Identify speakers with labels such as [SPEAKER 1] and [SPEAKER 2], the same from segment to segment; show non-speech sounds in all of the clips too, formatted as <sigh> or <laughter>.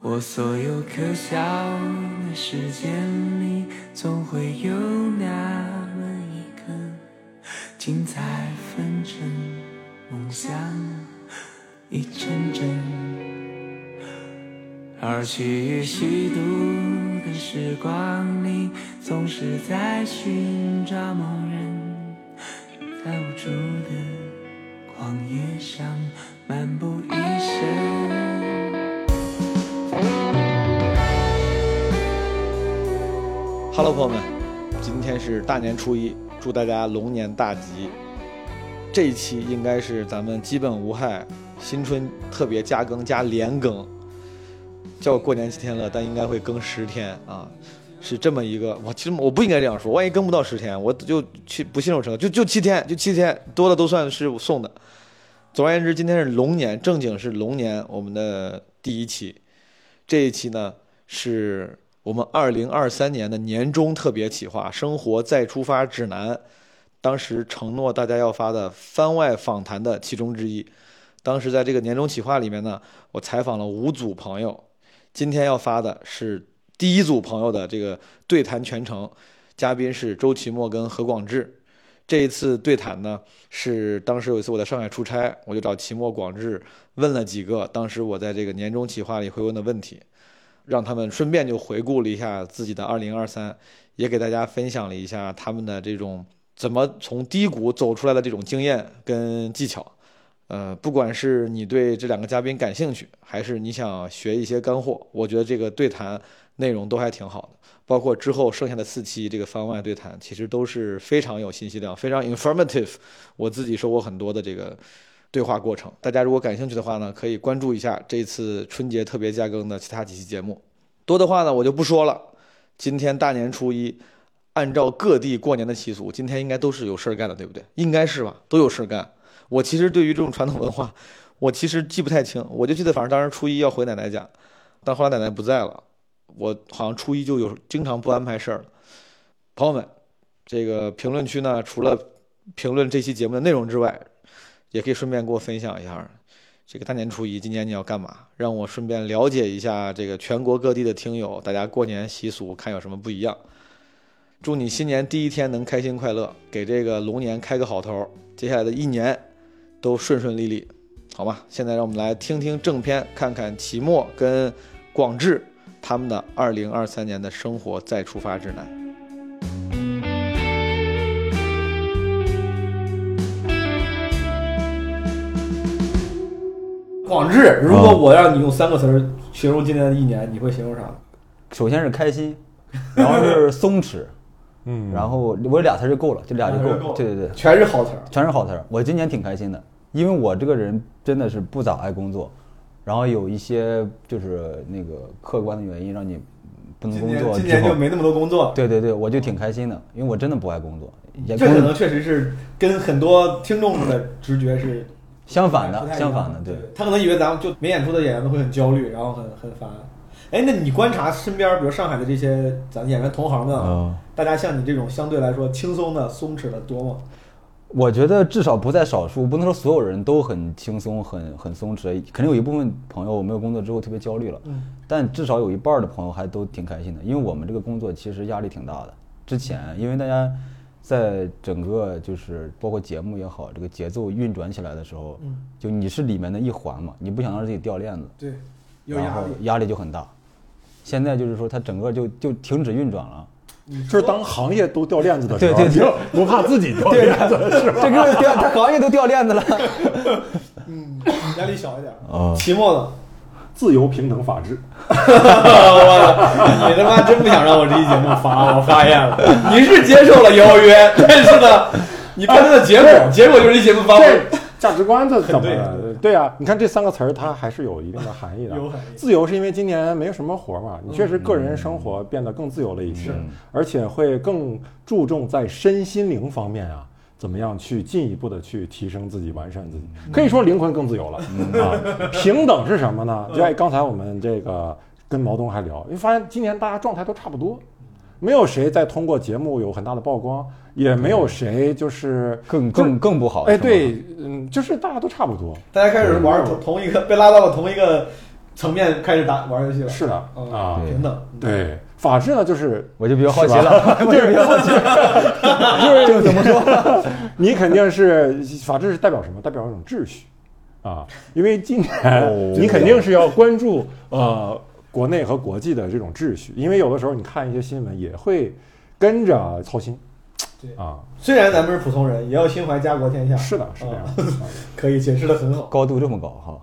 [SPEAKER 1] 我所有可笑的时间里，总会有那么一个精彩纷呈，梦想一阵阵。而去与虚度的时光里，总是在寻找某人，在无助的旷野上漫步一生。
[SPEAKER 2] Hello，朋友们，今天是大年初一，祝大家龙年大吉。这一期应该是咱们基本无害新春特别加更加连更，叫过年七天了，但应该会更十天啊，是这么一个。我其实我不应该这样说，万一更不到十天，我就去不信守承诺，就就七天，就七天，多了都算是我送的。总而言之，今天是龙年，正经是龙年，我们的第一期。这一期呢，是我们二零二三年的年终特别企划《生活再出发指南》，当时承诺大家要发的番外访谈的其中之一。当时在这个年终企划里面呢，我采访了五组朋友，今天要发的是第一组朋友的这个对谈全程，嘉宾是周奇墨跟何广智。这一次对谈呢，是当时有一次我在上海出差，我就找齐墨、广智问了几个当时我在这个年终企划里会问的问题，让他们顺便就回顾了一下自己的2023，也给大家分享了一下他们的这种怎么从低谷走出来的这种经验跟技巧。呃，不管是你对这两个嘉宾感兴趣，还是你想学一些干货，我觉得这个对谈内容都还挺好的。包括之后剩下的四期这个番外对谈，其实都是非常有信息量、非常 informative。我自己收获很多的这个对话过程。大家如果感兴趣的话呢，可以关注一下这次春节特别加更的其他几期节目。多的话呢，我就不说了。今天大年初一，按照各地过年的习俗，今天应该都是有事儿干的，对不对？应该是吧，都有事儿干。我其实对于这种传统文化，我其实记不太清，我就记得反正当时初一要回奶奶家，但后来奶奶不在了，我好像初一就有经常不安排事儿了。朋友们，这个评论区呢，除了评论这期节目的内容之外，也可以顺便给我分享一下，这个大年初一今年你要干嘛？让我顺便了解一下这个全国各地的听友，大家过年习俗看有什么不一样。祝你新年第一天能开心快乐，给这个龙年开个好头儿，接下来的一年都顺顺利利，好吧？现在让我们来听听正片，看看齐墨跟广志他们的2023年的生活再出发指南。
[SPEAKER 3] 广志，如果我让你用三个词儿形容今年的一年，你会形容啥？
[SPEAKER 4] 首先是开心，然后是
[SPEAKER 3] <laughs>
[SPEAKER 4] 松弛，
[SPEAKER 5] 嗯，
[SPEAKER 4] 然后我俩词儿就够了，这俩就够
[SPEAKER 3] 俩词儿就够
[SPEAKER 4] 了。
[SPEAKER 3] 了
[SPEAKER 4] 对对对，
[SPEAKER 3] 全是好词儿。
[SPEAKER 4] 全是好词儿。我今年挺开心的，因为我这个人真的是不咋爱工作，然后有一些就是那个客观的原因让你不能
[SPEAKER 3] 今
[SPEAKER 4] 工
[SPEAKER 3] 年
[SPEAKER 4] 作
[SPEAKER 3] 今
[SPEAKER 4] 之
[SPEAKER 3] 年
[SPEAKER 4] 后
[SPEAKER 3] 就，没那么多工作，
[SPEAKER 4] 对对对，我就挺开心的，因为我真的不爱工作，也
[SPEAKER 3] 这
[SPEAKER 4] 工
[SPEAKER 3] 可能确实是跟很多听众的直觉是
[SPEAKER 4] 相反
[SPEAKER 3] 不
[SPEAKER 4] 的，
[SPEAKER 3] 太一样
[SPEAKER 4] 相反的，对。
[SPEAKER 3] 他可能以为咱们就没演出的演员们会很焦虑，然后很很烦。哎，那你观察身边，比如上海的这些咱演员同行们，
[SPEAKER 4] 嗯
[SPEAKER 3] 大家像你这种相对来说轻松的、松弛的多吗？
[SPEAKER 4] 我觉得至少不在少数，不能说所有人都很轻松、很很松弛，肯定有一部分朋友没有工作之后特别焦虑了，
[SPEAKER 3] 嗯
[SPEAKER 4] 但至少有一半儿的朋友还都挺开心的，因为我们这个工作其实压力挺大的。之前因为大家在整个就是包括节目也好，这个节奏运转起来的时候，
[SPEAKER 3] 嗯
[SPEAKER 4] 就你是里面的一环嘛，你不想让自己掉链子，
[SPEAKER 3] 对，有
[SPEAKER 4] 然
[SPEAKER 3] 压
[SPEAKER 4] 后
[SPEAKER 3] 力。
[SPEAKER 4] 压力就很大。现在就是说，它整个就就停止运转了。
[SPEAKER 3] <laughs>
[SPEAKER 5] 就是当行业都掉链子的时候，
[SPEAKER 4] 对对对
[SPEAKER 5] 你就不怕自己掉链子了，是吧？
[SPEAKER 4] <laughs> 这个掉，它行业都掉
[SPEAKER 3] <laughs>
[SPEAKER 4] 链子了。
[SPEAKER 3] 嗯，压力小一点。
[SPEAKER 4] 哦
[SPEAKER 3] 期末呢？
[SPEAKER 5] 自由、平等、法治。
[SPEAKER 3] <laughs> 你他妈真不想让我这期节目发，我发现了，你是接受了邀约， <laughs> 但是呢，你看他的结果，结果就是啊这节目发
[SPEAKER 5] 这价值观这怎么
[SPEAKER 3] 对
[SPEAKER 5] 了？对啊，你看这三个词儿，它还是有一定的含义的
[SPEAKER 3] 有含义。嗯
[SPEAKER 5] 自由是因为今年没有什么活儿嘛，你确实个人生活变得更自由了一些，而且会更注重在身心灵方面啊。怎么样去进一步的去提升自己、完善自己？
[SPEAKER 3] 嗯
[SPEAKER 5] 可以说灵魂更自由了啊！平等是什么呢？就哎，刚才我们这个跟毛东还聊，你发现今年大家状态都差不多，没有谁再通过节目有很大的曝光，也没有谁就是
[SPEAKER 4] 更更更不好。
[SPEAKER 5] 哎，
[SPEAKER 4] 是吗，
[SPEAKER 5] 对，嗯，就是大家都差不多。
[SPEAKER 3] 大家开始玩同同一个，被拉到了同一个层面开始打玩游戏了，
[SPEAKER 5] 是的
[SPEAKER 3] 嗯
[SPEAKER 5] 啊，
[SPEAKER 3] 平等。
[SPEAKER 5] 对，法治呢就是
[SPEAKER 4] 我就比较好奇了，我就比较好奇，就是就怎么说？
[SPEAKER 5] 你肯定是法治是代表什么？代表一种秩序啊，因为今年 <laughs> 你肯定是要关注呃国内和国际的这种秩序，因为有的时候你看一些新闻也会跟着操心
[SPEAKER 3] 对
[SPEAKER 5] 啊，
[SPEAKER 3] 虽然咱们是普通人，也要心怀家国天下。
[SPEAKER 5] 是的，是这样
[SPEAKER 3] 啊
[SPEAKER 5] 的。
[SPEAKER 3] <laughs> 可以解释的很好。
[SPEAKER 4] 高度这么高哈？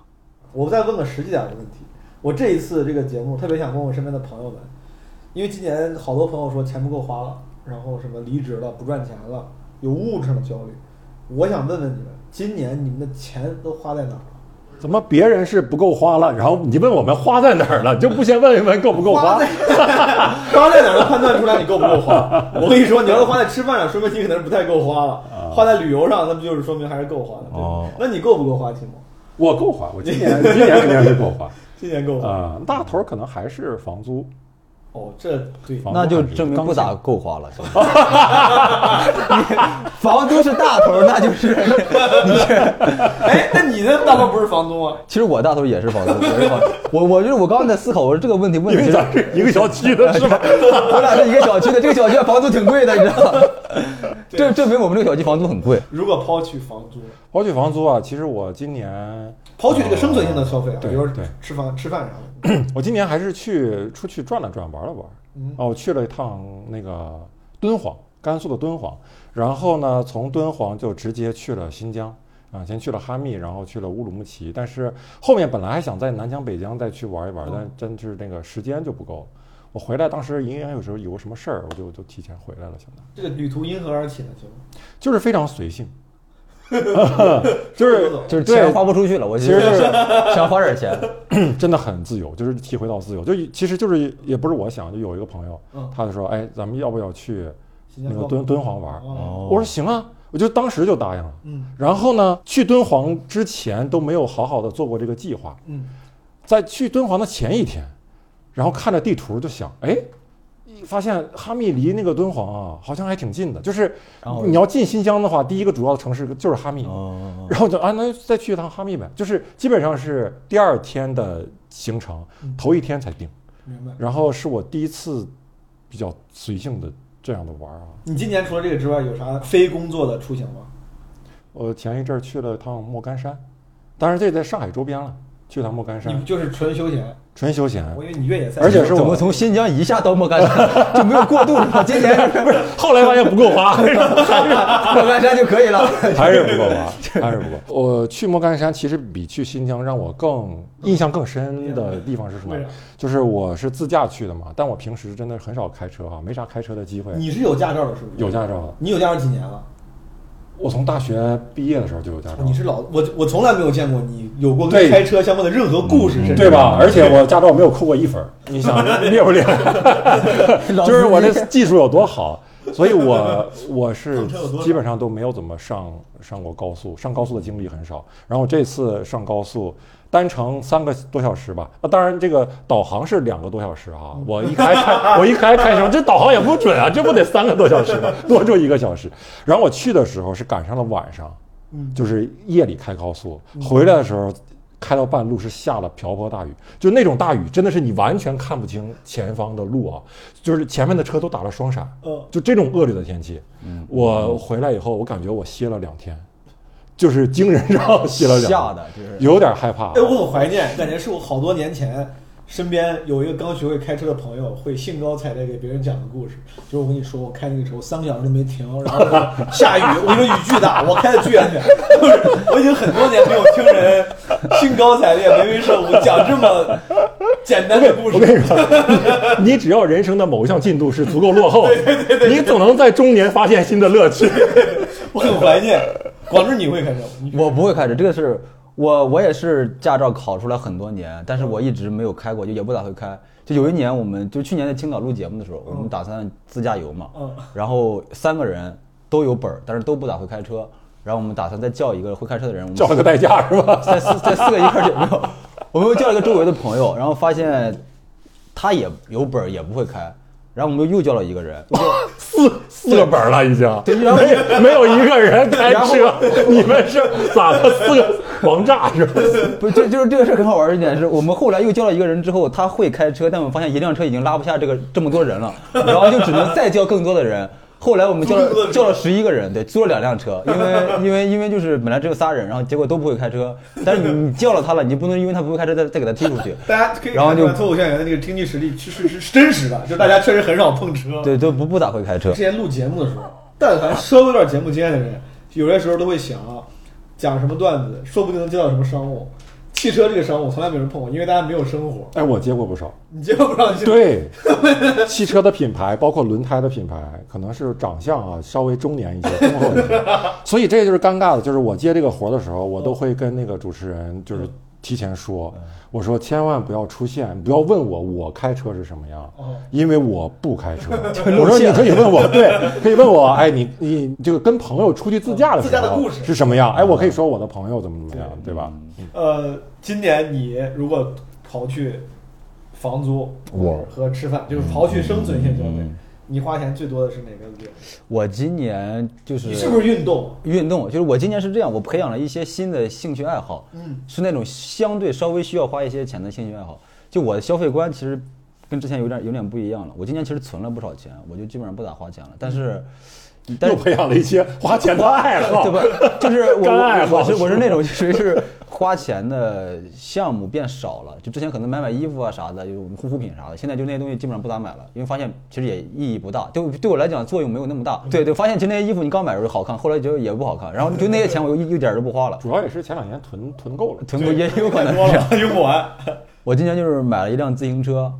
[SPEAKER 3] 我再问个实际点的问题，我这一次这个节目特别想问我身边的朋友们，因为今年好多朋友说钱不够花了，然后什么离职了、不赚钱了，有物质上的焦虑。我想问问你们，今年你们的钱都花在哪儿了？
[SPEAKER 5] 怎么别人是不够花了，然后你问我们花在哪儿了，就不先问一问够不够花？ <laughs>
[SPEAKER 3] 在花在哪儿能判断出来你够不够花？我跟你说，你要是花在吃饭上，说明你可能是不太够花
[SPEAKER 5] 啊
[SPEAKER 3] 了；花在旅游上，那不就是说明还是够花的？对吧
[SPEAKER 4] 哦
[SPEAKER 3] 那你够不够花，提莫？
[SPEAKER 5] 我够花，我
[SPEAKER 3] <laughs>
[SPEAKER 5] 今年今年肯定是够花
[SPEAKER 3] 今年够花？
[SPEAKER 5] 啊、大头儿可能还是房租，
[SPEAKER 3] 哦，这对，
[SPEAKER 5] 房
[SPEAKER 4] 那
[SPEAKER 5] 租
[SPEAKER 4] 就
[SPEAKER 5] 还是
[SPEAKER 4] 证明
[SPEAKER 5] 刚
[SPEAKER 4] 不咋
[SPEAKER 5] 性
[SPEAKER 4] 够花了。 <laughs> 你房租是大头，那就是 <laughs> 你这。
[SPEAKER 3] 哎，那你的大头不是房东啊？
[SPEAKER 4] 其实我大头也是房租，我是房租。我我就是我刚刚在思考，我说这个问题问
[SPEAKER 5] 因
[SPEAKER 4] 的
[SPEAKER 5] 为
[SPEAKER 4] 其实
[SPEAKER 5] 咱是一个小区的，是吧？
[SPEAKER 4] 我俩是一个小区的，这个小区的房租挺贵的，你知道
[SPEAKER 5] <laughs>
[SPEAKER 4] 吗？这证明我们这个小区房租很贵。
[SPEAKER 3] 如果抛去房租，
[SPEAKER 5] <laughs> 刨去房租啊，其实我今年
[SPEAKER 3] 抛去这个生存性的消费啊，
[SPEAKER 5] 哦
[SPEAKER 3] 比
[SPEAKER 5] 对
[SPEAKER 3] 如说
[SPEAKER 5] 对
[SPEAKER 3] 吃饭、吃饭啥的，
[SPEAKER 5] 我今年还是去出去转了转，玩了玩。
[SPEAKER 3] 嗯
[SPEAKER 5] 哦，我去了一趟那个敦煌，甘肃的敦煌。然后呢，从敦煌就直接去了新疆，啊、先去了哈密，然后去了乌鲁木齐。但是后面本来还想在南疆、北疆再去玩一玩，
[SPEAKER 3] 嗯
[SPEAKER 5] 但真是那个时间就不够了。我回来当时应该有时候有个什么事儿，我就就提前回来了，相当于
[SPEAKER 3] 这个旅途因何而起呢？请问
[SPEAKER 5] 就是非常随性，就是
[SPEAKER 4] 就是
[SPEAKER 5] 对
[SPEAKER 4] 钱花不出去了，我
[SPEAKER 5] 其实是
[SPEAKER 4] 想花点
[SPEAKER 5] <laughs>
[SPEAKER 4] 钱。
[SPEAKER 5] 嗯真的很自由，就是体会到自由。就其实就是也不是我想，就有一个朋友，
[SPEAKER 3] 嗯
[SPEAKER 5] 他就说，哎，咱们要不要去
[SPEAKER 3] 新
[SPEAKER 5] 那
[SPEAKER 3] 疆
[SPEAKER 5] 个
[SPEAKER 3] 高
[SPEAKER 5] 敦敦煌玩？
[SPEAKER 3] 哦，
[SPEAKER 5] 我说行啊，我就当时就答应了。
[SPEAKER 3] 嗯
[SPEAKER 5] 然后呢，去敦煌之前都没有好好的做过这个计划，
[SPEAKER 3] 嗯，
[SPEAKER 5] 在去敦煌的前一天，然后看着地图就想，哎，发现哈密离那个敦煌啊，好像还挺近的。就是
[SPEAKER 4] 然后
[SPEAKER 5] 你要进新疆的话，第一个主要的城市就是哈密。
[SPEAKER 4] 哦，
[SPEAKER 5] 然后就啊，那就再去一趟哈密呗，就是基本上是第二天的行程，
[SPEAKER 3] 嗯
[SPEAKER 5] 头一天才定。
[SPEAKER 3] 明白。
[SPEAKER 5] 然后是我第一次比较随性的这样的玩儿啊。
[SPEAKER 3] 你今年除了这个之外，有啥非工作的出行吗？
[SPEAKER 5] 我前一阵儿去了趟莫干山，当然这在上海周边了，去趟莫干
[SPEAKER 3] 你
[SPEAKER 5] 山
[SPEAKER 3] 就是纯休闲，
[SPEAKER 5] 纯休闲。
[SPEAKER 3] 我以为你越野赛，
[SPEAKER 5] 而且是我
[SPEAKER 4] 怎么从新疆一下到莫干山就没有过渡是吧？今年不是
[SPEAKER 5] 后来发现不够花，
[SPEAKER 4] 莫干山就可以了。
[SPEAKER 5] <laughs> 还是不够花，还是不够。我去莫干山其实比去新疆让我更印象更深的地方是什么
[SPEAKER 3] 为啥？
[SPEAKER 5] 就是我是自驾去的嘛，但我平时真的很少开车哈、啊没啥开车的机会。
[SPEAKER 3] 你是有驾照的，是不是？
[SPEAKER 5] 有，驾照的，
[SPEAKER 3] 你有驾照几年了？哦
[SPEAKER 5] 我从大学毕业的时候就有驾照，
[SPEAKER 3] 你是老我我从来没有见过你有过跟
[SPEAKER 5] 对嗯
[SPEAKER 3] 开车相关的任何故事，甚至
[SPEAKER 5] 对？吧？而且我驾照没有扣过一分儿， <laughs> 你想厉不厉 <laughs> 害？就是我这技术有多好，所以 <laughs> 我我是
[SPEAKER 3] 碰车有多少
[SPEAKER 5] 基本上都没有怎么上上过高速，上高速的经历很少。然后这次上高速。单程三个多小时吧，呃那当然这个导航是两个多小时哈、我一开开，我一开开什么，这导航也不准啊，这不得三个多小时吗？多住一个小时。然后我去的时候是赶上了晚上，
[SPEAKER 3] 嗯
[SPEAKER 5] 就是夜里开高速，回来的时候开到半路是下了瓢泼大雨，就那种大雨真的是你完全看不清前方的路啊，就是前面的车都打了双闪
[SPEAKER 3] 嗯，
[SPEAKER 5] 就这种恶劣的天气，
[SPEAKER 4] 嗯
[SPEAKER 5] 我回来以后我感觉我歇了两天，就是精神上歇了两天，
[SPEAKER 4] 吓得就是
[SPEAKER 5] 有点害怕
[SPEAKER 3] 哎，，我很怀念，感觉是我好多年前身边有一个刚学会开车的朋友，会兴高采烈给别人讲的故事。就是我跟你说，我开那个车，我三个小时都没停，然后下雨，我跟你说雨巨大，我开的巨安全。就是我已经很多年没有听人兴高采烈、眉飞色舞讲这么简单的故
[SPEAKER 5] 我跟你
[SPEAKER 3] 事。
[SPEAKER 5] 说，你你只要人生的某一项进度是足够
[SPEAKER 3] <laughs>
[SPEAKER 5] 落后，你总能在中年发现新的
[SPEAKER 4] <laughs>
[SPEAKER 5] 乐趣。
[SPEAKER 3] 我很怀念。广志，你会开车吗？你
[SPEAKER 4] 我不会开车，这个是我我也是驾照考出来很多年，但是我一直没有开过，就也不咋会开。就有一年，我们就去年在青岛录节目的时候，我们打算自驾游嘛
[SPEAKER 3] 嗯，
[SPEAKER 4] 然后三个人都有本儿，但是都不咋会开车。然后我们打算再叫一个会开车的人，我们
[SPEAKER 5] 叫了个代驾是吧？
[SPEAKER 4] <laughs> 在四在四个一块儿去，没有，我们又叫了一个周围的朋友，然后发现他也有本儿，也不会开，然后我们又又叫了一个人，
[SPEAKER 5] 四四个本儿了已经，没没有一个人开车，你们是咋的？四个王炸是吧？
[SPEAKER 4] 不，这就是这个事儿很好玩儿一点是，我们后来又叫了一个人之后，他会开车，但我们发现一辆车已经拉不下这个这么多人了，然后就只能再叫更多的人。后来我们叫了叫了十一个人，对，租了两辆车，因为因为因为就是本来只有仨人，然后结果都不会开车，但是你你叫了他了，你不能因为他不会开车再再给他踢出去，
[SPEAKER 3] 大家可以
[SPEAKER 4] 然后
[SPEAKER 3] 看出
[SPEAKER 4] 就
[SPEAKER 3] 来脱口秀演员的那个经济实力是是是是真实的，就大家确实很少碰车。
[SPEAKER 4] 对，都不不咋会开车
[SPEAKER 3] 之。前录节目的时候，但凡稍微有点节目经验的人，有些时候都会想，讲什么段子，说不定能接到什么商务。汽车这个商务从来没有人碰过，因为大家没有生活，
[SPEAKER 5] 哎，我接过不少。
[SPEAKER 3] 你接不上
[SPEAKER 4] <laughs>
[SPEAKER 3] 去。
[SPEAKER 5] 对，汽车的品牌，包括轮胎的品牌，可能是长相啊稍微中年一些、丰厚一些，所以这就是尴尬的。就是我接这个活儿的时候，我都会跟那个主持人就是提前说，
[SPEAKER 4] 嗯
[SPEAKER 5] 我说千万不要出现，不要问我我开车是什么样
[SPEAKER 3] 哦，
[SPEAKER 5] 因为我不
[SPEAKER 4] <laughs>
[SPEAKER 5] 开车。我说你可以问我，对，可以问我，哎，你你这个跟朋友出去自驾的
[SPEAKER 3] 自
[SPEAKER 4] 嗯
[SPEAKER 5] 时
[SPEAKER 3] 驾的
[SPEAKER 5] 候
[SPEAKER 3] 故事
[SPEAKER 5] 是什么样？哎，我可以说我的朋友怎么怎么样，对吧？
[SPEAKER 3] 呃，今年你如果刨去房租
[SPEAKER 5] 我
[SPEAKER 3] 和吃饭，就是刨去生存性消
[SPEAKER 4] 嗯
[SPEAKER 3] 费，你花钱最多的是哪个点？
[SPEAKER 4] 我今年就是
[SPEAKER 3] 你是不是运动？
[SPEAKER 4] 运动，就是我今年是这样，我培养了一些新的兴趣爱好，
[SPEAKER 3] 嗯，
[SPEAKER 4] 是那种相对稍微需要花一些钱的兴趣爱好。就我的消费观其实跟之前有点有点不一样了。我今年其实存了不少钱，我就基本上不咋花钱了。但是，但
[SPEAKER 5] 又
[SPEAKER 4] 是
[SPEAKER 5] 培养了一些花钱的爱
[SPEAKER 4] <laughs>
[SPEAKER 5] 好，
[SPEAKER 4] 对吧？就是
[SPEAKER 5] <laughs>
[SPEAKER 4] 我
[SPEAKER 5] 干爱
[SPEAKER 4] 我
[SPEAKER 5] 好
[SPEAKER 4] 我是我是那种就属于是花钱的项目变少了，就之前可能买买衣服啊啥的，就是我们护肤品啥的，现在就那些东西基本上不咋买了，因为发现其实也意义不大，对我对我来讲作用没有那么
[SPEAKER 3] 嗯
[SPEAKER 4] 大。对对，发现其实那些衣服你刚买的时候好看，后来觉得也不好看，然后就那些钱我又一一点儿都不花了，
[SPEAKER 5] 主要也是前两年囤囤够了。
[SPEAKER 4] 囤过也有可
[SPEAKER 3] 太
[SPEAKER 4] 能是
[SPEAKER 3] 多
[SPEAKER 4] 这样。
[SPEAKER 3] 了，用不
[SPEAKER 4] <laughs>
[SPEAKER 3] 完。
[SPEAKER 4] 我今年就是买了一辆自行车，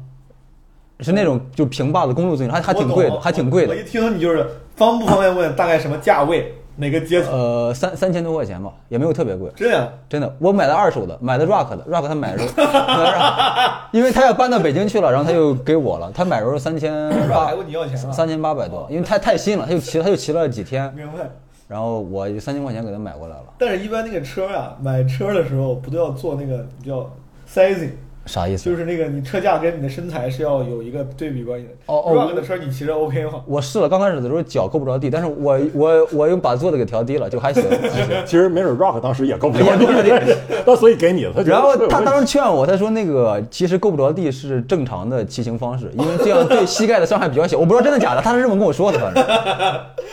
[SPEAKER 4] 是那种就平坝的公路自行车，还还挺贵的，还挺
[SPEAKER 3] 我
[SPEAKER 4] 贵的
[SPEAKER 3] 一，听你就是方不方便问大概什么价位，哪个阶层？
[SPEAKER 4] 呃，三三千多块钱吧，也没有特别贵。
[SPEAKER 3] 这样
[SPEAKER 4] 真的，我买的二手的，买的 Rock 的，Rock 他买的时候 <laughs> 买的 Rock，因为他要搬到北京去了，然后他就给我了，他买的时候三千八
[SPEAKER 3] 还问你要钱，了
[SPEAKER 4] 三千八百多，因为太太新了，他就骑他就骑了几天，
[SPEAKER 3] 啊明白。
[SPEAKER 4] 然后我就三千块钱给他买过来了，
[SPEAKER 3] 但是，一般那个车啊，买车的时候不都要做那个叫 sizing，
[SPEAKER 4] 啥意思？
[SPEAKER 3] 就是那个你车架跟你的身材是要有一个对比关系的。
[SPEAKER 4] 哦哦
[SPEAKER 3] Rock 的车你骑着 OK 吗？
[SPEAKER 4] <laughs> 我试了，刚开始的时候脚够不着地，但是我我我又把座子给调低了，就还
[SPEAKER 3] <laughs>
[SPEAKER 4] 行。还行
[SPEAKER 5] 其实没准 Rock 当时也够
[SPEAKER 4] <laughs>
[SPEAKER 5] 不
[SPEAKER 4] 也
[SPEAKER 5] 着
[SPEAKER 4] 够不着地
[SPEAKER 5] 地， <laughs> 那所以给你了。觉得
[SPEAKER 4] 然后
[SPEAKER 5] 是有
[SPEAKER 4] 他
[SPEAKER 5] 问
[SPEAKER 4] 当
[SPEAKER 5] 题
[SPEAKER 4] 时劝我，他说那个其实够不着地是正常的骑行方式，因为这样对膝盖的伤害比较小。我不知道真的假的，他是这么跟我说的，反正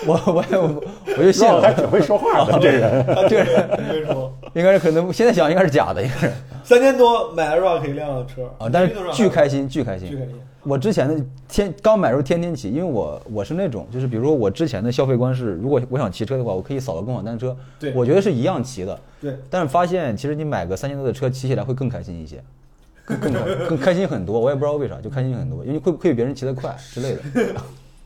[SPEAKER 4] 我我我我就信
[SPEAKER 5] Rock 还
[SPEAKER 4] 了。
[SPEAKER 5] 挺会说
[SPEAKER 4] <laughs>
[SPEAKER 5] 话的这人。
[SPEAKER 3] 啊，对，你会说
[SPEAKER 4] 应该是可能现在想应该是假的，应
[SPEAKER 3] <laughs>
[SPEAKER 4] 该是
[SPEAKER 3] 三千多买了 Rock 一辆车
[SPEAKER 4] 啊，但
[SPEAKER 3] 一定
[SPEAKER 4] 是
[SPEAKER 3] 能
[SPEAKER 4] 巨
[SPEAKER 3] 让他
[SPEAKER 4] 开心，巨开
[SPEAKER 3] 巨
[SPEAKER 4] 心
[SPEAKER 3] 开心。
[SPEAKER 4] 我之前的天刚买的时候天天骑，因为我我是那种就是比如说我之前的消费观是，如果我想骑车的话，我可以扫个共享单车，
[SPEAKER 3] 对
[SPEAKER 4] 我觉得是一样骑的。
[SPEAKER 3] 对
[SPEAKER 4] 但是发现其实你买个三千多的车，骑起来会更开心一些，更更开更开心很多。我也不知道为啥，就开心很多，因为会会比别人骑得快之类的。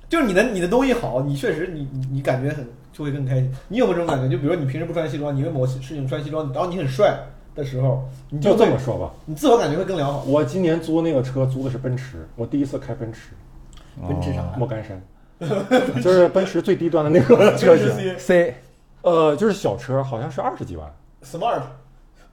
[SPEAKER 3] 就是你的你的东西好，你确实你你你感觉很就会更开心。你有没有这种感觉？就比如说你平时不穿西装，你为某些事情穿西装，然后你很帅的时候，你
[SPEAKER 5] 就
[SPEAKER 3] 就
[SPEAKER 5] 这么，说吧，
[SPEAKER 3] 你自我感觉会更良好。
[SPEAKER 5] 我今年租那个车租的是奔驰，我第一次开奔驰，哦
[SPEAKER 3] 奔驰啥？
[SPEAKER 5] 莫干山， <laughs> 就是奔驰最低端的那个
[SPEAKER 4] <laughs>
[SPEAKER 5] 车型。
[SPEAKER 3] C
[SPEAKER 4] C，
[SPEAKER 5] 呃，就是小车，好像是二十几万，
[SPEAKER 3] Smart，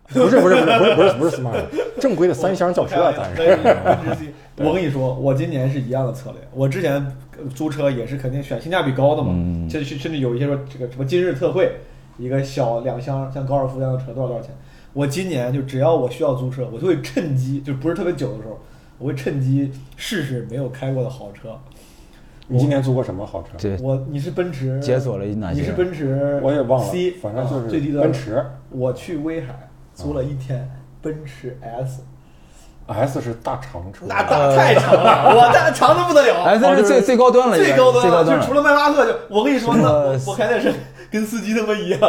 [SPEAKER 5] 不是不是不是不是不
[SPEAKER 4] <laughs>
[SPEAKER 5] 是不是 smart，正规的三厢轿车
[SPEAKER 3] 哎
[SPEAKER 5] 啊，咱是。
[SPEAKER 3] 奔驰 C。我
[SPEAKER 4] <laughs>
[SPEAKER 3] 跟你说，我今年是一样的策略。我之前呃租车也是肯定选性价比高的嘛，
[SPEAKER 4] 嗯
[SPEAKER 3] 甚至甚至有一些说这个什么今日特惠，一个小两厢像高尔夫一样的车多少多少钱。我今年就只要我需要租车，我就会趁机，就不是特别久的时候，我会趁机试试没有开过的好车。
[SPEAKER 5] <laughs> 你今年租过什么好车？
[SPEAKER 4] 对，
[SPEAKER 3] 我你是奔驰，
[SPEAKER 4] 解锁了哪些
[SPEAKER 3] 你是奔驰，
[SPEAKER 5] 我也忘了
[SPEAKER 3] C，，啊
[SPEAKER 5] 反正就是
[SPEAKER 3] 最低的
[SPEAKER 5] 奔。驰
[SPEAKER 3] 我去威海租了一天
[SPEAKER 4] 啊
[SPEAKER 3] 奔驰 S，
[SPEAKER 5] S 是大长车，
[SPEAKER 3] 那大太长了，我大长的不得了。哦
[SPEAKER 4] 呃 <laughs> 哎，这是最最高端了，应
[SPEAKER 3] 最
[SPEAKER 4] 该
[SPEAKER 3] 高
[SPEAKER 4] 是
[SPEAKER 3] 端
[SPEAKER 4] 最高
[SPEAKER 3] 就
[SPEAKER 4] 端
[SPEAKER 3] 是除
[SPEAKER 4] 了。呃
[SPEAKER 3] 了迈巴赫，就我跟你
[SPEAKER 4] <laughs>
[SPEAKER 3] 说，
[SPEAKER 4] 什么
[SPEAKER 3] 那我我开的是跟司机他妈一样，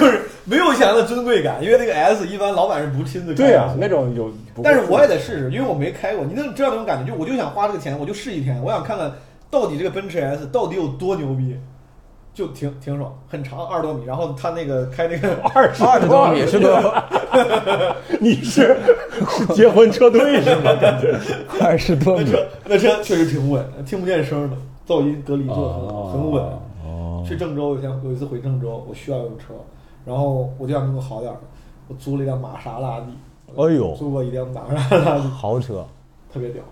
[SPEAKER 3] 就是没有想象的尊贵感，因为那个 S 一般老板是不亲自开的。
[SPEAKER 5] 对
[SPEAKER 4] 啊
[SPEAKER 5] 呀，那种有。不
[SPEAKER 3] 但是我也得试试，因为我没开过。你能知道那种感觉？就我就想花这个钱，我就试一天，我想看看到底这个奔驰 S 到底有多牛逼，就挺挺爽，很长二十多米，然后它那个开那个 <laughs>
[SPEAKER 5] 二十
[SPEAKER 4] 二十多米是多
[SPEAKER 5] <laughs> 你是是结婚车队是 <laughs> 吗？感觉
[SPEAKER 4] 二十多
[SPEAKER 3] 那
[SPEAKER 4] 米，
[SPEAKER 3] 车那车确实挺稳，听不见声儿的，噪音隔离做的很好
[SPEAKER 5] 哦
[SPEAKER 3] 很稳。去郑州有一天有一次回郑州，我需要用车，然后我就想弄个好点儿的，我租了一辆玛莎拉蒂，
[SPEAKER 4] 哎呦
[SPEAKER 3] 租过一辆玛莎拉蒂， <laughs>
[SPEAKER 4] 豪车，
[SPEAKER 3] 特别屌。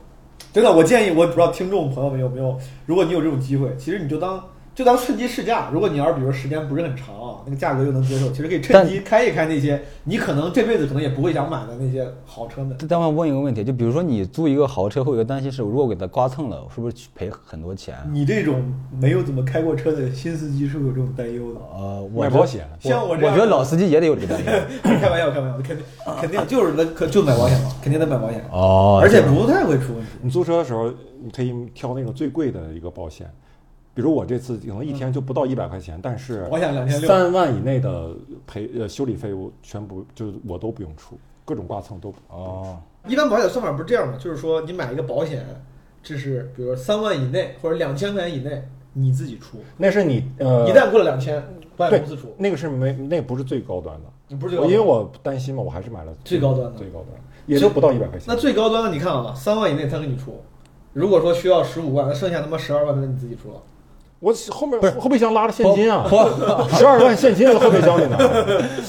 [SPEAKER 3] 真的，我建议，我不知道听众朋友们有没有，如果你有这种机会，其实你就当就当趁机试驾。如果你要是比如时间不是很长啊，那个价格又能接受，其实可以趁机开一开那些你可能这辈子可能也不会想买的那些豪车们。
[SPEAKER 4] 但我问一个问题，就比如说你租一个豪车，会有个担心是，如果给它刮蹭了，是不是赔很多钱？
[SPEAKER 3] 你这种没有怎么开过车的新司机是有这种担忧的。
[SPEAKER 4] 呃，我
[SPEAKER 5] 买
[SPEAKER 4] 觉
[SPEAKER 5] 保险，
[SPEAKER 3] 像
[SPEAKER 4] 我
[SPEAKER 3] 这样，
[SPEAKER 4] 觉得老司机也得有这个担
[SPEAKER 3] <laughs>
[SPEAKER 4] 忧。
[SPEAKER 3] <coughs> 开玩笑，开玩笑，肯定肯定就是那可就买保险嘛，肯定得买保险，
[SPEAKER 4] 哦
[SPEAKER 3] 而且不太会出问题。
[SPEAKER 5] 你租车的时候，你可以挑那个最贵的一个保险，比如我这次可能一天就不到一百块钱，但是
[SPEAKER 3] 我想2600
[SPEAKER 5] 三万以内的赔呃修理费我全部就是我都不用出，各种刮蹭都不
[SPEAKER 4] 哦，
[SPEAKER 3] 一般保险算法不是这样的，就是说你买一个保险，这是比如说三万以内或者两千块钱以内你自己出，
[SPEAKER 5] 那是你呃
[SPEAKER 3] 一旦过了两千，保险
[SPEAKER 5] 对
[SPEAKER 3] 公司出，
[SPEAKER 5] 那个是没那个不是最高端的，
[SPEAKER 3] 不是最
[SPEAKER 5] 我
[SPEAKER 3] 高
[SPEAKER 5] 因为
[SPEAKER 3] 端。
[SPEAKER 5] 我担心嘛，我还是买了
[SPEAKER 3] 最高端的
[SPEAKER 5] 最高端也就不到一百块钱。
[SPEAKER 3] 那最高端的你看啊，三万以内他给你出，如果说需要十五万，那剩下他妈十二万的你自己出了。
[SPEAKER 5] 我后面后备箱拉着现金啊， <laughs> 十二万现金在后备箱里
[SPEAKER 4] <laughs>
[SPEAKER 5] 呢。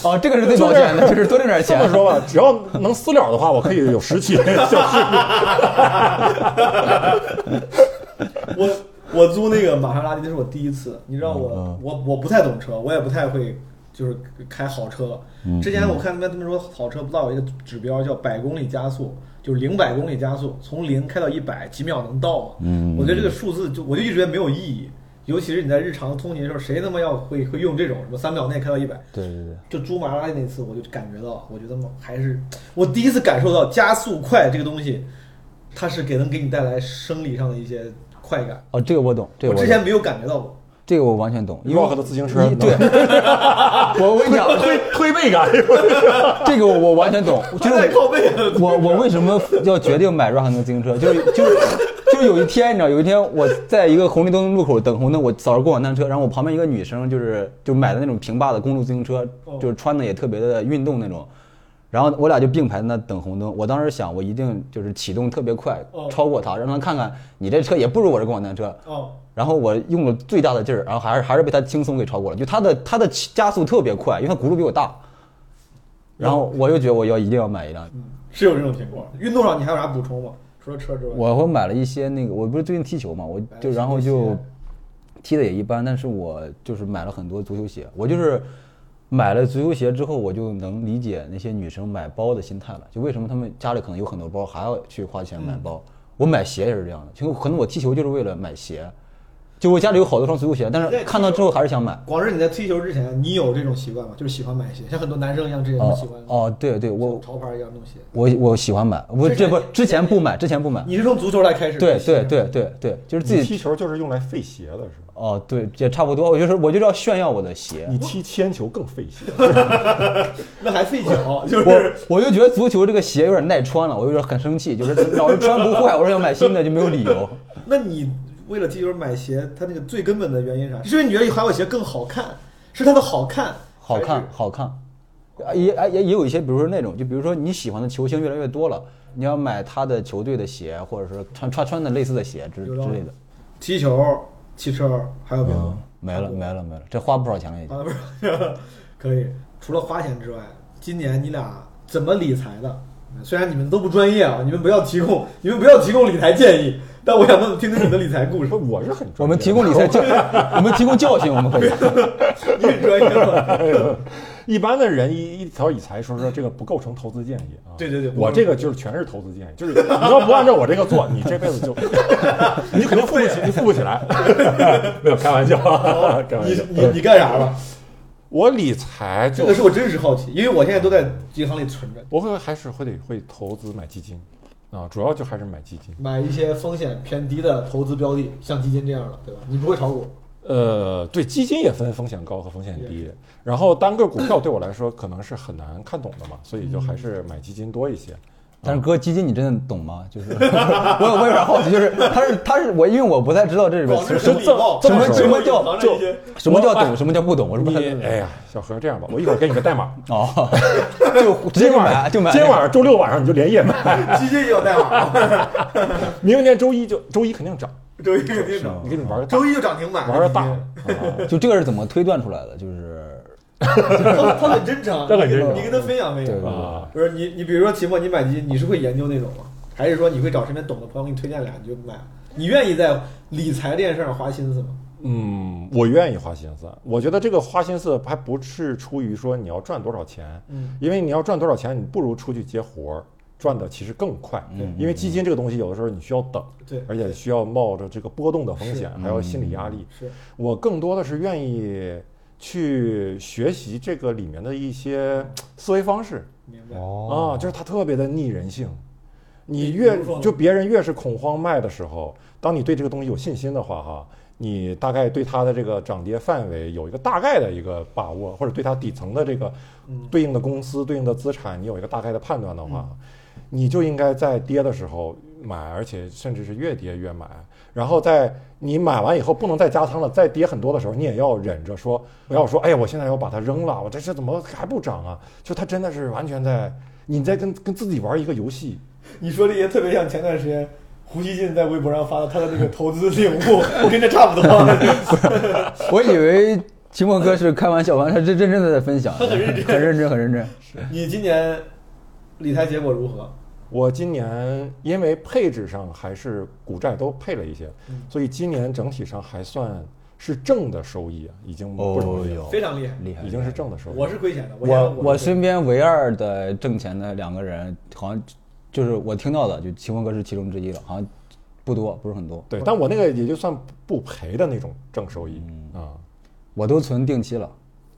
[SPEAKER 4] 哦，这个是最保险的，就是多挣点
[SPEAKER 5] 这
[SPEAKER 4] 钱
[SPEAKER 5] 么。说吧，只要能私了的话，我可以有十 <laughs> 期
[SPEAKER 3] <laughs> 我我租那个玛莎拉蒂，那是我第一次。你知道我、
[SPEAKER 4] 嗯
[SPEAKER 3] 我我不太懂车，我也不太会就是开好车。
[SPEAKER 4] 嗯
[SPEAKER 3] 之前我看他们他们说好车不到有一个指标叫百公里加速，就是零百公里加速，从零开到一百几秒能到嘛？
[SPEAKER 4] 嗯
[SPEAKER 3] 我觉得这个数字就我就一直觉得没有意义，尤其是你在日常通勤的时候，谁他妈要会会用这种什么三秒内开到一百？
[SPEAKER 4] 对对对，
[SPEAKER 3] 就租玛莎拉蒂那次，我就感觉到，我觉得嘛还是我第一次感受到加速快这个东西，它是给能给你带来生理上的一些快感。
[SPEAKER 4] 哦，这个我懂，这个
[SPEAKER 3] 我
[SPEAKER 4] 我
[SPEAKER 3] 之
[SPEAKER 4] 懂
[SPEAKER 3] 前没有感觉到过。
[SPEAKER 4] 这个我完全懂，因为
[SPEAKER 5] Rock 的自行车
[SPEAKER 4] 你对，我我跟你讲，
[SPEAKER 5] 推推背感。
[SPEAKER 4] 这个我完全懂，就是
[SPEAKER 3] 还在靠
[SPEAKER 4] <laughs>
[SPEAKER 3] 背啊
[SPEAKER 4] 我我为什么要决定买 Rock 的自行车，就是就是就是有一天你知道，有一天我在一个红绿灯路口等红灯，我早上过晚趟车，然后我旁边一个女生就是就买的那种平坝的公路自行车，就是穿的也特别的运动那种。然后我俩就并排在那等红灯，我当时想，我一定就是启动特别快
[SPEAKER 3] 哦，
[SPEAKER 4] 超过她，让她看看你这车也不如我这共享单车。
[SPEAKER 3] 哦，
[SPEAKER 4] 然后我用了最大的劲儿，然后还是还是被他轻松给超过了。就他的他的加速特别快，因为他轱辘比我大。然后我就觉得我要一定要买一辆，
[SPEAKER 3] 是有这种情况。运动上你还有啥补充吗？除了车之外，
[SPEAKER 4] 我会买了一些那个，我不是最近踢球嘛，我
[SPEAKER 3] 哎
[SPEAKER 4] 就然后就踢的也一般，但是我就是买了很多足球鞋。我就是买了足球鞋之后，我就能理解那些女生买包的心态了，就为什么她们家里可能有很多包，还要去花钱买包。
[SPEAKER 3] 嗯
[SPEAKER 4] 我买鞋也是这样的，就可能我踢球就是为了买鞋，就我家里有好多双足球鞋，但是看到之后还是想买。
[SPEAKER 3] 广志，你在踢球之前，你有这种习惯吗？就是喜欢买鞋，像很多男生一样，之前都喜欢
[SPEAKER 4] 哦哦，对对，我
[SPEAKER 3] 潮牌一样弄鞋。
[SPEAKER 4] 我我喜欢买，我
[SPEAKER 3] 之
[SPEAKER 4] 这
[SPEAKER 3] 前
[SPEAKER 4] 不之前不买，之前不买，
[SPEAKER 3] 你是从足球来开始？
[SPEAKER 4] 对对对对对，就是自
[SPEAKER 5] 你
[SPEAKER 4] 己
[SPEAKER 5] 踢球就是用来费鞋的是吧？
[SPEAKER 4] 哦，对，也差不多，我就是我就是要炫耀我的鞋，
[SPEAKER 5] 你踢铅球更费鞋。
[SPEAKER 3] 那还费脚，就
[SPEAKER 4] 我
[SPEAKER 3] 是
[SPEAKER 4] 我就觉得足球这个鞋有点耐穿了，我有点很生气，就是老是穿不坏，我说要买新的就没有理由。
[SPEAKER 3] 那你为了踢球买鞋，它那个最根本的原因是啥？是因为你觉得还有鞋更好看，是它的好看，
[SPEAKER 4] 好看，好看。啊也啊也也有一些，比如说那种，就比如说你喜欢的球星越来越多了，你要买他的球队的鞋，或者是穿穿穿的类似的鞋之
[SPEAKER 3] 有
[SPEAKER 4] 之
[SPEAKER 3] 道理
[SPEAKER 4] 类的。
[SPEAKER 3] 踢球、骑车，还有别的
[SPEAKER 4] 嗯
[SPEAKER 3] 吗？，
[SPEAKER 4] 没了没了没了，这花不少钱了已经。
[SPEAKER 3] 啊，不是， <laughs> 可以。除了花钱之外，今年你俩怎么理财的？虽然你们都不专业啊，你们不要提供，你们不要提供理财建议，但我想问听听你的理财
[SPEAKER 4] <laughs>
[SPEAKER 3] 故事
[SPEAKER 5] 不，。我是很专业
[SPEAKER 4] 我们提供
[SPEAKER 3] <laughs>
[SPEAKER 4] 理财教，我们提供教训，我们可以。 <laughs>
[SPEAKER 3] 你很专业吗？
[SPEAKER 5] <laughs> 一般的人一一条理财，说说这个不构成投资建议啊。
[SPEAKER 3] 对对对
[SPEAKER 5] 我这个就是全是投资建议，就是你要不按照我这个做，你这
[SPEAKER 3] <laughs>
[SPEAKER 5] 辈子就你肯定富不起，你富不起来。 <laughs> 没有开玩笑，啊开玩
[SPEAKER 3] 你
[SPEAKER 5] 笑。
[SPEAKER 3] 你你干啥了？
[SPEAKER 5] 我理财
[SPEAKER 3] 这 <laughs>
[SPEAKER 5] 就
[SPEAKER 3] 个是我真实好奇，因为我现在都在银行里存着，
[SPEAKER 5] 我会还是会得会投资买基金啊，主要就还是买基金。
[SPEAKER 3] 买一些风险偏低的投资标的，像基金这样的，对吧？你不会炒股，
[SPEAKER 5] 呃，对，基金也分风险高和风险低，然后单个股票对我来说可能是很难看懂的嘛，所以就还是买基金多一些。
[SPEAKER 4] 但是哥，基金你真的懂吗？就是 <laughs> 我我有点好奇，就是他是他是我，因为我不太知道这里边
[SPEAKER 3] 广
[SPEAKER 4] 什
[SPEAKER 3] 志
[SPEAKER 4] 么
[SPEAKER 3] 很有礼貌，
[SPEAKER 4] 什么什么
[SPEAKER 3] 藏着
[SPEAKER 4] 叫
[SPEAKER 3] 一些
[SPEAKER 4] 什么叫
[SPEAKER 5] 我
[SPEAKER 4] 懂，什么叫不懂，我是不
[SPEAKER 5] 你
[SPEAKER 4] 太懂
[SPEAKER 5] 哎呀，小何这样吧，我一会儿给你个
[SPEAKER 4] <laughs>
[SPEAKER 5] 代码，
[SPEAKER 4] 哦，就直接
[SPEAKER 5] 今
[SPEAKER 4] 就
[SPEAKER 5] 晚
[SPEAKER 4] 买就买。
[SPEAKER 5] 今
[SPEAKER 4] <laughs>
[SPEAKER 5] 晚周六晚上你就连夜买，
[SPEAKER 3] 基金也有代码，
[SPEAKER 5] 明年周一就周一肯定涨，
[SPEAKER 3] 周一肯定涨，
[SPEAKER 4] 啊
[SPEAKER 5] 你给你玩个大
[SPEAKER 3] 周一就涨停板，
[SPEAKER 5] 玩个大
[SPEAKER 3] 今天
[SPEAKER 5] 啊，
[SPEAKER 4] 哦就这个是怎么推断出来的？就是
[SPEAKER 3] 他他
[SPEAKER 4] <laughs>
[SPEAKER 3] 很真诚，
[SPEAKER 5] 他很真诚
[SPEAKER 3] 你跟他分享分
[SPEAKER 4] 对
[SPEAKER 3] 享。
[SPEAKER 4] 吧
[SPEAKER 5] 啊
[SPEAKER 3] 不是你，你比如说期末你买基金，你是会研究那种吗？还是说你会找身边懂的朋友给你推荐俩你就买？你愿意在理财这件事上花心思吗？
[SPEAKER 5] 嗯，我愿意花心思。我觉得这个花心思还不是出于说你要赚多少钱，
[SPEAKER 3] 嗯，
[SPEAKER 5] 因为你要赚多少钱，你不如出去接活儿，赚的其实更快。
[SPEAKER 3] 对嗯
[SPEAKER 5] 因为基金这个东西有的时候你需要等，
[SPEAKER 3] 对
[SPEAKER 5] 而且需要冒着这个波动的风险，还有心理压力。
[SPEAKER 3] 是
[SPEAKER 5] 我更多的是愿意去学习这个里面的一些思维方式。
[SPEAKER 3] 明白。
[SPEAKER 5] 啊，
[SPEAKER 2] 哦
[SPEAKER 5] 就是它特别的逆人性。你
[SPEAKER 3] 比
[SPEAKER 5] 越
[SPEAKER 3] 如说呢
[SPEAKER 5] 就别人越是恐慌卖的时候，当你对这个东西有信心的话，哈，你大概对它的这个涨跌范围有一个大概的一个把握，或者对它底层的这个
[SPEAKER 3] 嗯
[SPEAKER 5] 对应的公司、对应的资产，你有一个大概的判断的话，你就应该在跌的时候买，而且甚至是越跌越买。然后在你买完以后不能再加仓了，再跌很多的时候，你也要忍着说，不要说，哎呀，我现在要把它扔了，我这这怎么还不涨啊？就它真的是完全在你在跟跟自己玩一个游戏。
[SPEAKER 3] 你说这些特别像前段时间胡锡进在微博上发的他的那个投资领悟，我跟这差不多。
[SPEAKER 4] 我以为秦墨哥是开玩笑，完了他是认真的在分享，很认真，很认真，很认真。
[SPEAKER 3] 你今年理财结果如何？
[SPEAKER 5] 我今年因为配置上还是股债都配了一些，
[SPEAKER 3] 嗯
[SPEAKER 5] 所以今年整体上还算是正的收益啊，已经不容易了，
[SPEAKER 3] 非常厉害，
[SPEAKER 4] 厉害
[SPEAKER 5] 已经是正的收益。
[SPEAKER 3] 哦我是亏钱的。
[SPEAKER 4] 我
[SPEAKER 3] 我
[SPEAKER 4] 我身边唯二的挣钱的两个人，好像就是我听到的，就秦风哥是其中之一了，好像不多，不是很多。
[SPEAKER 5] 对，但我那个也就算不赔的那种正收益
[SPEAKER 3] 嗯
[SPEAKER 5] 啊，
[SPEAKER 4] 我都存定期了，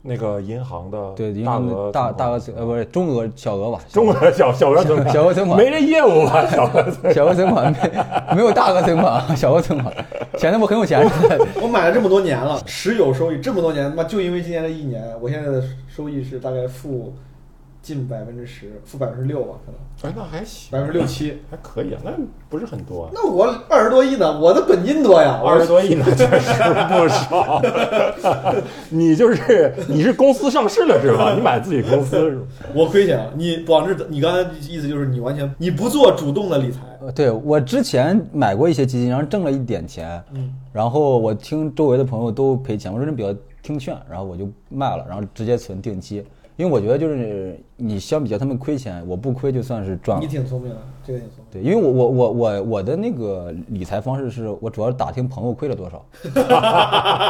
[SPEAKER 5] 那个银行的
[SPEAKER 4] 对，银
[SPEAKER 5] 大
[SPEAKER 4] 行
[SPEAKER 5] 额
[SPEAKER 4] 的大
[SPEAKER 5] 存款
[SPEAKER 4] 大额呃不是中额小额吧，
[SPEAKER 5] <laughs> 中国小小额存款，
[SPEAKER 4] 小额存款
[SPEAKER 5] 没这业务吧？小额存
[SPEAKER 4] 小额存款没没有大额存款啊，小额存款，显得我很有钱似 <laughs> 的。
[SPEAKER 3] 我买了这么多年了，持有收益这么多年，他妈就因为今年这一年，我现在的收益是大概负近百分之十，负百分之六吧，可能
[SPEAKER 5] 哎，那还行，
[SPEAKER 3] 百分之六七。
[SPEAKER 5] 还可以啊，那不是很多啊，
[SPEAKER 3] 那我二十多亿呢，我的本金多呀，我
[SPEAKER 5] <laughs> 二十多 <laughs> 亿呢，确实不少。你就是你是公司上市了是 <laughs> 吧？你买自己公司是吧？
[SPEAKER 3] 我亏钱了。你广志，你刚才意思就是你完全你不做主动的理财，
[SPEAKER 4] 呃对我之前买过一些基金，然后挣了一点钱，
[SPEAKER 3] 嗯，
[SPEAKER 4] 然后我听周围的朋友都赔钱，我这人比较听劝，然后我就卖了，然后直接存定期，因为我觉得就是你相比较他们亏钱，我不亏就算是赚
[SPEAKER 3] 你
[SPEAKER 4] 了。
[SPEAKER 3] 挺聪明的，这个挺聪明。
[SPEAKER 4] 对，因为我我我我我的那个理财方式是我主要是打听朋友亏了多少， <laughs>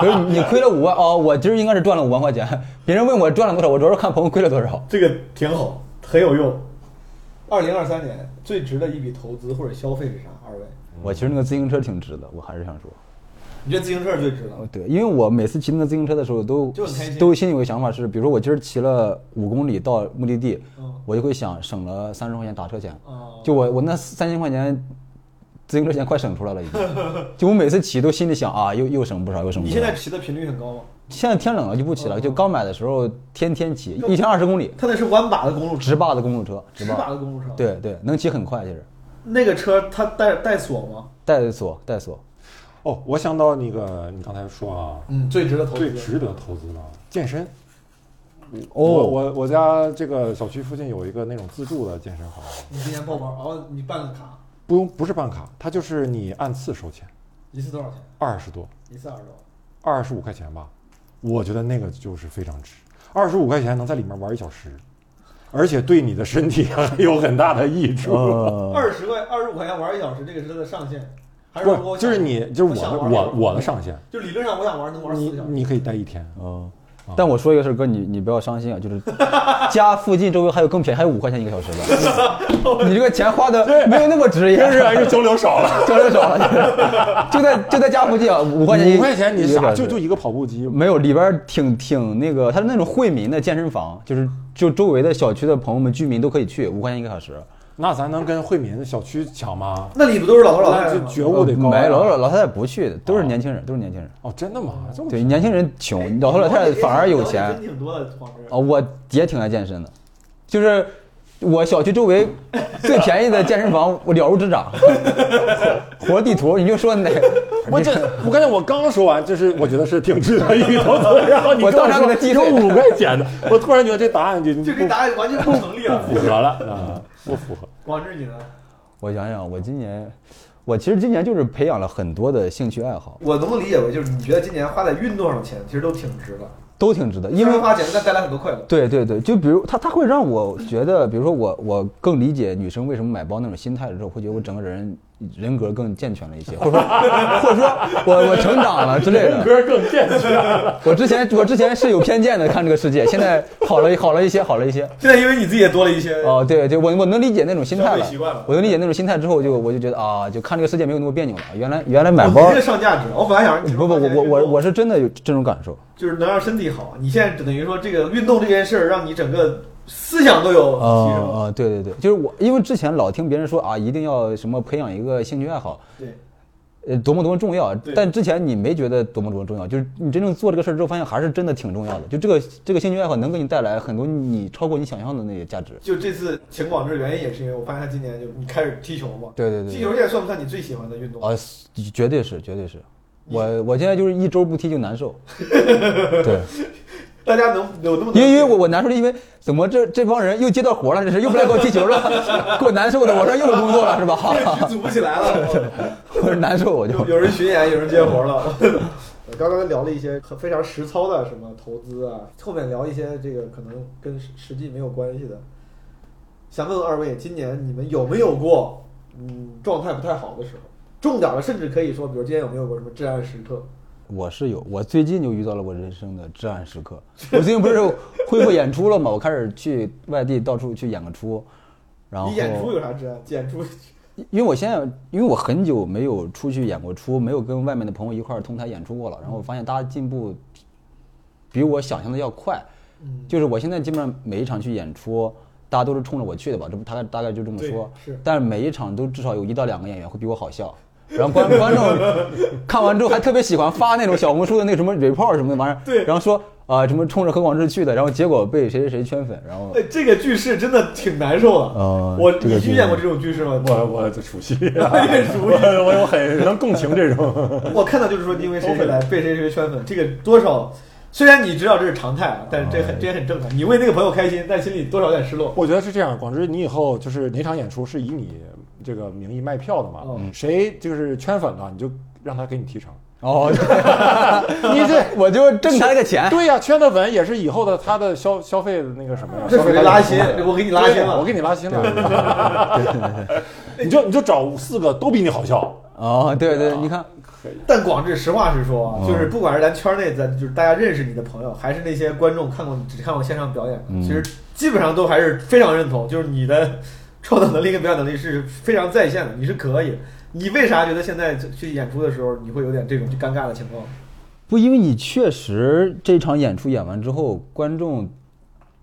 [SPEAKER 4] 比如你亏了五万哦，我今儿应该是赚了五万块钱，别人问我赚了多少，我主要是看朋友亏了多少。
[SPEAKER 3] 这个挺好，很有用。二零二三年最值的一笔投资或者消费是啥？二位，
[SPEAKER 4] 我其实那个自行车挺值的，我还是想说。
[SPEAKER 3] 你觉得自行车是最值的
[SPEAKER 4] 哦，？对，因为我每次骑那个自行车的时候都，
[SPEAKER 3] 就很开心
[SPEAKER 4] 都心里有个想法是，比如说我今儿骑了五公里到目的地，
[SPEAKER 3] 嗯
[SPEAKER 4] 我就会想省了三十块钱打车钱，
[SPEAKER 3] 哦
[SPEAKER 4] 就我我那三千块钱自行车钱快省出来了已经，就我每次骑都心里想啊，又又省不少，又省不
[SPEAKER 3] 你
[SPEAKER 4] 少。
[SPEAKER 3] 现在嗯骑的频率很高吗？
[SPEAKER 4] 现在天冷了就不骑了，就刚买的时候天天骑，一天二十公里，
[SPEAKER 3] 它那是弯把的公路车，
[SPEAKER 4] 直把的公路车，
[SPEAKER 3] 直
[SPEAKER 4] 把
[SPEAKER 3] 把的公路车。，
[SPEAKER 4] 对对，能骑很快其实，
[SPEAKER 3] 那个车它带带锁吗？
[SPEAKER 4] 带锁带锁，
[SPEAKER 5] 哦，我想到那个你刚才说啊，
[SPEAKER 3] 嗯，最值的投
[SPEAKER 5] 最
[SPEAKER 3] 资。
[SPEAKER 5] 值得投资的健身。
[SPEAKER 4] 哦
[SPEAKER 5] 我我我家这个小区附近有一个那种自助的健身房，
[SPEAKER 3] 你今年报班，哦，你办个卡，
[SPEAKER 5] 不用不是办卡，它就是你按次收钱，
[SPEAKER 3] 一次多少钱？
[SPEAKER 5] 二十多，
[SPEAKER 3] 一次二十多。
[SPEAKER 5] 二十五块钱吧，我觉得那个就是非常值，二十五块钱能在里面玩一小时，而且对你的身体有很大的益处。
[SPEAKER 4] <laughs> 呃，
[SPEAKER 3] 二十块，二十五块钱玩一小时，这个是它的上限，还是
[SPEAKER 5] 不
[SPEAKER 3] 说
[SPEAKER 5] 是，就是你，就是我
[SPEAKER 3] 想
[SPEAKER 5] 的，
[SPEAKER 3] 玩
[SPEAKER 5] 我我的上限，
[SPEAKER 3] 就理论上我想玩能玩
[SPEAKER 5] 你
[SPEAKER 3] 四小时。
[SPEAKER 5] 你可以待一天。
[SPEAKER 4] 哦，
[SPEAKER 5] 啊
[SPEAKER 4] 但我说一个事儿，哥，你你不要伤心啊，就是 <laughs> 家附近周围还有更便宜，还有五块钱一个小时
[SPEAKER 5] <laughs>
[SPEAKER 4] 的，你这个钱花的没有那么值，也
[SPEAKER 5] 但
[SPEAKER 4] <laughs>
[SPEAKER 5] 是还是交流少了，
[SPEAKER 4] 交流少了，就在就在家附近啊，五块钱一
[SPEAKER 5] 五块钱你
[SPEAKER 4] 一个
[SPEAKER 5] 傻，
[SPEAKER 4] 小时
[SPEAKER 5] 就就一个跑步机，
[SPEAKER 4] 没有，里边儿挺挺那个，它是那种惠民的健身房，就是就周围的小区的朋友们、居民都可以去，五块钱一个小时。
[SPEAKER 5] 那咱能跟惠民小区抢吗？
[SPEAKER 3] 那里不都是老头老太
[SPEAKER 5] 那
[SPEAKER 3] 太
[SPEAKER 5] 这
[SPEAKER 3] 吗？
[SPEAKER 5] 觉悟得高
[SPEAKER 4] 没
[SPEAKER 5] 呀。
[SPEAKER 4] 老老老太太不去的，都是年轻人，都是年轻人。
[SPEAKER 5] 哦，真的吗？这么
[SPEAKER 4] 对，年轻人穷，老头老太太反而有钱。
[SPEAKER 3] 真挺多的，广志。
[SPEAKER 4] 啊，
[SPEAKER 5] 哦
[SPEAKER 4] 我也挺爱健身的，就是我小区周围最便宜的健身房，我了如指掌。活地图，你就说哪？
[SPEAKER 5] 我这，我刚才我刚说完，就是我觉得是挺值得一笔投
[SPEAKER 4] <laughs>
[SPEAKER 5] 资，然后你
[SPEAKER 4] 我
[SPEAKER 5] 跟
[SPEAKER 4] 当场
[SPEAKER 5] 说
[SPEAKER 4] 给他击
[SPEAKER 5] 有
[SPEAKER 4] 退
[SPEAKER 5] 五块钱的，我突然觉得这答案就
[SPEAKER 3] 这
[SPEAKER 5] 不
[SPEAKER 3] 个答案完全不成立了
[SPEAKER 5] 不。符合了啊，不符合。
[SPEAKER 3] 广志，你呢？
[SPEAKER 4] <laughs> 我想想，我今年，我其实今年就是培养了很多的兴趣爱好。
[SPEAKER 3] 我能不能理解为就是你觉得今年花在运动上的钱其实都挺值的？
[SPEAKER 4] 都挺值得，因
[SPEAKER 3] 虽
[SPEAKER 4] 为
[SPEAKER 3] 然花钱，但带来很多快乐。
[SPEAKER 4] 对对对，就比如他他会让我觉得，比如说我我更理解女生为什么买包那种心态的时候，会觉得我整个人人格更健全了一些，或者说或者说我我成长了之类的。
[SPEAKER 5] 歌更健全。
[SPEAKER 4] 我之前我之前是有偏见的看这个世界，现在好了好了一些，好了一些。
[SPEAKER 3] 现在因为你自己也多了一些，
[SPEAKER 4] 哦，对对，我我能理解那种心态
[SPEAKER 3] 消费习惯了
[SPEAKER 4] 我能理解那种心态之后就，我就觉得啊，就看这个世界没有那么别扭了。原来原来买
[SPEAKER 3] 哦
[SPEAKER 4] 包
[SPEAKER 3] 你这，个上价值。我本来想让你
[SPEAKER 4] 不不，我我我我
[SPEAKER 3] 是
[SPEAKER 4] 是真的有这种感受。
[SPEAKER 3] 就是能让身体好。你现在等于说这个运动这件事儿，让你整个思想都有提
[SPEAKER 4] 啊
[SPEAKER 3] 升。
[SPEAKER 4] 啊，对对对，就是我，因为之前老听别人说啊，一定要什么培养一个兴趣爱好，
[SPEAKER 3] 对，
[SPEAKER 4] 呃，多么多么重要
[SPEAKER 3] 对。
[SPEAKER 4] 但之前你没觉得多么多么重要，就是你真正做这个事儿之后，发现还是真的挺重要的。就这个这个兴趣爱好能给你带来很多你超过你想象的那些价值。
[SPEAKER 3] 就这次请广志的原因也是因为我发现他今年就你开始踢球嘛。
[SPEAKER 4] 对对对
[SPEAKER 3] 踢球现在算不算你最喜欢的运动？
[SPEAKER 4] 啊，绝对是，绝对是。我我现在就是一周不踢就难受，
[SPEAKER 3] <laughs>
[SPEAKER 4] 对，
[SPEAKER 3] 大家能有那么多
[SPEAKER 4] 因为因为我我难受是因为怎么这这帮人又接到活了，这是又不来给我踢球了，给 <laughs> 我难受的，我说又有工作了是吧？哈哈，
[SPEAKER 3] <laughs> 组不起来
[SPEAKER 4] <laughs>
[SPEAKER 3] 了。
[SPEAKER 4] 我是难受我就
[SPEAKER 3] <laughs> 有有人巡演，有人接活了。我 <laughs> 刚刚聊了一些很非常实操的什么投资啊，后面聊一些这个可能跟实实际没有关系的。想问问二位，今年你们有没有过嗯状态不太好的时候？重点的，甚至可以说，比如今年有没有过什么至暗时刻？
[SPEAKER 4] 我是有，我最近就遇到了我人生的至暗时刻。我最近不是恢复演出了嘛，我开始去外地到处去演个出，然后
[SPEAKER 3] 你演出有啥至暗？演出 <laughs>
[SPEAKER 4] 因为我现在，因为我很久没有出去演过出，没有跟外面的朋友一块儿同台演出过了。然后我发现大家进步比我想象的要快，
[SPEAKER 3] 嗯
[SPEAKER 4] 就是我现在基本上每一场去演出，大家都是冲着我去的吧，这不大概大概就这么说。
[SPEAKER 3] 对是
[SPEAKER 4] 但是每一场都至少有一到两个演员会比我好笑。然后观观
[SPEAKER 3] <laughs>
[SPEAKER 4] 众看完之后还特别喜欢发那种小红书的那什么 report 什么的玩意儿，
[SPEAKER 3] 对
[SPEAKER 4] 然后说啊、什么冲着何广智去的，然后结果被谁谁谁圈粉，然后
[SPEAKER 3] 哎，这个句式真的挺难受的。
[SPEAKER 4] 呃
[SPEAKER 3] 我
[SPEAKER 4] 这个
[SPEAKER 3] 你去
[SPEAKER 4] 句
[SPEAKER 3] 演过这种句式吗？
[SPEAKER 5] <laughs> 我我熟悉，啊我我有很能共情
[SPEAKER 3] <laughs>
[SPEAKER 5] 这种。
[SPEAKER 3] 我看到就是说，因为 <laughs> 谁谁来被谁谁圈粉，这个多少虽然你知道这是常态啊，但是这很这也很正常。你为那个朋友开心，但心里多少有点失落。
[SPEAKER 5] 我觉得是这样，广志，你以后就是哪场演出是以你这个名义卖票的嘛？
[SPEAKER 3] 嗯
[SPEAKER 5] 谁就是圈粉了，你就让他给你提
[SPEAKER 3] <laughs>
[SPEAKER 5] 成。
[SPEAKER 4] 哦， <laughs>
[SPEAKER 5] 你这
[SPEAKER 4] 我就挣他那个钱，
[SPEAKER 5] 对呀、圈的粉也是以后的他的消消费的那个什么呀？
[SPEAKER 3] 这属于
[SPEAKER 5] 消费
[SPEAKER 3] 拉新
[SPEAKER 5] 来源，
[SPEAKER 3] 我给你拉新
[SPEAKER 5] 对
[SPEAKER 3] 了。
[SPEAKER 5] 我给你拉新了。 <laughs> 你就你就找四个都比你好笑，
[SPEAKER 4] 哦，对对，你看，
[SPEAKER 3] 但广志，实话实说啊，就是不管是咱圈内，咱就是大家认识你的朋友，还是那些观众看过你只看过线上表演，其实基本上都还是非常认同，就是你的创造能力跟表演能力是非常在线的，你是可以。你为啥觉得现在去演出的时候，你会有点这种尴尬的情 <laughs> 况？
[SPEAKER 4] 不，因为你确实这场演出演完之后，观众，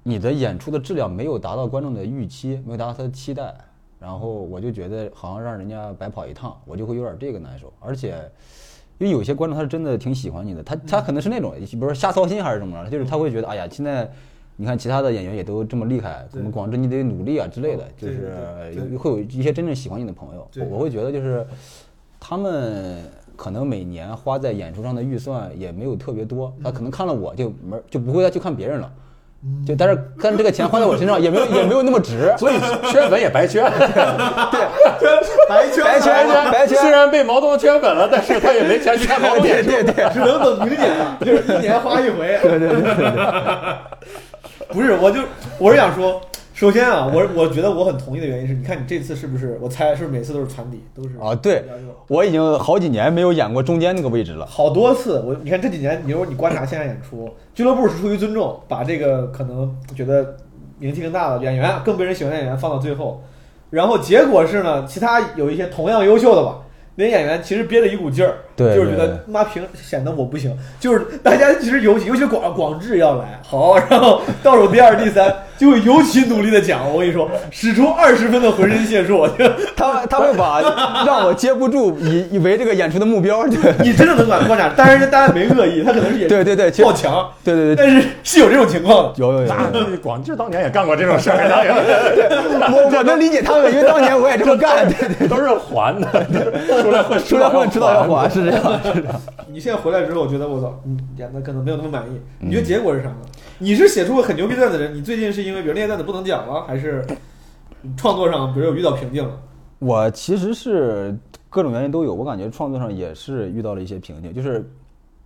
[SPEAKER 4] 你的演出的质量没有达到观众的预期，没有达到他的期待，然后我就觉得好像让人家白跑一趟，我就会有点这个难受。而且，因为有些观众他是真的挺喜欢你的，他他可能是那种，比如说瞎操心还是怎么着，就是他会觉得，哎呀，现在。你看其他的演员也都这么厉害，怎么广志你得努力啊之类的，就
[SPEAKER 3] 对对
[SPEAKER 4] 是
[SPEAKER 3] 哦对
[SPEAKER 4] 有会有一些真正喜欢你的朋友，
[SPEAKER 3] 对
[SPEAKER 4] 我我会觉得就是他们可能每年花在演出上的预算也没有特别多，他
[SPEAKER 3] 嗯
[SPEAKER 4] 可能看了我就没就不会再去看别人了。就但是但是这个钱花在我身上也没有也没有那么值，
[SPEAKER 5] 所
[SPEAKER 4] <laughs>
[SPEAKER 5] 以圈粉也白圈。
[SPEAKER 3] 白圈
[SPEAKER 4] 白圈
[SPEAKER 3] 啊
[SPEAKER 4] 白圈
[SPEAKER 5] 虽然被毛泽东圈粉了，但是他也没钱去看毛
[SPEAKER 4] 对
[SPEAKER 5] 点。
[SPEAKER 4] 对对，
[SPEAKER 3] 只能等明年了，就是一年花一回。 <laughs> 对对对不是，我就我是想说，首先啊，我我觉得我很同意的原因是，你看你这次是不是？我猜是不是每次都是船底，都是
[SPEAKER 4] 啊对，我已经好几年没有演过中间那个位置了。
[SPEAKER 3] 好多次，我你看这几年，你说你观察线上演出，俱乐部是出于尊重，把这个可能觉得名气更大的演员，更被人喜欢的演员放到最后，然后结果是呢，其他有一些同样优秀的吧，那些演员其实憋着一股劲儿，
[SPEAKER 4] 对
[SPEAKER 3] 就是觉
[SPEAKER 4] 对
[SPEAKER 3] 得妈凭显得我不行，就是大家其实尤其尤其广广智要来好，然后倒数第二、第三就会尤其努力的讲，我跟你说，使出二十分的浑身解数，就
[SPEAKER 4] 他他会 <laughs> 把让我接不住，以以为这个演出的目标。对
[SPEAKER 3] 你真的能观观察，当然大家没恶意，他可能是也
[SPEAKER 4] 对对对，其实
[SPEAKER 3] 爆强。
[SPEAKER 4] 对对对，
[SPEAKER 3] <laughs> 但是是有这种情况的。
[SPEAKER 4] 有有有 <laughs> 有，
[SPEAKER 5] 那广志当年也干过这种事儿， <laughs> 当年
[SPEAKER 4] 我我能理解他们，因为当年我也这么干。对对，
[SPEAKER 5] 都是还的，出来混，
[SPEAKER 4] 出来混迟早要
[SPEAKER 5] 还。
[SPEAKER 4] 还，是这 <laughs> 样是这样。
[SPEAKER 3] 你现在回来之后，我觉得我操，你演的可能没有那么满意。你
[SPEAKER 4] 嗯
[SPEAKER 3] 觉得结果是啥呢？你是写出个很牛逼段子的人，你最近是因为比如那些段子不能讲了，还是创作上比如有遇到瓶颈了？
[SPEAKER 4] 我其实是各种原因都有，我感觉创作上也是遇到了一些瓶颈。就是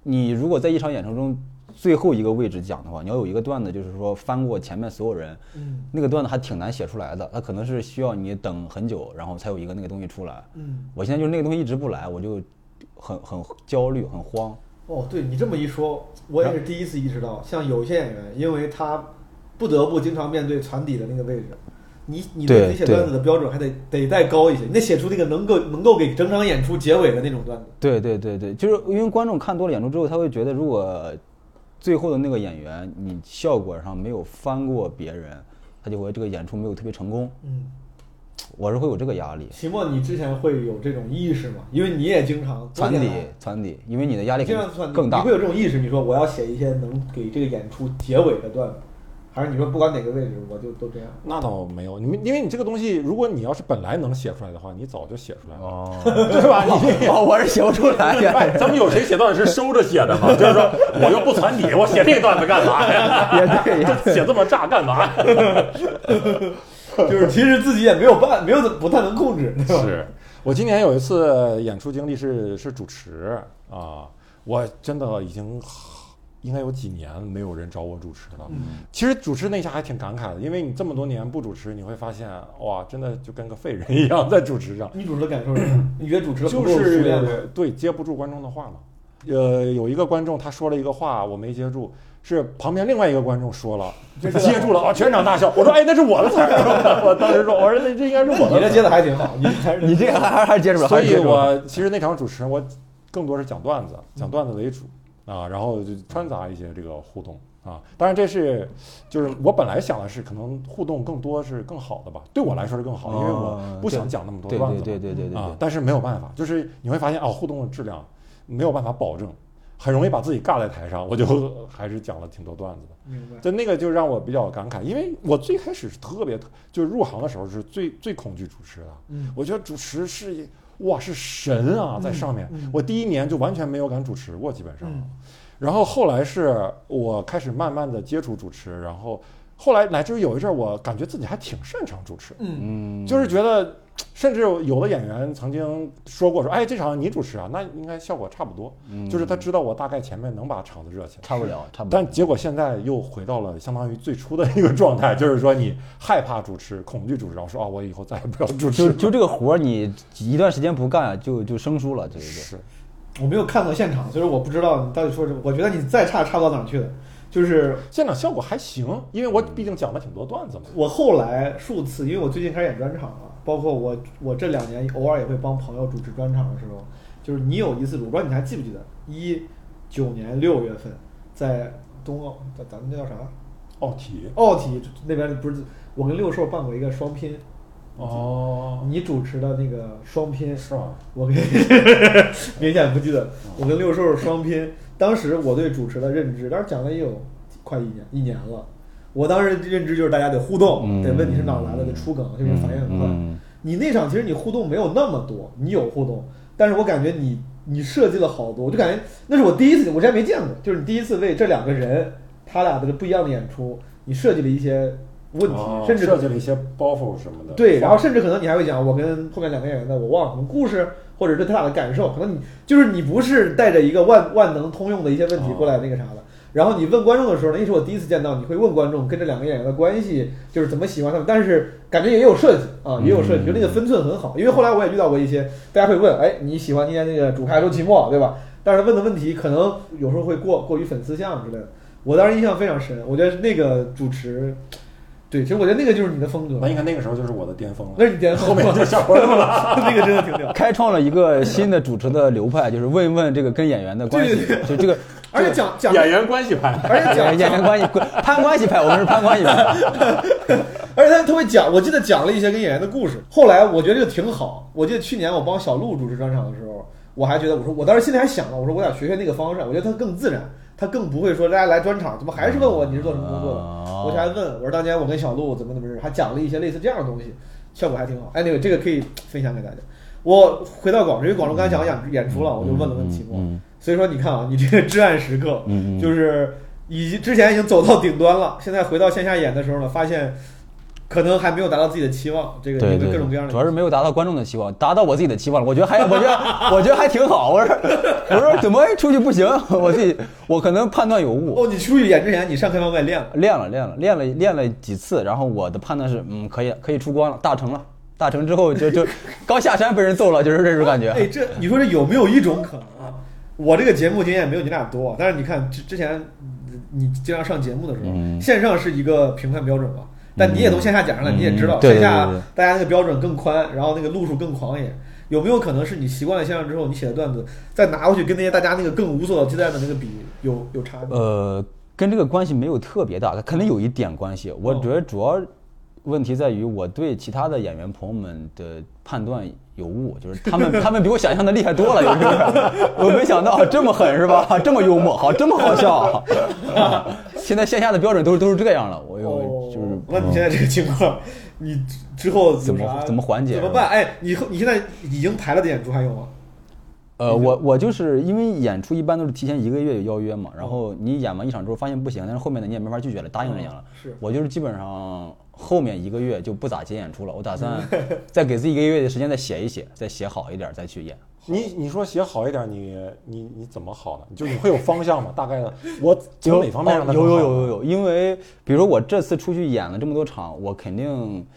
[SPEAKER 4] 你如果在一场演出中最后一个位置讲的话，你要有一个段子，就是说翻过前面所有人，
[SPEAKER 3] 嗯
[SPEAKER 4] 那个段子还挺难写出来的，它可能是需要你等很久，然后才有一个那个东西出来。
[SPEAKER 3] 嗯，
[SPEAKER 4] 我现在就是那个东西一直不来，我就很很焦虑，很慌。
[SPEAKER 3] 哦，对你这么一说，我也是第一次意识到，像有些演员，因为他不得不经常面对船底的那个位置，你你对
[SPEAKER 4] 对
[SPEAKER 3] 你写
[SPEAKER 4] 对
[SPEAKER 3] 段子的标准还得得再高一些，你得写出那个能够能够给整场演出结尾的那种段子。
[SPEAKER 4] 对对对对，就是因为观众看多了演出之后，他会觉得，如果最后的那个演员你效果上没有翻过别人，他就会这个演出没有特别成功。
[SPEAKER 3] 嗯，
[SPEAKER 4] 我是会有这个压力，
[SPEAKER 3] 秦墨，你之前会有这种意识吗？因为你也经常
[SPEAKER 4] 团
[SPEAKER 3] 多
[SPEAKER 4] 体
[SPEAKER 3] 年来
[SPEAKER 4] 团体，因为你的压力
[SPEAKER 3] 你
[SPEAKER 4] 肯
[SPEAKER 3] 经常算
[SPEAKER 4] 定更大
[SPEAKER 3] 你会。有这种意识？你说我要写一些能给这个演出结尾的段子，还是你说不管哪个位置我就都这
[SPEAKER 4] <laughs>
[SPEAKER 3] 样？
[SPEAKER 5] 那倒没有，你们因为你这个东西，如果你要是本来能写出来的话，你早就写出来了，
[SPEAKER 4] 哦，
[SPEAKER 5] 对吧？你
[SPEAKER 4] 哦，我是写不出来
[SPEAKER 5] <laughs> 哎，
[SPEAKER 4] 呀，
[SPEAKER 5] 咱们有谁写段子是收着写的吗？就是说我又不攒底，我写这段子干嘛呀？ <laughs>
[SPEAKER 4] 也对，也
[SPEAKER 5] 写这么炸干嘛呀？
[SPEAKER 3] 就是其实自己也没有办，没有怎么不太能控
[SPEAKER 5] <laughs>
[SPEAKER 3] 制，对吧？
[SPEAKER 5] 是我今年有一次演出经历是是主持啊，我真的已经应该有几年没有人找我主持了。其实主持那一下还挺感慨的，因为你这么多年不主持，你会发现哇，真的就跟个废人一样在主持
[SPEAKER 3] <laughs>
[SPEAKER 5] 上。
[SPEAKER 3] 女主持的感受是什
[SPEAKER 4] <laughs>
[SPEAKER 3] 么？你觉得主持的不
[SPEAKER 5] 就
[SPEAKER 3] 够熟练吗？
[SPEAKER 5] 是对接不住观众的话嘛。呃，有一个观众他说了一个话，我没接住，是旁边另外一个观众说了，就接住了啊，全场大笑。我说哎，那是我的词儿， <laughs> 我当时说我说那这应该是我
[SPEAKER 3] 你这
[SPEAKER 5] 的词
[SPEAKER 3] 接的还挺
[SPEAKER 4] <laughs>
[SPEAKER 3] 好，你还是
[SPEAKER 4] 你这个还还还是接触不
[SPEAKER 5] 儿，
[SPEAKER 4] 了，
[SPEAKER 5] 所
[SPEAKER 4] 还是
[SPEAKER 5] 以
[SPEAKER 4] 接触不了
[SPEAKER 5] 我其实那场主持我更多是讲段子，讲段子为主啊，然后就穿杂一些这个互动。啊，当然这是，就是我本来想的是，可能互动更多是更好的吧，对我来说是更好，因为我
[SPEAKER 4] 哦
[SPEAKER 5] 不想讲那么多
[SPEAKER 4] 对
[SPEAKER 5] 段子
[SPEAKER 4] 对
[SPEAKER 5] 嘛。
[SPEAKER 4] 对对对对
[SPEAKER 5] 啊
[SPEAKER 4] 对，，
[SPEAKER 5] 但是没有办法，就是你会发现啊，互动的质量没有办法保证，很容易把自己尬在台上。我就 <laughs> 还是讲了挺多段子的，
[SPEAKER 3] 明白。
[SPEAKER 5] 就那个就让我比较感慨，因为我最开始是特别，就是入行的时候是最最恐惧主持的，
[SPEAKER 3] 嗯
[SPEAKER 5] 我觉得主持是一哇是神啊，在上面，
[SPEAKER 3] 嗯嗯
[SPEAKER 5] 我第一年就完全没有敢主持过，基本上。
[SPEAKER 3] 嗯
[SPEAKER 5] 然后后来是我开始慢慢的接触主持，然后后来乃至于有一阵儿，我感觉自己还挺擅长主持，
[SPEAKER 3] 嗯，
[SPEAKER 4] 嗯，
[SPEAKER 5] 就是觉得，甚至有的演员曾经说过说，哎，这场你主持啊，那应该效果差不多，就是他知道我大概前面能把场子热起来。
[SPEAKER 4] 差不了，差不了
[SPEAKER 5] 但。结果现在又回到了相当于最初的一个状态，就是说你害怕主持、恐惧主持，然后说啊，我以后再也不要主持
[SPEAKER 4] 就
[SPEAKER 5] <laughs> 了。，
[SPEAKER 4] 就这个活儿，你一段时间不干，就就生疏了，这个就是
[SPEAKER 3] 我没有看过现场，所以说我不知道你到底说什么。我觉得你再差差不到哪儿去的。就是
[SPEAKER 5] 现场效果还行，因为我毕竟讲了挺多段子嘛。
[SPEAKER 3] 我后来数次，因为我最近开始演专场了，包括我我这两年偶尔也会帮朋友主持专场的时候，就是你有一次，我不知道你还记不记得，一九年六月份在冬奥，咱咱们那叫啥？
[SPEAKER 5] 奥哦体
[SPEAKER 3] 奥体那边不是我跟六兽办过一个双拼，
[SPEAKER 5] 哦，
[SPEAKER 3] 你主持的那个双拼
[SPEAKER 5] 是吗？
[SPEAKER 3] 我跟明显不记得，我跟六兽双拼。当时我对主持的认知，当时讲了也有快一年一年了。我当时认知就是大家得互动，
[SPEAKER 4] 嗯
[SPEAKER 3] 得问你是哪儿来的，得出梗，就是反应很快
[SPEAKER 4] 嗯。
[SPEAKER 3] 你那场其实你互动没有那么多，你有互动，但是我感觉你你设计了好多，我就感觉那是我第一次，我之前没见过，就是你第一次为这两个人他俩的不一样的演出，你设计了一些问题，
[SPEAKER 5] 哦
[SPEAKER 3] 甚至
[SPEAKER 5] 设计了一些包袱什么的。
[SPEAKER 3] 对，然后
[SPEAKER 5] 是
[SPEAKER 3] 甚至可能你还会讲，我跟后面两个演员的我忘了什么故事，或者对他俩的感受，可能你就是你不是带着一个万万能通用的一些问题过来那个啥的。然后你问观众的时候呢，那是我第一次见到，你会问观众跟这两个演员的关系，就是怎么喜欢他们，但是感觉也有设计啊，也有设计，就那个分寸很好。因为后来我也遇到过一些，大家会问，哎，你喜欢今天那个主咖周奇墨对吧？但是问的问题可能有时候会过过于粉丝向之类的。我当时印象非常深，我觉得那个主持，对，其实我觉得那个就是你的风格。
[SPEAKER 5] 那应该那个时候就是我的巅峰了。
[SPEAKER 3] 那是你点后面就下活动了，那个真的挺屌。
[SPEAKER 4] 开创了一个新的主持的流派，就是问一问这个跟演员的关系
[SPEAKER 3] 对对，
[SPEAKER 4] 就这个
[SPEAKER 3] <laughs> 而且讲讲，
[SPEAKER 5] <laughs> 演员关系牌。
[SPEAKER 3] 而且
[SPEAKER 4] 演
[SPEAKER 3] 讲
[SPEAKER 4] 演员关系攀关系派，我们是攀关系派。
[SPEAKER 3] 而且他特别讲，我记得讲了一些跟演员的故事。后来我觉得这个挺好。我记得去年我帮小鹿主持专场的时候，我还觉得我说我当时心里还想了，我说我想学学那个方式，我觉得他更自然，他更不会说大家来专场怎么还是问我你是做什么工作的，
[SPEAKER 4] 哦
[SPEAKER 3] 我就还问我说当年我跟小鹿怎么怎么着，还讲了一些类似这样的东西，效果还挺好。哎，那个这个可以分享给大家。我回到广州，因为广州刚才讲演演出了，
[SPEAKER 4] 嗯
[SPEAKER 3] 我就问了问题目。所以说，你看啊，你这个至暗时刻，
[SPEAKER 4] 嗯嗯
[SPEAKER 3] 就是已经之前已经走到顶端了，现在回到线下演的时候呢，发现可能还没有达到自己的期望，这个
[SPEAKER 4] 对
[SPEAKER 3] 因为
[SPEAKER 4] 对
[SPEAKER 3] 各种各样的，
[SPEAKER 4] 主要是没有达到观众的期望，达到我自己的期望了。我觉得还， <laughs> 我觉得，我觉得还挺好。我说， <laughs> 我说怎么出去不行？ <laughs> 我自己，我可能判断有误。
[SPEAKER 3] 哦，你出去演之前你上开放麦练了，
[SPEAKER 4] 练了，练了，练了，练了几次，然后我的判断是，嗯，可以，可以出关了，大成了，大成之后就就刚下山被人揍了，就是这种感觉。
[SPEAKER 3] 哎，这你说这有没有一种可能啊？我这个节目经验没有你俩多，啊但是你看之之前嗯你经常上节目的时候，
[SPEAKER 4] 嗯
[SPEAKER 3] 线上是一个评判标准吧，但你也从线下讲上来，你也知道
[SPEAKER 4] 嗯对
[SPEAKER 3] 线下
[SPEAKER 4] 对对对
[SPEAKER 3] 大家那个标准更宽，然后那个路数更狂野。有没有可能是你习惯了线上之后，你写的段子再拿过去跟那些大家那个更无所忌惮的那个比有有差别？
[SPEAKER 4] 呃，跟这个关系没有特别大，可能有一点关系。我觉得主要问题在于我对其他的演员朋友们的判断有误，就是他们 <laughs> 他们比我想象的厉害多了，有时候我没想到啊这么狠是吧？ <laughs> 这么幽默，好，这么好笑。 <laughs> 现在线下的标准都是都是这样了，我呃有就是嗯
[SPEAKER 3] 哦，那你现在这个情况，你之之后有
[SPEAKER 4] 怎么
[SPEAKER 3] 啥
[SPEAKER 4] 怎么缓解
[SPEAKER 3] 怎么
[SPEAKER 4] 是吧
[SPEAKER 3] 办？哎，你后你现在已经排了的演出还有吗？
[SPEAKER 4] 呃，我我就是因为演出一般都是提前一个月有邀约嘛，然后你演完一场之后发现不行，但是后面的你也没法拒绝了，答应人家了。
[SPEAKER 3] 是
[SPEAKER 4] 我就是基本上后面一个月就不咋接演出了，我打算再给自己一个月的时间再写一写，再写好一点再去演。
[SPEAKER 5] 你你说写好一点，你你你怎么好呢？就是你会有方向吗？大概的，我从哪方面让它
[SPEAKER 4] 有
[SPEAKER 5] 更
[SPEAKER 4] 有
[SPEAKER 5] 好
[SPEAKER 4] 有有有，因为比如说我这次出去演了这么多场，我肯定，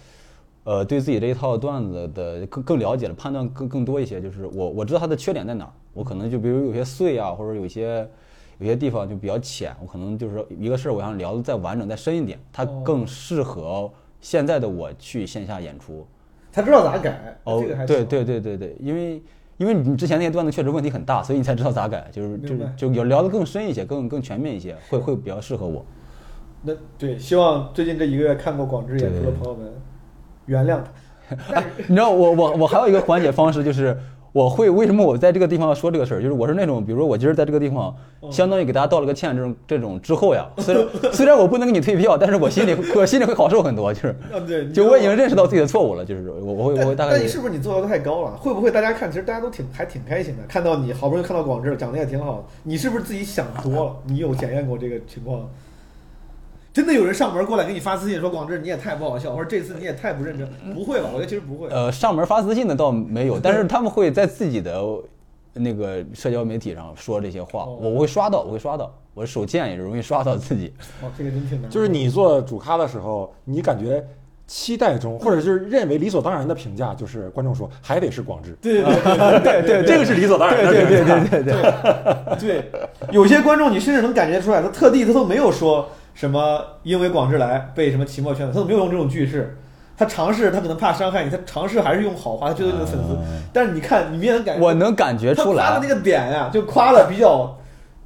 [SPEAKER 4] 呃，对自己这一套段子的更更了解了，判断更更多一些。就是我我知道它的缺点在哪儿，我可能就比如有些碎啊，或者有些有些地方就比较浅，我可能就是说一个事儿，我想聊的再完整、再深一点，它更适合现在的我去线下演出。
[SPEAKER 3] 他知道咋改，
[SPEAKER 4] 哦
[SPEAKER 3] 这个还，
[SPEAKER 4] 对
[SPEAKER 3] 行
[SPEAKER 4] 对对对对，因为因为你之前那些段子确实问题很大，所以你才知道咋改，就是就
[SPEAKER 3] 明白
[SPEAKER 4] 是就有聊得更深一些，更更全面一些，会会比较适合我。
[SPEAKER 3] 那对，希望最近这一个月看过广志演出的朋友们原谅他。
[SPEAKER 4] 哎你知道我我我还有一个缓解方式，就是我会为什么我在这个地方要说这个事儿，就是我是那种，比如说我今儿在这个地方，
[SPEAKER 3] 嗯
[SPEAKER 4] 相当于给大家道了个歉，这种这种之后呀，虽然虽然我不能给你退票，但是我心里会我心里会好受很多，就是
[SPEAKER 3] 啊对你
[SPEAKER 4] 就我已经
[SPEAKER 3] 知道
[SPEAKER 4] 认识到自己的错误了，就是我我会我会
[SPEAKER 3] 但
[SPEAKER 4] 大
[SPEAKER 3] 但
[SPEAKER 4] 概这
[SPEAKER 3] 你
[SPEAKER 4] 个
[SPEAKER 3] 是不是你做的太高了？会不会大家看，其实大家都挺还挺开心的，看到你好不容易看到广志长得也挺好，你是不是自己想多了？你有检验过这个情况？真的有人上门过来给你发私信说广志你也太不好笑，或者这次你也太不认真？不会吧？我觉得其实不会。
[SPEAKER 4] 呃上门发私信的倒没有，
[SPEAKER 5] <laughs>
[SPEAKER 4] 但是他们会在自己的那个社交媒体上说这些话，
[SPEAKER 3] 哦
[SPEAKER 4] 我会刷到，我会刷到，我手贱也容易刷到自己。
[SPEAKER 3] 哦，这个真挺难。
[SPEAKER 5] 就是你做主咖的时候，你感觉期待中，或者就是认为理所当然的评价，就是观众说还得是广智，
[SPEAKER 3] 对对对
[SPEAKER 5] 对 <laughs> 对，这个是理所当然的。对对对对对，
[SPEAKER 3] <laughs> 对，有些观众你甚至能感觉出来，他特地他都没有说什么因为广志来被什么期末圈粉，他都没有用这种句式。他尝试，他可能怕伤害你，他尝试还是用好话，他觉得你的粉丝。但是你看，你明显能感觉
[SPEAKER 4] <laughs> 嗯我能感觉
[SPEAKER 3] 他
[SPEAKER 4] 出来，
[SPEAKER 3] 夸的那个点呀、就夸的比较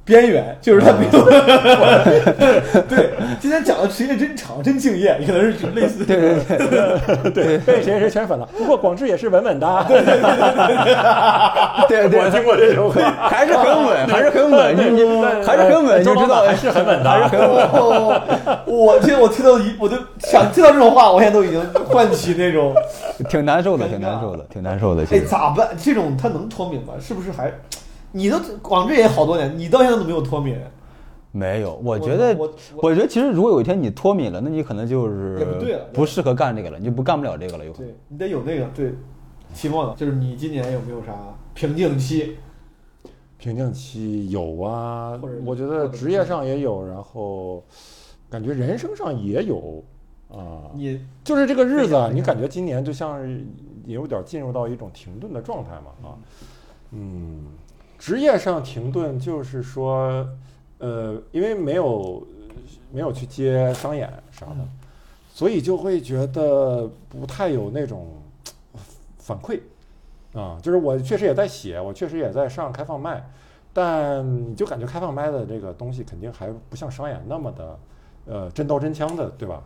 [SPEAKER 3] 边缘，就是他没有。
[SPEAKER 4] <laughs>
[SPEAKER 3] 对，今天讲的时间真长，真敬业，可能是类似。对对对，
[SPEAKER 5] 被谁谁圈
[SPEAKER 3] <laughs>
[SPEAKER 5] 粉了。不过广智也是稳稳的。啊对对
[SPEAKER 4] 对对，
[SPEAKER 5] <laughs> 我听过这种话。
[SPEAKER 4] 还是很
[SPEAKER 5] <laughs>
[SPEAKER 4] 稳，还是很稳，你你还是很稳，就知道
[SPEAKER 5] 还是很稳的，
[SPEAKER 4] 还是很稳。
[SPEAKER 3] 哦，我听我听到一，我都想听到这种话，我现在都已经唤起那种。
[SPEAKER 4] <laughs> 挺难受的，
[SPEAKER 3] 尴尬
[SPEAKER 4] 挺难受的，挺难受的。
[SPEAKER 3] 哎
[SPEAKER 4] 其，实
[SPEAKER 3] 咋办？这种他能脱敏吗？是不是还？你都广志也好多年，你到现在都没有脱敏，
[SPEAKER 4] 没有，我觉得
[SPEAKER 3] 我，
[SPEAKER 4] 我觉得其实如果有一天你脱敏了，那你可能就是
[SPEAKER 3] 也不对了对吧
[SPEAKER 4] 不适合干这个了，你就不干不了这个了，有可能
[SPEAKER 3] 对。你得有那个对。期末呢，就是你今年有没有啥瓶颈期？
[SPEAKER 5] 瓶颈期有啊
[SPEAKER 3] 或者，
[SPEAKER 5] 我觉得职业上也有，然后感觉人生上也有啊。
[SPEAKER 3] 你
[SPEAKER 5] 就是这个日子啊，你感觉今年就像是也有点进入到一种停顿的状态嘛啊，嗯，职业上停顿就是说，呃，因为没有没有去接商演啥的，所以就会觉得不太有那种呃反馈啊，就是我确实也在写，我确实也在上开放麦，但你就感觉开放麦的这个东西肯定还不像商演那么的。呃，真刀真枪的，对吧？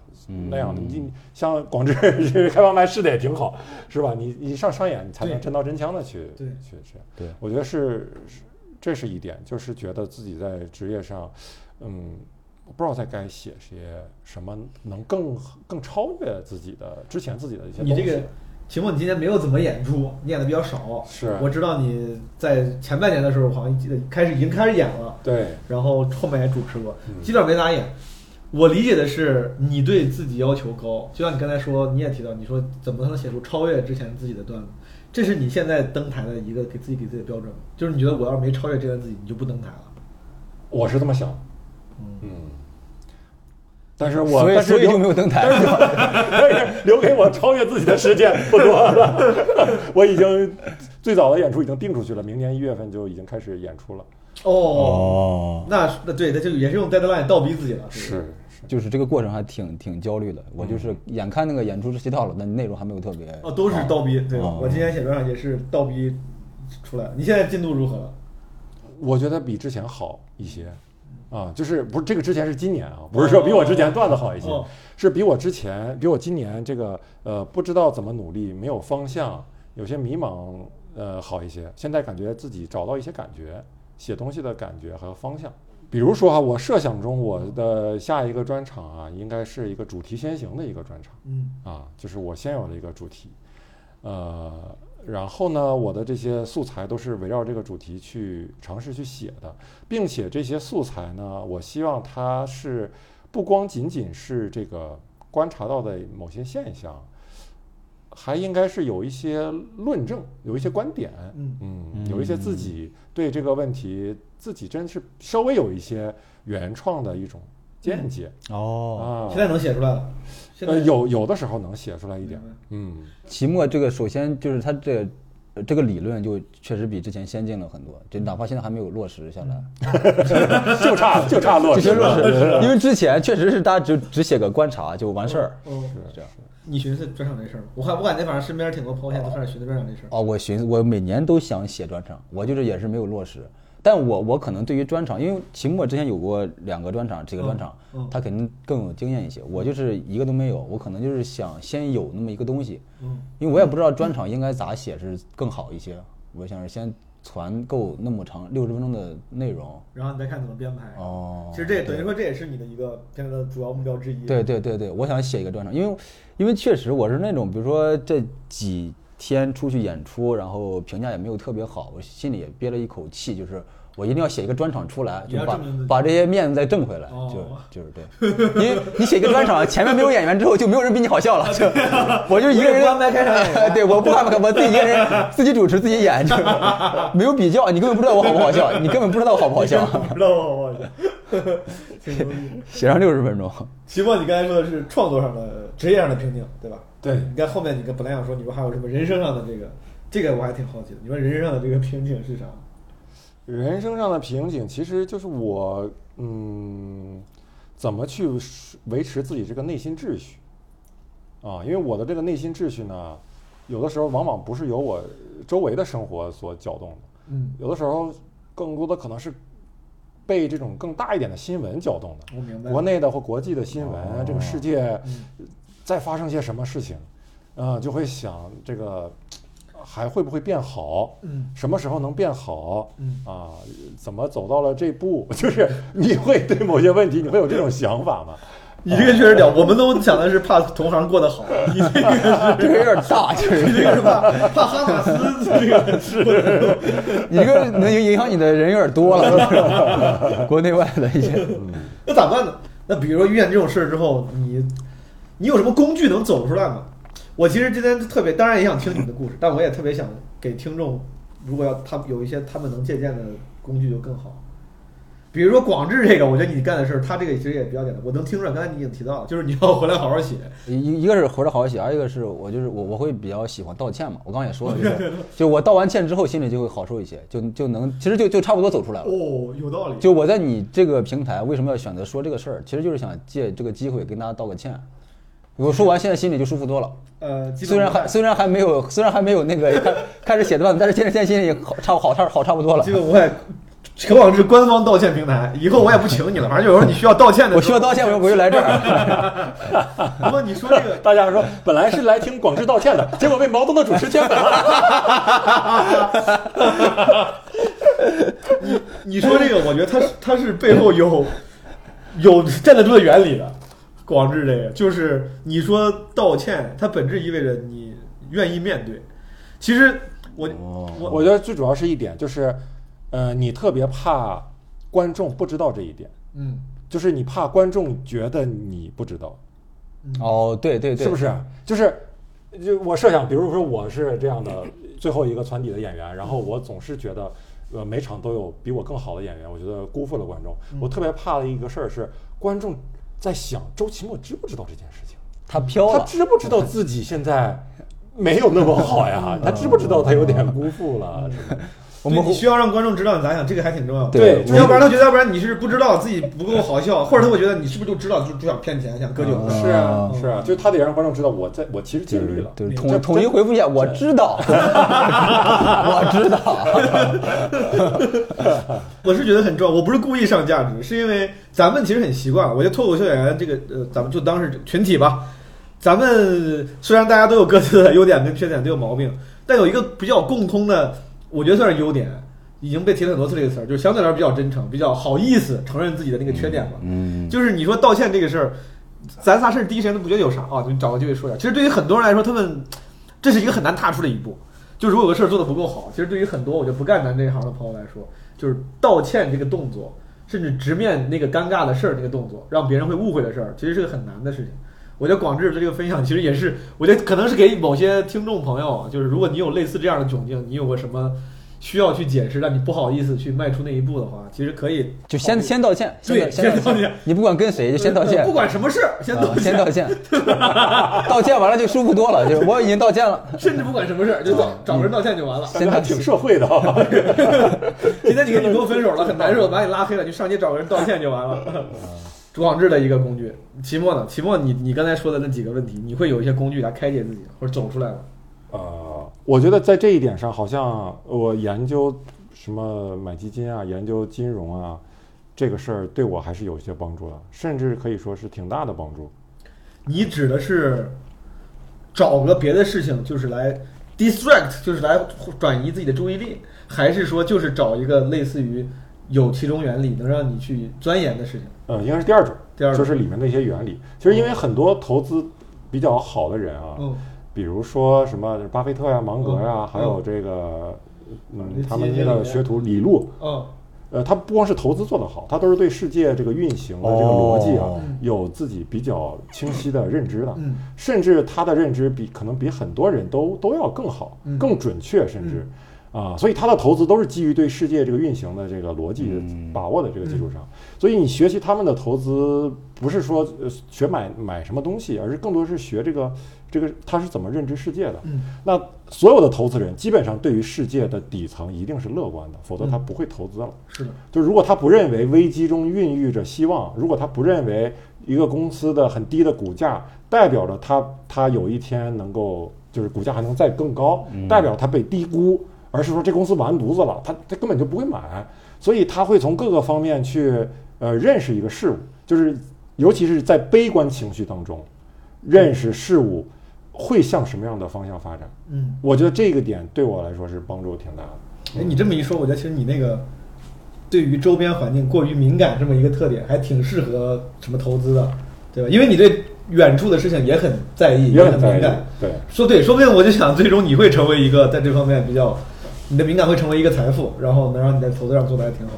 [SPEAKER 5] 那样的，你像广智 <laughs> 开放麦试的也挺好，是吧？你你上商演，你才能
[SPEAKER 3] 对
[SPEAKER 5] 真刀真枪的去
[SPEAKER 3] 对
[SPEAKER 5] 去去。
[SPEAKER 4] 对，
[SPEAKER 5] 我觉得是是这是一点，就是觉得自己在职业上，嗯，我不知道在该写些什么，能更更超越自己的之前自己的一些东
[SPEAKER 3] 你
[SPEAKER 5] 西。
[SPEAKER 3] 这个，秦末，你今年没有怎么演出，你演的比较少。
[SPEAKER 5] 是
[SPEAKER 3] 我知道你在前半年的时候，好像记得开始已经开始演了，
[SPEAKER 5] 对
[SPEAKER 3] 然后后面也主持过，基本上没咋演。我理解的是，你对自己要求高，就像你刚才说，你也提到，你说怎么才能写出超越之前自己的段子？这是你现在登台的一个给自己给自己的标准吗，就是你觉得我要是没超越之前自己，你就不登台了。
[SPEAKER 5] 我是这么想，嗯，但是我
[SPEAKER 4] 所以
[SPEAKER 5] 但
[SPEAKER 4] 所
[SPEAKER 5] 是
[SPEAKER 4] 以就
[SPEAKER 5] 留 <laughs>
[SPEAKER 4] 没有登台。
[SPEAKER 5] 但是留给我超越自己的时间不多了， <laughs> 我已经最早的演出已经定出去了，明年一月份就已经开始演出了，
[SPEAKER 3] 哦，
[SPEAKER 6] 哦，
[SPEAKER 3] 那是那对，那就也是用 deadline 倒逼自己了。
[SPEAKER 5] 是是，
[SPEAKER 4] 就是这个过程还挺挺焦虑的，我就是眼看那个演出是写好了，但内容还没有特别。
[SPEAKER 3] 嗯哦，都是倒逼。对，
[SPEAKER 4] 哦
[SPEAKER 3] 我今天写专场也是倒逼出来。你现在进度如何了？
[SPEAKER 5] 我觉得比之前好一些，啊，就是不是这个之前是今年啊，不是说比我之前段子好一些
[SPEAKER 3] 哦，
[SPEAKER 5] 是比我之前比我今年这个呃不知道怎么努力，没有方向，有些迷茫，呃好一些。现在感觉自己找到一些感觉，写东西的感觉和方向。比如说啊，我设想中我的下一个专场啊，应该是一个主题先行的一个专场。
[SPEAKER 3] 嗯，
[SPEAKER 5] 啊，就是我先有了一个主题，呃，然后呢，我的这些素材都是围绕这个主题去尝试去写的，并且这些素材呢，我希望它是不光仅仅是这个观察到的某些现象，还应该是有一些论证，有一些观点，
[SPEAKER 3] 嗯
[SPEAKER 5] 有一些自己对这个问题自己真是稍微有一些原创的一种见解、
[SPEAKER 4] 哦，
[SPEAKER 3] 嗯
[SPEAKER 5] 啊
[SPEAKER 3] 现。在能写出来了。现在
[SPEAKER 5] 呃，有有的时候能写出来一点，嗯，
[SPEAKER 4] 期末这个首先就是它这个呃这个理论就确实比之前先进了很多，
[SPEAKER 3] 嗯
[SPEAKER 4] 就哪怕现在还没有落实下来，
[SPEAKER 5] 就差就差
[SPEAKER 3] 哦 <laughs>
[SPEAKER 5] 落
[SPEAKER 4] 就
[SPEAKER 5] 实
[SPEAKER 4] 先落
[SPEAKER 5] 了。
[SPEAKER 4] 实，因为之前确实是大家只只写个观察就完事儿。
[SPEAKER 3] 嗯，
[SPEAKER 4] 这样
[SPEAKER 3] 你寻思专场这事儿吗？我看我感觉反正身边挺多朋友现在都开始寻思专场这事儿。
[SPEAKER 4] 哦，我寻思我每年都想写专场，我就是也是没有落实。但我我可能对于专场，因为期末之前有过两个专场，几个专场，
[SPEAKER 3] 嗯嗯
[SPEAKER 4] 他肯定更有经验一些。我就是一个都没有，我可能就是想先有那么一个东西，
[SPEAKER 3] 嗯，
[SPEAKER 4] 因为我也不知道专场应该咋写是更好一些。我想是先攒够那么长六十分钟的内容。
[SPEAKER 3] 然后你再看怎么编排。
[SPEAKER 4] 哦，
[SPEAKER 3] 其实这也等于说这也是你的一个现在的主要目标之一。
[SPEAKER 4] 对对对对，我想写一个专场，因为因为确实我是那种，比如说这几天出去演出，然后评价也没有特别好，我心里也憋了一口气，就是我一定要写一个专场出来，
[SPEAKER 3] 你
[SPEAKER 4] 就
[SPEAKER 3] 要
[SPEAKER 4] 把
[SPEAKER 3] 证明自己
[SPEAKER 4] 把这些面子再挣回来，
[SPEAKER 3] 哦
[SPEAKER 4] 就就
[SPEAKER 3] <laughs>
[SPEAKER 4] 是对，因为你写一个专场，前面没有演员之后就没有人比你好笑了，就我就一
[SPEAKER 3] 啊
[SPEAKER 4] 个
[SPEAKER 3] 我也
[SPEAKER 4] 人
[SPEAKER 3] 不安排开场
[SPEAKER 4] <laughs>
[SPEAKER 3] 演员啊
[SPEAKER 4] 对，我不安排，我自己一个
[SPEAKER 3] <laughs>
[SPEAKER 4] 人自己主持自己演，就没有比较，你根本不知道我好不好笑，你根本不知道我好不好
[SPEAKER 3] <laughs>
[SPEAKER 4] 笑，
[SPEAKER 3] 不知道我我 <laughs> 挺牛逼。
[SPEAKER 4] 写上六十分钟。
[SPEAKER 3] 期末，你刚才说的是创作上的、职业上的瓶颈，对吧？
[SPEAKER 5] 对
[SPEAKER 3] 你看后面你跟本来想说，你说还有什么人生上的这个，这个我还挺好奇的。你说人生上的这个瓶颈是啥？
[SPEAKER 5] <laughs> 人生上的瓶颈，其实就是我，嗯，怎么去维持自己这个内心秩序啊？因为我的这个内心秩序呢，有的时候往往不是由我周围的生活所搅动的，
[SPEAKER 3] 嗯，
[SPEAKER 5] 有的时候更多的可能是被这种更大一点的新闻搅动的，
[SPEAKER 3] 我明白。
[SPEAKER 5] 国内的或国际的新闻，
[SPEAKER 3] 哦
[SPEAKER 5] 这个世界
[SPEAKER 3] 嗯
[SPEAKER 5] 再发生些什么事情，呃，就会想这个还会不会变好？
[SPEAKER 3] 嗯，
[SPEAKER 5] 什么时候能变好？
[SPEAKER 3] 嗯
[SPEAKER 5] 啊，怎么走到了这步？ <laughs> 就是你会对某些问题，你会有这种想法吗？
[SPEAKER 3] 你这个确实屌，我们都想的是怕同行过得好，你这个是
[SPEAKER 4] 这个有点大，就是
[SPEAKER 3] 你这个是怕怕哈马斯这个是
[SPEAKER 4] <laughs> 你这个能影影响你的人有点多了， <laughs> 国内外的一些。
[SPEAKER 3] 那咋办呢？那比如说遇见这种事儿之后，你你有什么工具能走出来吗？我其实今天特别，当然也想听你们的故事，但我也特别想给听众，如果要他们有一些他们能借鉴的工具就更好。比如说广志这个，我觉得你干的事儿，他这个其实也比较简单，我能听出来。刚才你已经提到了，就是你要回来好好写。
[SPEAKER 4] 一一个是活得好好写，还有一个是我就是我我会比较喜欢道歉嘛，我刚刚也说了，就是就我道完歉之后心里就会好受一些，就就能其实就就差不多走出来了。
[SPEAKER 3] 哦，有道理。
[SPEAKER 4] 就我在你这个平台为什么要选择说这个事儿，其实就是想借这个机会跟大家道个歉。我说完现在心里就舒服多了，
[SPEAKER 3] 呃，基本
[SPEAKER 4] 虽然还
[SPEAKER 3] 无害
[SPEAKER 4] 虽然还没有虽然还没有那个开开始写段子，但是现在现在心里好差好差好差不多了
[SPEAKER 3] 基。本无害。可往是官方道歉平台，以后我也不请你了。反正有时候你需要道歉的时候，
[SPEAKER 4] 我需要道歉，我又不是来这儿。
[SPEAKER 3] 不过你说这个，
[SPEAKER 5] <laughs> 大家说本来是来听广志道歉
[SPEAKER 3] <laughs>
[SPEAKER 5] 的，结果被毛东的主持圈粉了。 <laughs>
[SPEAKER 3] 你你说这个，我觉得它是它是背后有有站得住的原理的。广志这个就是你说道歉，它本质意味着你愿意面对。其实我我
[SPEAKER 5] 哦我觉得最主要是一点就是，呃，你特别怕观众不知道这一点。
[SPEAKER 3] 嗯
[SPEAKER 5] 就是你怕观众觉得你不知道，
[SPEAKER 4] 哦，对对对，
[SPEAKER 5] 是不是？就是，就我设想，比如说我是这样的最后一个团体的演员，然后我总是觉得，呃，每场都有比我更好的演员，我觉得辜负了观众。
[SPEAKER 4] 嗯
[SPEAKER 5] 我特别怕的一个事儿是，观众在想周奇墨知不知道这件事情，
[SPEAKER 4] 他飘
[SPEAKER 5] 他
[SPEAKER 4] 了，
[SPEAKER 5] 知不知道自己现在没有那么好呀？
[SPEAKER 4] <laughs>
[SPEAKER 5] 他知不知道他
[SPEAKER 4] 嗯
[SPEAKER 5] 有点辜负了？是吧
[SPEAKER 4] 我们
[SPEAKER 3] 对你需要让观众知道你咋想，这个还挺重要的。
[SPEAKER 5] 对
[SPEAKER 3] 要不然他觉得，要不然你是不知道自己不够好笑，或者他会觉得你是不是就知道就就想骗钱，想割韭
[SPEAKER 4] 嗯
[SPEAKER 3] 菜。
[SPEAKER 5] 是啊，是啊，就是他得让观众知道我在我其实尽力了。
[SPEAKER 4] 对，
[SPEAKER 5] 这
[SPEAKER 4] 统统一回复一下，我知道，我知道，
[SPEAKER 3] 我是觉得很重要，我不是故意上价值，是因为咱们其实很习惯。我觉得脱口秀演员这个，呃，咱们就当是群体吧。咱们虽然大家都有各自的优点跟缺点，都有毛病，但有一个比较共通的，我觉得算是优点，已经被提了很多次这个词儿，就是相对来说比较真诚，比较好意思承认自己的那个缺点吧。
[SPEAKER 4] 嗯，
[SPEAKER 3] 就是你说道歉这个事儿，咱仨甚至第一时间都不觉得有啥啊，就找个机会说一下。其实对于很多人来说，他们这是一个很难踏出的一步。就如果有个事儿做的不够好，其实对于很多我觉得不干咱这一行的朋友来说，就是道歉这个动作，甚至直面那个尴尬的事儿那个动作，让别人会误会的事儿，其实是个很难的事情。我觉得广志的这个分享，其实也是，我觉得可能是给某些听众朋友，就是如果你有类似这样的窘境，你有过什么需要去解释，但你不好意思去迈出那一步的话，其实可以
[SPEAKER 4] <laughs> 就先先道歉，先
[SPEAKER 3] 对
[SPEAKER 4] 先
[SPEAKER 3] 先道歉，
[SPEAKER 4] 你不管跟谁就先道
[SPEAKER 3] 呃
[SPEAKER 4] 歉
[SPEAKER 3] 不。管什么事儿，先道
[SPEAKER 4] 啊先
[SPEAKER 3] 歉，
[SPEAKER 4] 道歉， <laughs> 道歉完了就舒服多了，就是我已经道歉了。
[SPEAKER 5] <laughs>
[SPEAKER 3] 甚至不管什么事儿，就
[SPEAKER 4] 啊
[SPEAKER 3] 找找个人道歉就完了。
[SPEAKER 5] 感觉还挺社
[SPEAKER 4] <laughs>
[SPEAKER 5] 会的啊。
[SPEAKER 3] 今天你跟你跟我分手了，很难受，把你拉黑了，你上街找个人道歉就完了。朱广志的一个工具，期末呢？期末你你刚才说的那几个问题，你会有一些工具来开解自己或者走出来吗？
[SPEAKER 5] 呃，我觉得在这一点上，好像我研究什么买基金啊，研究金融啊，这个事儿对我还是有一些帮助的，甚至可以说是挺大的帮助。
[SPEAKER 3] 你指的是找个别的事情，就是来 distract，就是来转移自己的注意力，还是说就是找一个类似于有其中原理能让你去钻研的事情？
[SPEAKER 5] 呃，应该是第二种，
[SPEAKER 3] 第二种
[SPEAKER 5] 就是里面的一些原理。其实因为很多投资比较好的人啊，
[SPEAKER 3] 嗯，
[SPEAKER 5] 比如说什么巴菲特呀、芒格呀，
[SPEAKER 3] 嗯
[SPEAKER 5] 还有这个嗯
[SPEAKER 3] 嗯
[SPEAKER 5] 他们那个学徒李路，
[SPEAKER 3] 嗯，
[SPEAKER 5] 呃，他不光是投资做得好，他都是对世界这个运行的这个逻辑啊，
[SPEAKER 4] 哦
[SPEAKER 5] 有自己比较清晰的认知的，
[SPEAKER 3] 嗯
[SPEAKER 5] 甚至他的认知比可能比很多人都都要更好、
[SPEAKER 3] 嗯
[SPEAKER 5] 更准确，甚至。啊，所以他的投资都是基于对世界这个运行的这个逻辑把握的这个基
[SPEAKER 3] 嗯
[SPEAKER 5] 础上，所以你学习他们的投资，不是说呃学买买什么东西，而是更多是学这个这个他是怎么认知世界的。
[SPEAKER 3] 嗯
[SPEAKER 5] 那所有的投资人基本上对于世界的底层一定是乐观的，否则他
[SPEAKER 3] 嗯
[SPEAKER 5] 不会投资了。
[SPEAKER 3] 是的，
[SPEAKER 5] 就如果他不认为危机中孕育着希望，如果他不认为一个公司的很低的股价代表着他他有一天能够就是股价还能再更高，代表他被低估，而是说这公司完犊子了，他他根本就不会买，所以他会从各个方面去呃认识一个事物，就是尤其是在悲观情绪当中，认识事物会向什么样的方向发展。
[SPEAKER 3] 嗯。
[SPEAKER 5] 我觉得这个点对我来说是帮助挺大的。
[SPEAKER 3] 哎，你这么一说，我觉得其实你那个对于周边环境过于敏感这么一个特点，还挺适合什么投资的，对吧？因为你对远处的事情也很在意，
[SPEAKER 5] 也
[SPEAKER 3] 也
[SPEAKER 5] 很在
[SPEAKER 3] 敏
[SPEAKER 5] 意
[SPEAKER 3] 感。
[SPEAKER 5] 对
[SPEAKER 3] 说对，说不定我就想，最终你会成为一个在这方面比较，你的敏感会成为一个财富，然后能让你在投资上做的还挺好。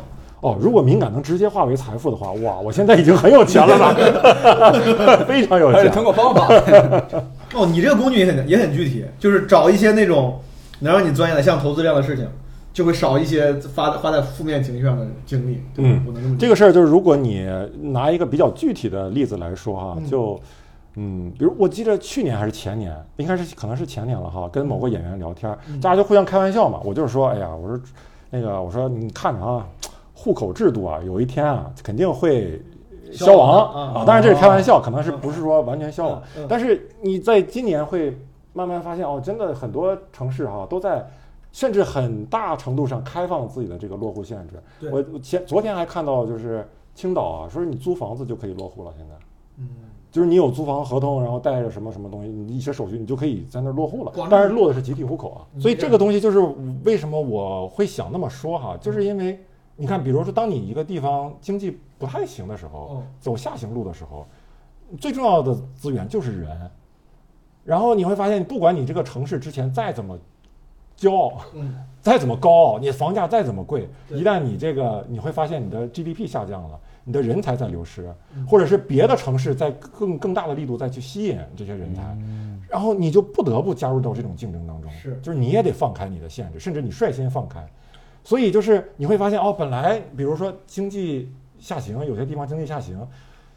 [SPEAKER 5] 哦，如果敏感能直接化为财富的话，哇，我现在已经很有钱
[SPEAKER 4] <laughs>
[SPEAKER 5] 了呢，非常有
[SPEAKER 4] 还是
[SPEAKER 5] 钱。
[SPEAKER 4] 通过方法，
[SPEAKER 3] 哦，你这个工具也很也很具体，就是找一些那种能让你钻研的，像投资这样的事情，就会少一些发花在负面情绪上的精力。对吧
[SPEAKER 5] 嗯
[SPEAKER 3] 我能这么理解
[SPEAKER 5] 这个事儿就是，如果你拿一个比较具体的例子来说哈，就，嗯，比如我记得去年还是前年，应该是可能是前年了哈，跟某个演员聊天，
[SPEAKER 3] 嗯
[SPEAKER 5] 大家就互相开玩笑嘛，我就是说，哎呀，我说那个，我说你看着啊，户口制度啊，有一天啊，肯定会消
[SPEAKER 3] 消亡
[SPEAKER 5] 亡
[SPEAKER 3] 啊
[SPEAKER 5] 当然这是开玩笑，可能是不是说完全消亡
[SPEAKER 3] 嗯嗯，
[SPEAKER 5] 但是你在今年会慢慢发现哦，真的很多城市哈、都在。甚至很大程度上开放自己的这个落户限制
[SPEAKER 3] 对。
[SPEAKER 5] 我我前昨天还看到就是青岛啊，说是你租房子就可以落户了，现在
[SPEAKER 3] 嗯。
[SPEAKER 5] 就是你有租房合同，然后带着什么什么东西，你一些手续你就可以在那儿落户了
[SPEAKER 3] 广。州
[SPEAKER 5] 但是落的是集体户口啊，所以这个东西就是为什么我会想那么说哈，
[SPEAKER 3] 嗯
[SPEAKER 5] 就是因为你看，比如说当你一个地方经济不太行的时候
[SPEAKER 3] 哦，
[SPEAKER 5] 走下行路的时候，最重要的资源就是人。然后你会发现，不管你这个城市之前再怎么骄傲，
[SPEAKER 3] 嗯
[SPEAKER 5] 再怎么高，你房价再怎么贵，
[SPEAKER 3] 对
[SPEAKER 5] 一旦你这个，你会发现你的 GDP 下降了，你的人才在流失，
[SPEAKER 3] 嗯
[SPEAKER 5] 或者是别的城市在更更大的力度再去吸引这些人才，然后你就不得不加入到这种竞争当中，
[SPEAKER 3] 嗯是
[SPEAKER 5] 就是你也得放开你的限制，甚至你率先放开，所以就是你会发现哦，本来比如说经济下行，有些地方经济下行，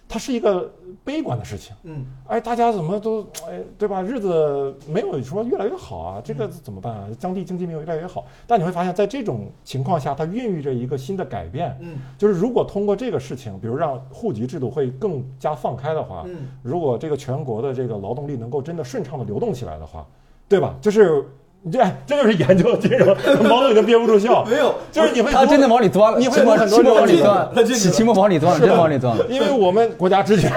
[SPEAKER 5] 它是一个悲观的事情。
[SPEAKER 3] 嗯，
[SPEAKER 5] 哎，大家怎么都哎，对吧？日子没有说越来越好啊，这
[SPEAKER 3] 嗯
[SPEAKER 5] 个怎么办啊？当地经济没有越来越好，但你会发现在这种情况下，它孕育着一个新的改变。
[SPEAKER 3] 嗯，
[SPEAKER 5] 就是如果通过这个事情，比如让户籍制度会更加放开的话，
[SPEAKER 3] 嗯，
[SPEAKER 5] 如果这个全国的这个劳动力能够真的顺畅的流动起来的话，对吧？就是你这哎这就是研
[SPEAKER 3] <laughs>
[SPEAKER 5] 究金融，毛总已经憋不住笑，
[SPEAKER 3] 没有
[SPEAKER 5] <laughs> 就是你会
[SPEAKER 4] 他真的往里钻了，
[SPEAKER 5] 你会
[SPEAKER 4] 期末
[SPEAKER 5] 很多
[SPEAKER 4] 期末往里
[SPEAKER 5] 这种
[SPEAKER 3] 他
[SPEAKER 4] 钻，
[SPEAKER 3] 进去了
[SPEAKER 4] 期末往里钻了，真往里钻了。
[SPEAKER 5] 因为我们国家之前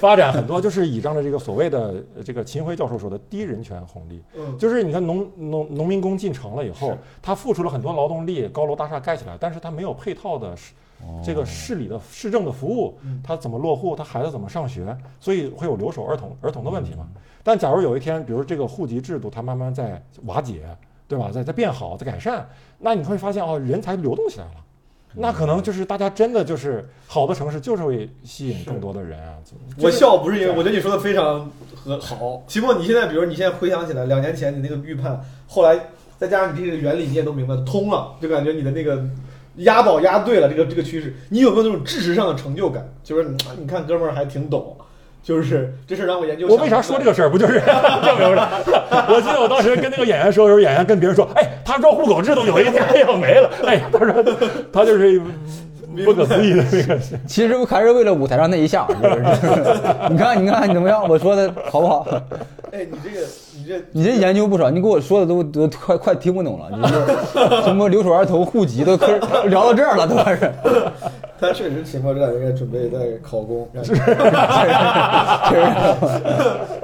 [SPEAKER 5] 发展很多，就是倚仗着这个所谓的呃这个秦晖教授说的低人权红利，
[SPEAKER 3] 嗯
[SPEAKER 5] 就是你看农农农民工进城了以后，他付出了很多劳动力，高楼大厦盖起来，但是他没有配套的市这个市里的市政的服务，他怎么落户，他孩子怎么上学，所以会有留守儿童儿童的问题嘛。但假如有一天，比如这个户籍制度它慢慢在瓦解，对吧，在在变好，在改善，那你会发现哦，人才流动起来了。
[SPEAKER 6] 嗯
[SPEAKER 5] 那可能就是大家真的就是好的城市就是会吸引更多的人啊。就
[SPEAKER 3] 我笑不是因为我觉得你说的非常和好。期末，你现在比如你现在回想起来，两年前你那个预判，后来再加上你这个原理，你也都明白了通了，就感觉你的那个押宝押对了，这个这个趋势，你有没有那种知识上的成就感？就是你你看哥们儿还挺懂，就是这事儿让我研究。
[SPEAKER 5] 我为啥说这个？事儿？不
[SPEAKER 6] <laughs>
[SPEAKER 5] 就是这么回事 <laughs> 儿？我记得我当时跟那个演员说的时候，演员跟别人说：“哎，他说户口制度有一天要没
[SPEAKER 6] <laughs>
[SPEAKER 5] 了。”哎，他说他就是不可思议的那个。
[SPEAKER 4] 其实还是为了舞台上那一下，就是 <laughs> 你看，你看，你怎么样？我说的好不好？
[SPEAKER 3] 哎，你这个你这
[SPEAKER 4] 你这研究不少，你给我说的都都快快听不懂了。你 <laughs> 这什么留守儿童、户籍都可聊到这儿了，都还是。
[SPEAKER 3] 他确实期末这两年应该准备在考公， <laughs>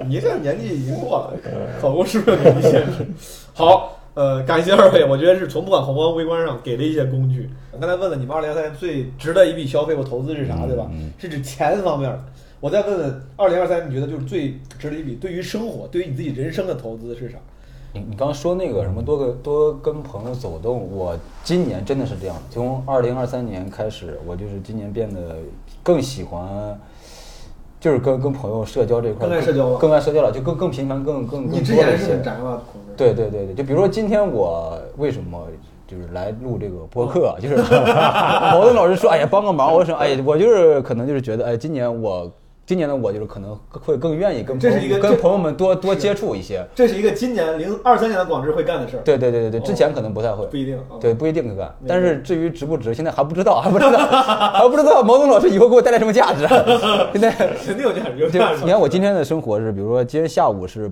[SPEAKER 3] 你这年纪已经过了，考公是不是有年纪限制？ <laughs> 好，呃，感谢二位，我觉得是从不管宏观微观上给了一些工具。我刚才问了你们二零二三年最值得一笔消费或投资是啥，对吧？是指钱方面的。我再问问二零二三，你觉得就是最值得一笔对于生活、对于你自己人生的投资是啥？
[SPEAKER 4] 你你刚刚说那个什么多个多跟朋友走动，我今年真的是这样。从二零二三年开始，我就是今年变得更喜欢，就是跟跟朋友社交这块儿
[SPEAKER 3] 更爱社交了
[SPEAKER 4] 更爱社交了，就更更频繁，更更更
[SPEAKER 3] 你之
[SPEAKER 4] 多了
[SPEAKER 3] 前
[SPEAKER 4] 一
[SPEAKER 3] 是
[SPEAKER 4] 些
[SPEAKER 3] 很宅吗？孔哥，
[SPEAKER 4] 对对对对，就比如说今天我为什么就是来录这个播
[SPEAKER 3] 哦
[SPEAKER 4] 客，就是 <laughs> 毛东老师说，哎呀帮个忙，我说，哎呀我就是可能就是觉得，哎今年我今年的我就是可能会更愿意跟朋
[SPEAKER 3] 这是一个
[SPEAKER 4] 友跟
[SPEAKER 3] 这
[SPEAKER 4] 朋友们多多接触一些。
[SPEAKER 3] 这是一个今年零二三年的广智会干的事儿。
[SPEAKER 4] 对对对对对，之前可能不太会，
[SPEAKER 3] 哦不一定啊
[SPEAKER 4] 对不一定干。但是至于值不值，现在还不知道，还不知道，还不知道毛东老师以后给我带来什么价值。现在
[SPEAKER 3] <laughs> 肯定有价值，有
[SPEAKER 4] 就
[SPEAKER 3] 价值。
[SPEAKER 4] 你看我今天的生活是，比如说今天下午是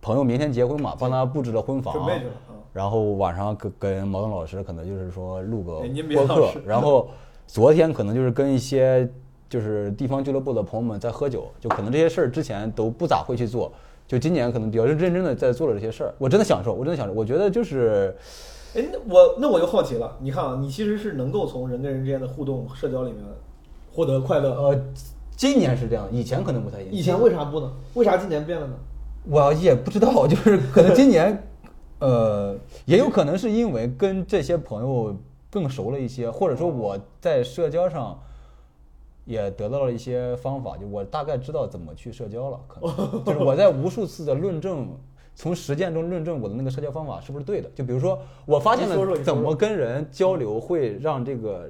[SPEAKER 4] 朋友明天结婚嘛，帮他布置了婚房，
[SPEAKER 3] 准备去了嗯
[SPEAKER 4] 然后晚上跟跟毛东老师可能就是说录个
[SPEAKER 3] 哎您别
[SPEAKER 4] 播
[SPEAKER 3] 老
[SPEAKER 4] 客
[SPEAKER 3] 是，
[SPEAKER 4] 然后昨天可能就是跟一些就是地方俱乐部的朋友们在喝酒，就可能这些事儿之前都不咋会去做，就今年可能比较认认真的在做了这些事儿，我真的享受，我真的享受，我觉得就是
[SPEAKER 3] 哎，那我那我就好奇了，你看啊，你其实是能够从人跟人之间的互动、社交里面获得快乐。
[SPEAKER 4] 呃，今年是这样，以前可能不太一样，
[SPEAKER 3] 以前为啥不呢？为啥今年变了呢？
[SPEAKER 4] 我也不知道， <laughs> 就是可能今年，呃，也有可能是因为跟这些朋友更熟了一些，或者说我在社交上也得到了一些方法，就我大概知道怎么去社交了。可
[SPEAKER 3] <laughs>
[SPEAKER 4] 能就是我在无数次的论证，从实践中论证我的那个社交方法是不是对的。就比如说，我发现
[SPEAKER 3] 你说说你说
[SPEAKER 4] 了怎
[SPEAKER 3] 说
[SPEAKER 4] 么跟人交流会让这个。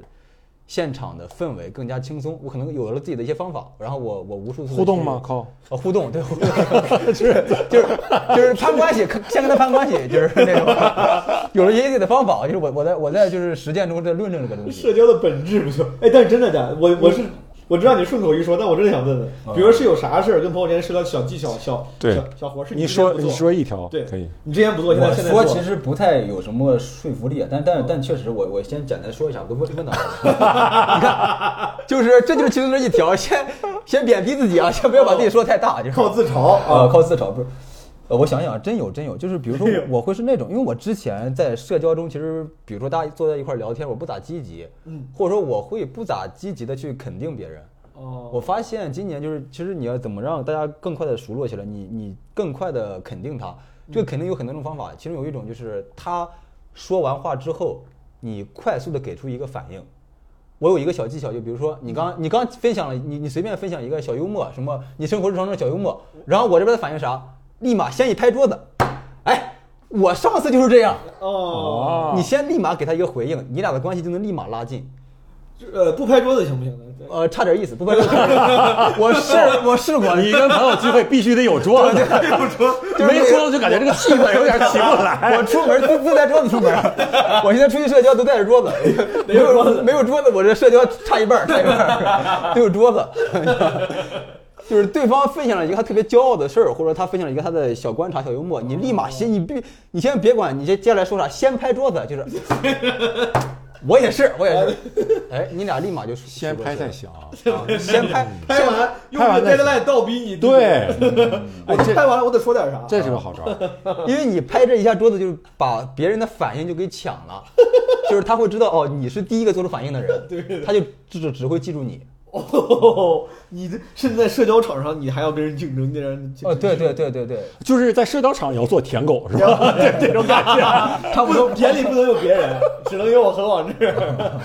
[SPEAKER 4] 现场的氛围更加轻松，我可能有了自己的一些方法，然后我我无数次地
[SPEAKER 5] 互动
[SPEAKER 4] 去
[SPEAKER 5] 吗靠
[SPEAKER 4] 啊，互动对，互动就是就是就是攀关系，先跟他攀关系，就是那种有了爷爷的方法，就是我我在我在就是实践中在论证这个东西。
[SPEAKER 3] 社交的本质不就？哎，但是真的假的？我我是我知道你顺口一说，但我真的想问问，比如是有啥事儿跟朋友之间社交小技巧、小
[SPEAKER 5] 对
[SPEAKER 3] 小小活是
[SPEAKER 5] <laughs> 你
[SPEAKER 3] 之前
[SPEAKER 5] 说
[SPEAKER 3] 不做
[SPEAKER 5] 你说一条
[SPEAKER 3] 对，
[SPEAKER 5] 可以。
[SPEAKER 3] 你之前不做，现在
[SPEAKER 4] 我
[SPEAKER 3] 现在
[SPEAKER 4] 说
[SPEAKER 3] 做
[SPEAKER 4] 其实不太有什么说服力，啊但但但确实我我先简单说一下，我问问导师， <laughs> 你看，就是这就是其中的一条，先先贬低自己啊，先不要把自己说太大，就是
[SPEAKER 3] 靠自嘲
[SPEAKER 4] 呃，
[SPEAKER 3] 啊，哎
[SPEAKER 4] 靠自嘲不是。呃，我想想啊，真有真有，就是比如说我我会是那种，因为我之前在社交中，其实比如说大家坐在一块儿聊天，我不咋积极，
[SPEAKER 3] 嗯，
[SPEAKER 4] 或者说我会不咋积极的去肯定别人。
[SPEAKER 3] 哦
[SPEAKER 4] 我发现今年就是，其实你要怎么让大家更快的熟络起来，你你更快的肯定他，这个肯定有很多种方法，其中有一种就是他说完话之后，你快速的给出一个反应，我有一个小技巧，就比如说你刚你刚分享了，你你随便分享一个小幽默，什么你生活日常中的小幽默，然后我这边的反应啥，立马先一拍桌子，哎，我上次就是这样，
[SPEAKER 3] 哦，
[SPEAKER 4] 你先立马给他一个回应，你俩的关系就能立马拉近。
[SPEAKER 3] 就呃，不拍桌子行不行呢？对
[SPEAKER 4] 呃，差点意思，不拍桌子。我试我试过，
[SPEAKER 6] 你跟朋友聚会必须得有桌子，
[SPEAKER 4] 就是
[SPEAKER 6] 没桌子 <laughs> 就感觉这个气氛有点起不来。 <laughs>
[SPEAKER 4] 我出门自自带桌子出门，我现在出去社交都带着桌子，没有桌子没有桌子，我这社交差一半儿差一半儿，都有桌子。 <laughs> 就是对方分享了一个他特别骄傲的事儿，或者他分享了一个他的小观察、小幽默，你立马先，你必，你先别管，你先接下来说啥，先拍桌子，就是， <laughs> 我也是，我也 <laughs> 是，哎，你俩立马就
[SPEAKER 5] <laughs> 先拍再想。
[SPEAKER 4] 先拍，
[SPEAKER 5] <laughs>
[SPEAKER 3] 拍完用
[SPEAKER 5] 拍
[SPEAKER 3] 你
[SPEAKER 5] 完
[SPEAKER 3] 的
[SPEAKER 5] 再
[SPEAKER 3] deadline 倒逼你，
[SPEAKER 5] 对，
[SPEAKER 3] <laughs> 我
[SPEAKER 5] 哎
[SPEAKER 3] 拍完了我得说点啥？
[SPEAKER 5] <laughs> 这是个好招。
[SPEAKER 3] <laughs>
[SPEAKER 4] 因为你拍这一下桌子，就是把别人的反应就给抢
[SPEAKER 3] <laughs>
[SPEAKER 4] 了，就是他会知道哦，你是第一个做出反应的人，他就只只会记住你。
[SPEAKER 3] 哦， <laughs> 你这甚至在社交场上，你还要跟人竞争，那样
[SPEAKER 4] <laughs> 哦，对对对对对，
[SPEAKER 5] <laughs> 就是在社交场也要做舔狗是
[SPEAKER 6] <laughs>
[SPEAKER 5] 吧？这这种感 <laughs> 觉，
[SPEAKER 4] 差不
[SPEAKER 3] 不
[SPEAKER 4] 多
[SPEAKER 3] 能 <laughs> 眼里不能有别人， <laughs> 只能有我和往志。
[SPEAKER 5] <laughs>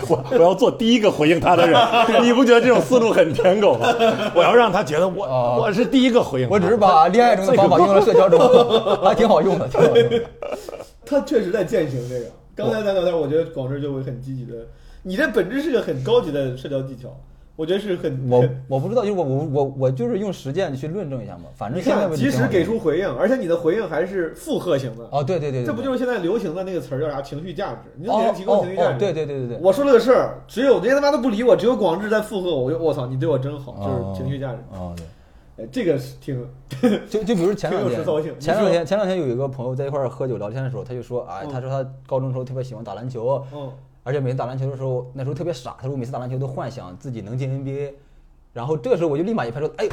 [SPEAKER 5] 我我要做第一个回应他的 <laughs> 人，你不觉得这种思路很舔狗吗？ <laughs> 我要让他觉得我我是第一个回应他。
[SPEAKER 4] 我只是把恋爱中的方法用到了社交中，
[SPEAKER 3] <laughs>
[SPEAKER 4] 还挺好用的，挺好用的。
[SPEAKER 3] <laughs> 他确实在践行这个。刚才咱聊天，我觉得广志就会很积极的，你这本质是个很高级的社交技巧，我觉得是很
[SPEAKER 4] 我
[SPEAKER 3] 很
[SPEAKER 4] 我不知道，就是我我我我就是用实践去论证一下嘛，反
[SPEAKER 3] 你
[SPEAKER 4] 正现在
[SPEAKER 3] 看
[SPEAKER 4] 问
[SPEAKER 3] 啊
[SPEAKER 4] 题
[SPEAKER 3] 及
[SPEAKER 4] 挺
[SPEAKER 3] 时
[SPEAKER 4] 好
[SPEAKER 3] 给
[SPEAKER 4] 用
[SPEAKER 3] 出回应，而且你的回应还是附和型的。
[SPEAKER 4] 哦，对对对，对
[SPEAKER 3] 这不
[SPEAKER 4] 对
[SPEAKER 3] 就是现在流行的那个词儿叫啥？情绪价值，你得给
[SPEAKER 4] 哦
[SPEAKER 3] 人提供
[SPEAKER 4] 哦
[SPEAKER 3] 情绪价
[SPEAKER 4] 哦
[SPEAKER 3] 值。，
[SPEAKER 4] 对对对对对，
[SPEAKER 3] 我说了个事儿，只有人家他妈都不理我，只有广志在附和我，我就我操，你对我真好，就是情绪价值。
[SPEAKER 4] 哦对。
[SPEAKER 3] 哎，这个是挺
[SPEAKER 4] 就就比如前两
[SPEAKER 3] 挺有实
[SPEAKER 4] 天
[SPEAKER 3] 操性，
[SPEAKER 4] 前两天前两天有一个朋友在一块儿喝酒聊天的时候，他就说，哎，他说他高中时候特别喜欢打篮球，
[SPEAKER 3] 嗯
[SPEAKER 4] 而且每次打篮球的时候，那时候特别傻，他说我每次打篮球都幻想自己能进 NBA，然后这个时候我就立马一拍说，哎，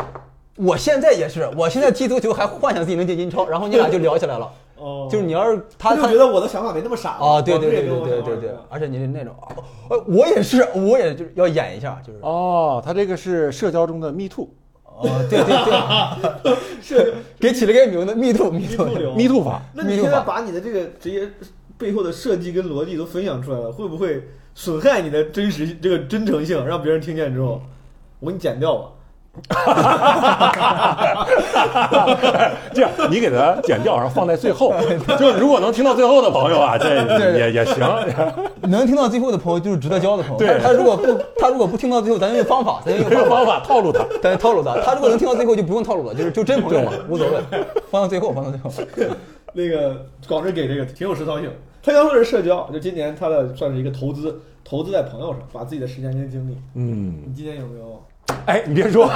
[SPEAKER 4] 我现在也是，我现在踢足球还幻想自己能进英超，然后你俩就聊起来了，
[SPEAKER 3] <laughs> 哦，
[SPEAKER 4] 就是你要是 <laughs>
[SPEAKER 3] <laughs>
[SPEAKER 4] 他
[SPEAKER 3] 就
[SPEAKER 4] 他
[SPEAKER 3] 觉得哦我的想法没那么傻
[SPEAKER 4] 啊，对
[SPEAKER 3] 广
[SPEAKER 4] 对
[SPEAKER 3] 志也
[SPEAKER 4] 对
[SPEAKER 3] 跟
[SPEAKER 4] 对
[SPEAKER 3] 我
[SPEAKER 4] 对
[SPEAKER 3] 想
[SPEAKER 4] 对
[SPEAKER 3] 法
[SPEAKER 4] 对
[SPEAKER 3] 一样，
[SPEAKER 4] 而且你是那种啊，呃我也是，我也就是要演一下，就是啊，
[SPEAKER 5] 哦，他这个是社交中的 me too，me
[SPEAKER 4] 对对对，
[SPEAKER 3] <laughs> 是
[SPEAKER 4] <laughs> 给起了个名字密度密
[SPEAKER 3] 迷
[SPEAKER 4] 度
[SPEAKER 3] 途。流
[SPEAKER 5] too 法。
[SPEAKER 3] 那你现在把你的这个职业背后的设计跟逻辑都分享出来了，会不会损害你的真实这个真诚性？让别人听见之后，我给你剪掉吧。
[SPEAKER 5] 这样你给它剪掉，然后放在最 <laughs> 后。就如果能听到最后的朋友啊，这也也行。
[SPEAKER 4] 能听到最后的朋友就是值得交的朋友。
[SPEAKER 5] 对
[SPEAKER 4] 但是他如果不，他如果不听到最后，咱就用方法，咱就用
[SPEAKER 5] 这个
[SPEAKER 4] 方法，
[SPEAKER 5] 方法套路他。
[SPEAKER 4] 咱就套路他。他如果能听到最后，就不用套路了，就是就真朋友嘛，无所谓，放到最后，放到最后。
[SPEAKER 3] 那个广志给这个挺有实操性。他刚说的是社交，就今年他的算是一个投资，投资在朋友上，把自己的时间跟精力。
[SPEAKER 5] 嗯，
[SPEAKER 3] 你今年有没有？
[SPEAKER 5] 哎，你别说，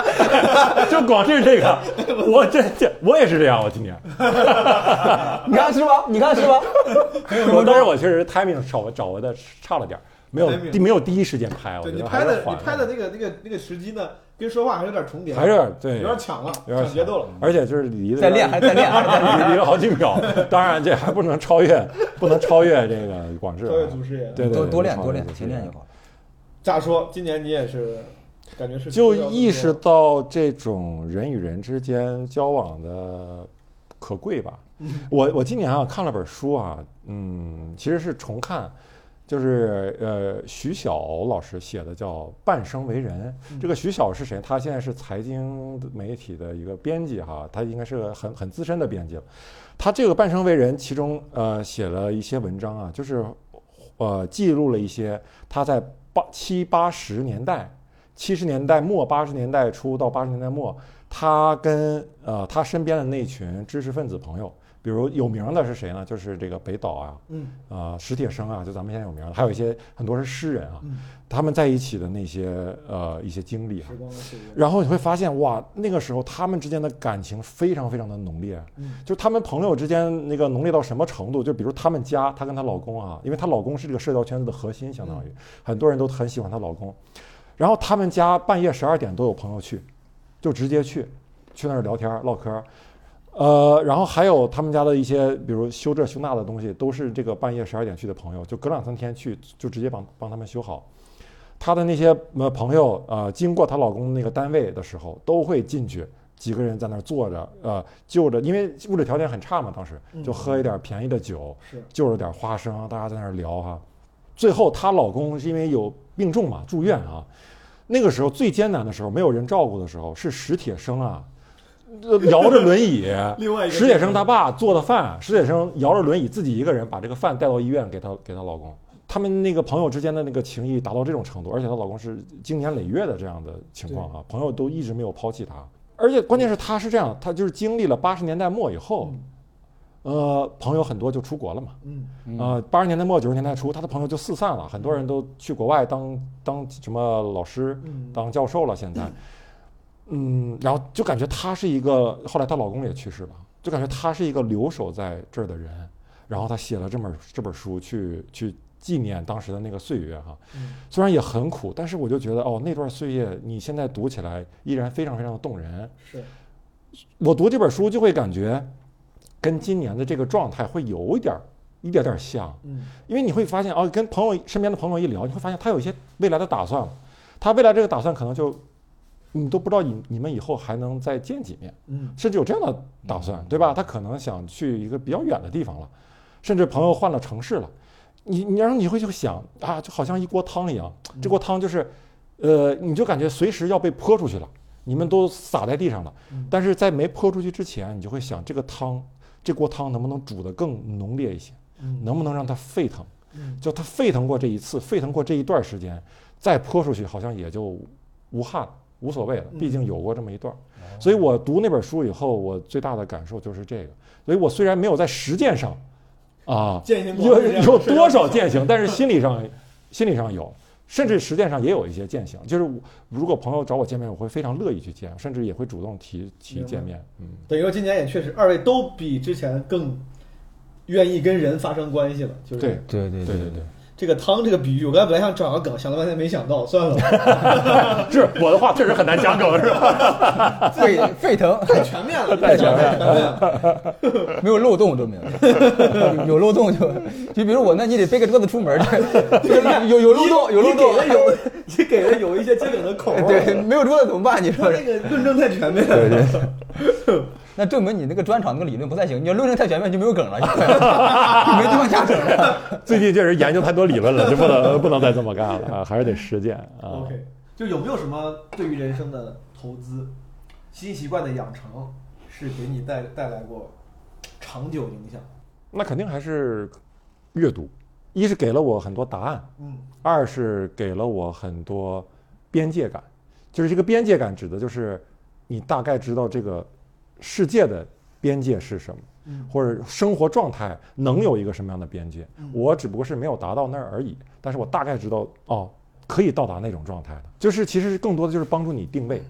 [SPEAKER 5] <laughs> 就光是这个，我这这我也是这样，我今 <laughs> 年。
[SPEAKER 4] 你看是吧？你看是吧？
[SPEAKER 5] 我但是我确实 timing 找找我的差了点儿，没有
[SPEAKER 3] timing
[SPEAKER 5] 第没有第一时间拍，我
[SPEAKER 3] 对
[SPEAKER 5] 觉
[SPEAKER 3] 你
[SPEAKER 5] 得
[SPEAKER 3] 拍
[SPEAKER 5] 还是
[SPEAKER 3] 的
[SPEAKER 5] 缓
[SPEAKER 3] 你
[SPEAKER 5] 了
[SPEAKER 3] 拍的那个那个那个时机呢，跟说话还是有点重叠，
[SPEAKER 5] 还是有点对
[SPEAKER 3] 有点抢了，
[SPEAKER 5] 有点嗯
[SPEAKER 3] 抢节奏了。
[SPEAKER 5] 而且就是离的
[SPEAKER 4] 再练，还再练，还在练。
[SPEAKER 5] <laughs> 离离了好几秒。当然这还不能超越，不能超越这个广智啊，
[SPEAKER 3] 超越祖师爷。
[SPEAKER 5] 对对对，
[SPEAKER 4] 多多
[SPEAKER 5] 不能
[SPEAKER 4] 练
[SPEAKER 5] 超
[SPEAKER 4] 多
[SPEAKER 5] 越
[SPEAKER 4] 练
[SPEAKER 5] 祖，师
[SPEAKER 4] 勤
[SPEAKER 5] 爷
[SPEAKER 4] 练就好了。
[SPEAKER 3] 咋说？今年你也是，感觉是
[SPEAKER 5] 就意识到这种人与人之间交往的可贵吧。我我今年啊看了本书啊，嗯，其实是重看，就是呃徐晓老师写的叫《半生为人》。这个徐晓是谁？他现在是财经媒体的一个编辑哈，他应该是个很很资深的编辑了。他这个《半生为人》其中呃写了一些文章啊，就是呃记录了一些他在八七八十年代七十年代末、八十年代初到八十年代末，他跟呃他身边的那群知识分子朋友，比如有名的是谁呢？就是这个北岛啊，
[SPEAKER 3] 嗯，
[SPEAKER 5] 啊史铁生啊，就咱们现在有名的，还有一些很多是诗人啊，
[SPEAKER 3] 嗯
[SPEAKER 5] 他们在一起的那些呃一些经历啊
[SPEAKER 3] 时，光的岁月。
[SPEAKER 5] 然后你会发现，哇，那个时候他们之间的感情非常非常的浓烈，
[SPEAKER 3] 嗯
[SPEAKER 5] 就是他们朋友之间那个浓烈到什么程度？就比如他们家，她跟她老公啊，因为她老公是这个社交圈子的核心，相当于、很多人都很喜欢她老公。然后他们家半夜十二点都有朋友去，就直接去，去那儿聊天儿唠嗑儿。呃，然后还有他们家的一些，比如修这修那的东西，都是这个半夜十二点去的朋友，就隔两三天去，就直接帮帮他们修好。她的那些呃朋友呃，经过她老公那个单位的时候，都会进去，几个人在那儿坐着，呃，就着，因为物质条件很差嘛，当时就喝一点便宜的酒，
[SPEAKER 3] 是。
[SPEAKER 5] 就着点花生，大家在那儿聊哈。最后她老公是因为有病重嘛，住院啊。那个时候最艰难的时候，没有人照顾的时候，是史铁生啊，呃摇着轮椅
[SPEAKER 3] 另外一个
[SPEAKER 5] 史铁生他爸做的饭，史铁生摇着轮椅自己一个人把这个饭带到医院给她给她老公。他们那个朋友之间的那个情谊达到这种程度，而且她老公是经年累月的这样的情况啊，朋友都一直没有抛弃她。而且关键是她是这样，她就是经历了八十年代末以后，呃，朋友很多就出国了嘛，
[SPEAKER 3] 嗯，
[SPEAKER 5] 呃，八十年代末九十年代初，他的朋友就四散了，很多人都去国外当当什么老师、当教授了。现在，嗯，然后就感觉她是一个，后来她老公也去世了，就感觉她是一个留守在这儿的人。然后她写了这本这本书去去纪念当时的那个岁月哈，虽然也很苦，但是我就觉得哦，那段岁月你现在读起来依然非常非常的动人。
[SPEAKER 3] 是
[SPEAKER 5] 我读这本书就会感觉，跟今年的这个状态会有一点儿一点点儿像，
[SPEAKER 3] 嗯，
[SPEAKER 5] 因为你会发现哦，跟朋友身边的朋友一聊，你会发现他有一些未来的打算了，他未来这个打算可能就你都不知道你你们以后还能再见几面，
[SPEAKER 3] 嗯，
[SPEAKER 5] 甚至有这样的打算，对吧？他可能想去一个比较远的地方了，甚至朋友换了城市了，你你然后你会就想啊，就好像一锅汤一样，这锅汤就是，呃，你就感觉随时要被泼出去了，你们都洒在地上了，但是在没泼出去之前，你就会想这个汤，这锅汤能不能煮得更浓烈一些，能不能让它沸腾，就它沸腾过这一次，沸腾过这一段时间，再泼出去好像也就无憾了，无所谓了，毕竟有过这么一段儿。所以我读那本书以后，我最大的感受就是这个。所以我虽然没有在实践上啊
[SPEAKER 3] 践行过
[SPEAKER 5] 有
[SPEAKER 3] 这样的
[SPEAKER 5] 有
[SPEAKER 3] 事儿
[SPEAKER 5] 多少践行，但是心理上心理上有，甚至实践上也有一些践行。就是我如果朋友找我见面，我会非常乐意去见，甚至也会主动提提
[SPEAKER 3] 明白
[SPEAKER 5] 见面。嗯，
[SPEAKER 3] 等于说今年也确实，二位都比之前更愿意跟人发生关系了，就是
[SPEAKER 5] 对
[SPEAKER 4] 对对
[SPEAKER 5] 对对对。
[SPEAKER 3] 这个汤这个比喻，我刚才本来想找个梗，想了半天没想到，算了吧，
[SPEAKER 6] 是我的话确实很难讲梗，是吧？
[SPEAKER 4] 沸沸腾，
[SPEAKER 3] 太 <laughs> 全面了，太全面了。
[SPEAKER 4] 没有漏洞证明，有漏洞就就比如我，那你得背个桌子出门，这这有有漏洞有漏洞
[SPEAKER 3] 你，给了有，你给了有一些接梗的口
[SPEAKER 4] 对，没有桌子怎么办？你说
[SPEAKER 3] 他这个论证太全面了。
[SPEAKER 4] 那证明你那个专场那个理论不太行，你要论证太全面就没有梗了，就 <laughs> 就没地方加梗了。
[SPEAKER 5] <laughs> 最近确实研究太多理论了，就不能不能再这么干了啊，还是得实践啊。
[SPEAKER 3] OK，就有没有什么对于人生的投资、新习惯的养成，是给你带带来过长久影响？
[SPEAKER 5] 那肯定还是阅读，一是给了我很多答案，
[SPEAKER 3] 嗯，
[SPEAKER 5] 二是给了我很多边界感，就是这个边界感指的就是你大概知道这个世界的边界是什么，
[SPEAKER 3] 嗯
[SPEAKER 5] 或者生活状态能有一个什么样的边界。
[SPEAKER 3] 嗯
[SPEAKER 5] 我只不过是没有达到那儿而已，但是我大概知道哦，可以到达那种状态的。就是其实更多的就是帮助你定位，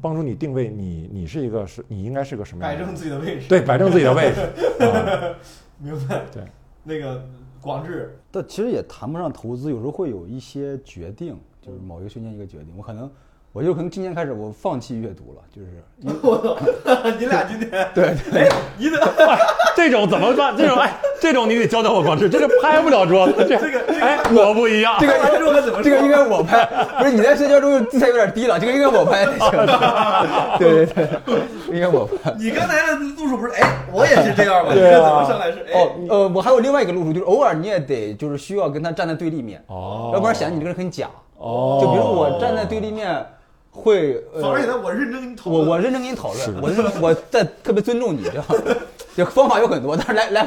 [SPEAKER 5] 帮助你定位你你是一个是你应该是个什么
[SPEAKER 3] 嗯
[SPEAKER 5] 样
[SPEAKER 3] 摆
[SPEAKER 5] 的人，
[SPEAKER 3] 正自己的位置。
[SPEAKER 5] 对摆正自己
[SPEAKER 3] <laughs>
[SPEAKER 5] 的位置。啊
[SPEAKER 3] 明白。
[SPEAKER 5] 对，
[SPEAKER 3] 那个广智， <laughs>
[SPEAKER 4] 但其实也谈不上投资，有时候会有一些决定，就是某一个瞬间一个决定。我可能，我就可能今年开始我放弃阅读了，就是因 <laughs> 为
[SPEAKER 3] 我操，你俩今天
[SPEAKER 4] <laughs>
[SPEAKER 3] 哎
[SPEAKER 4] 对对，
[SPEAKER 3] 你怎
[SPEAKER 6] 这种怎么办？这种哎，这种你得教教我，广志，这是拍不了桌子。这
[SPEAKER 3] 这个这个
[SPEAKER 6] 哎，我不一样。
[SPEAKER 4] 这
[SPEAKER 3] 观众可怎么
[SPEAKER 4] 个这个应该我拍，不是你在社交中姿态有点低了，这个应该我拍才行。对对对，应该我拍。
[SPEAKER 3] 你刚才的路数不是？哎，我也是这样
[SPEAKER 4] <laughs>
[SPEAKER 3] 吧？你
[SPEAKER 5] 对啊
[SPEAKER 3] 这怎么上来是？哎，
[SPEAKER 4] 哦，呃，我还有另外一个路数，就是偶尔你也得就是需要跟他站在对立面，
[SPEAKER 5] 哦
[SPEAKER 4] 要不然显得你这个人很假。
[SPEAKER 5] 哦
[SPEAKER 4] 就比如我站在对立面会，呃
[SPEAKER 3] 反而显得我认真跟你讨
[SPEAKER 4] 我
[SPEAKER 3] 论。
[SPEAKER 4] 我认真跟你讨论，我认我在特别尊重你，这样，就方法有很多，但是来来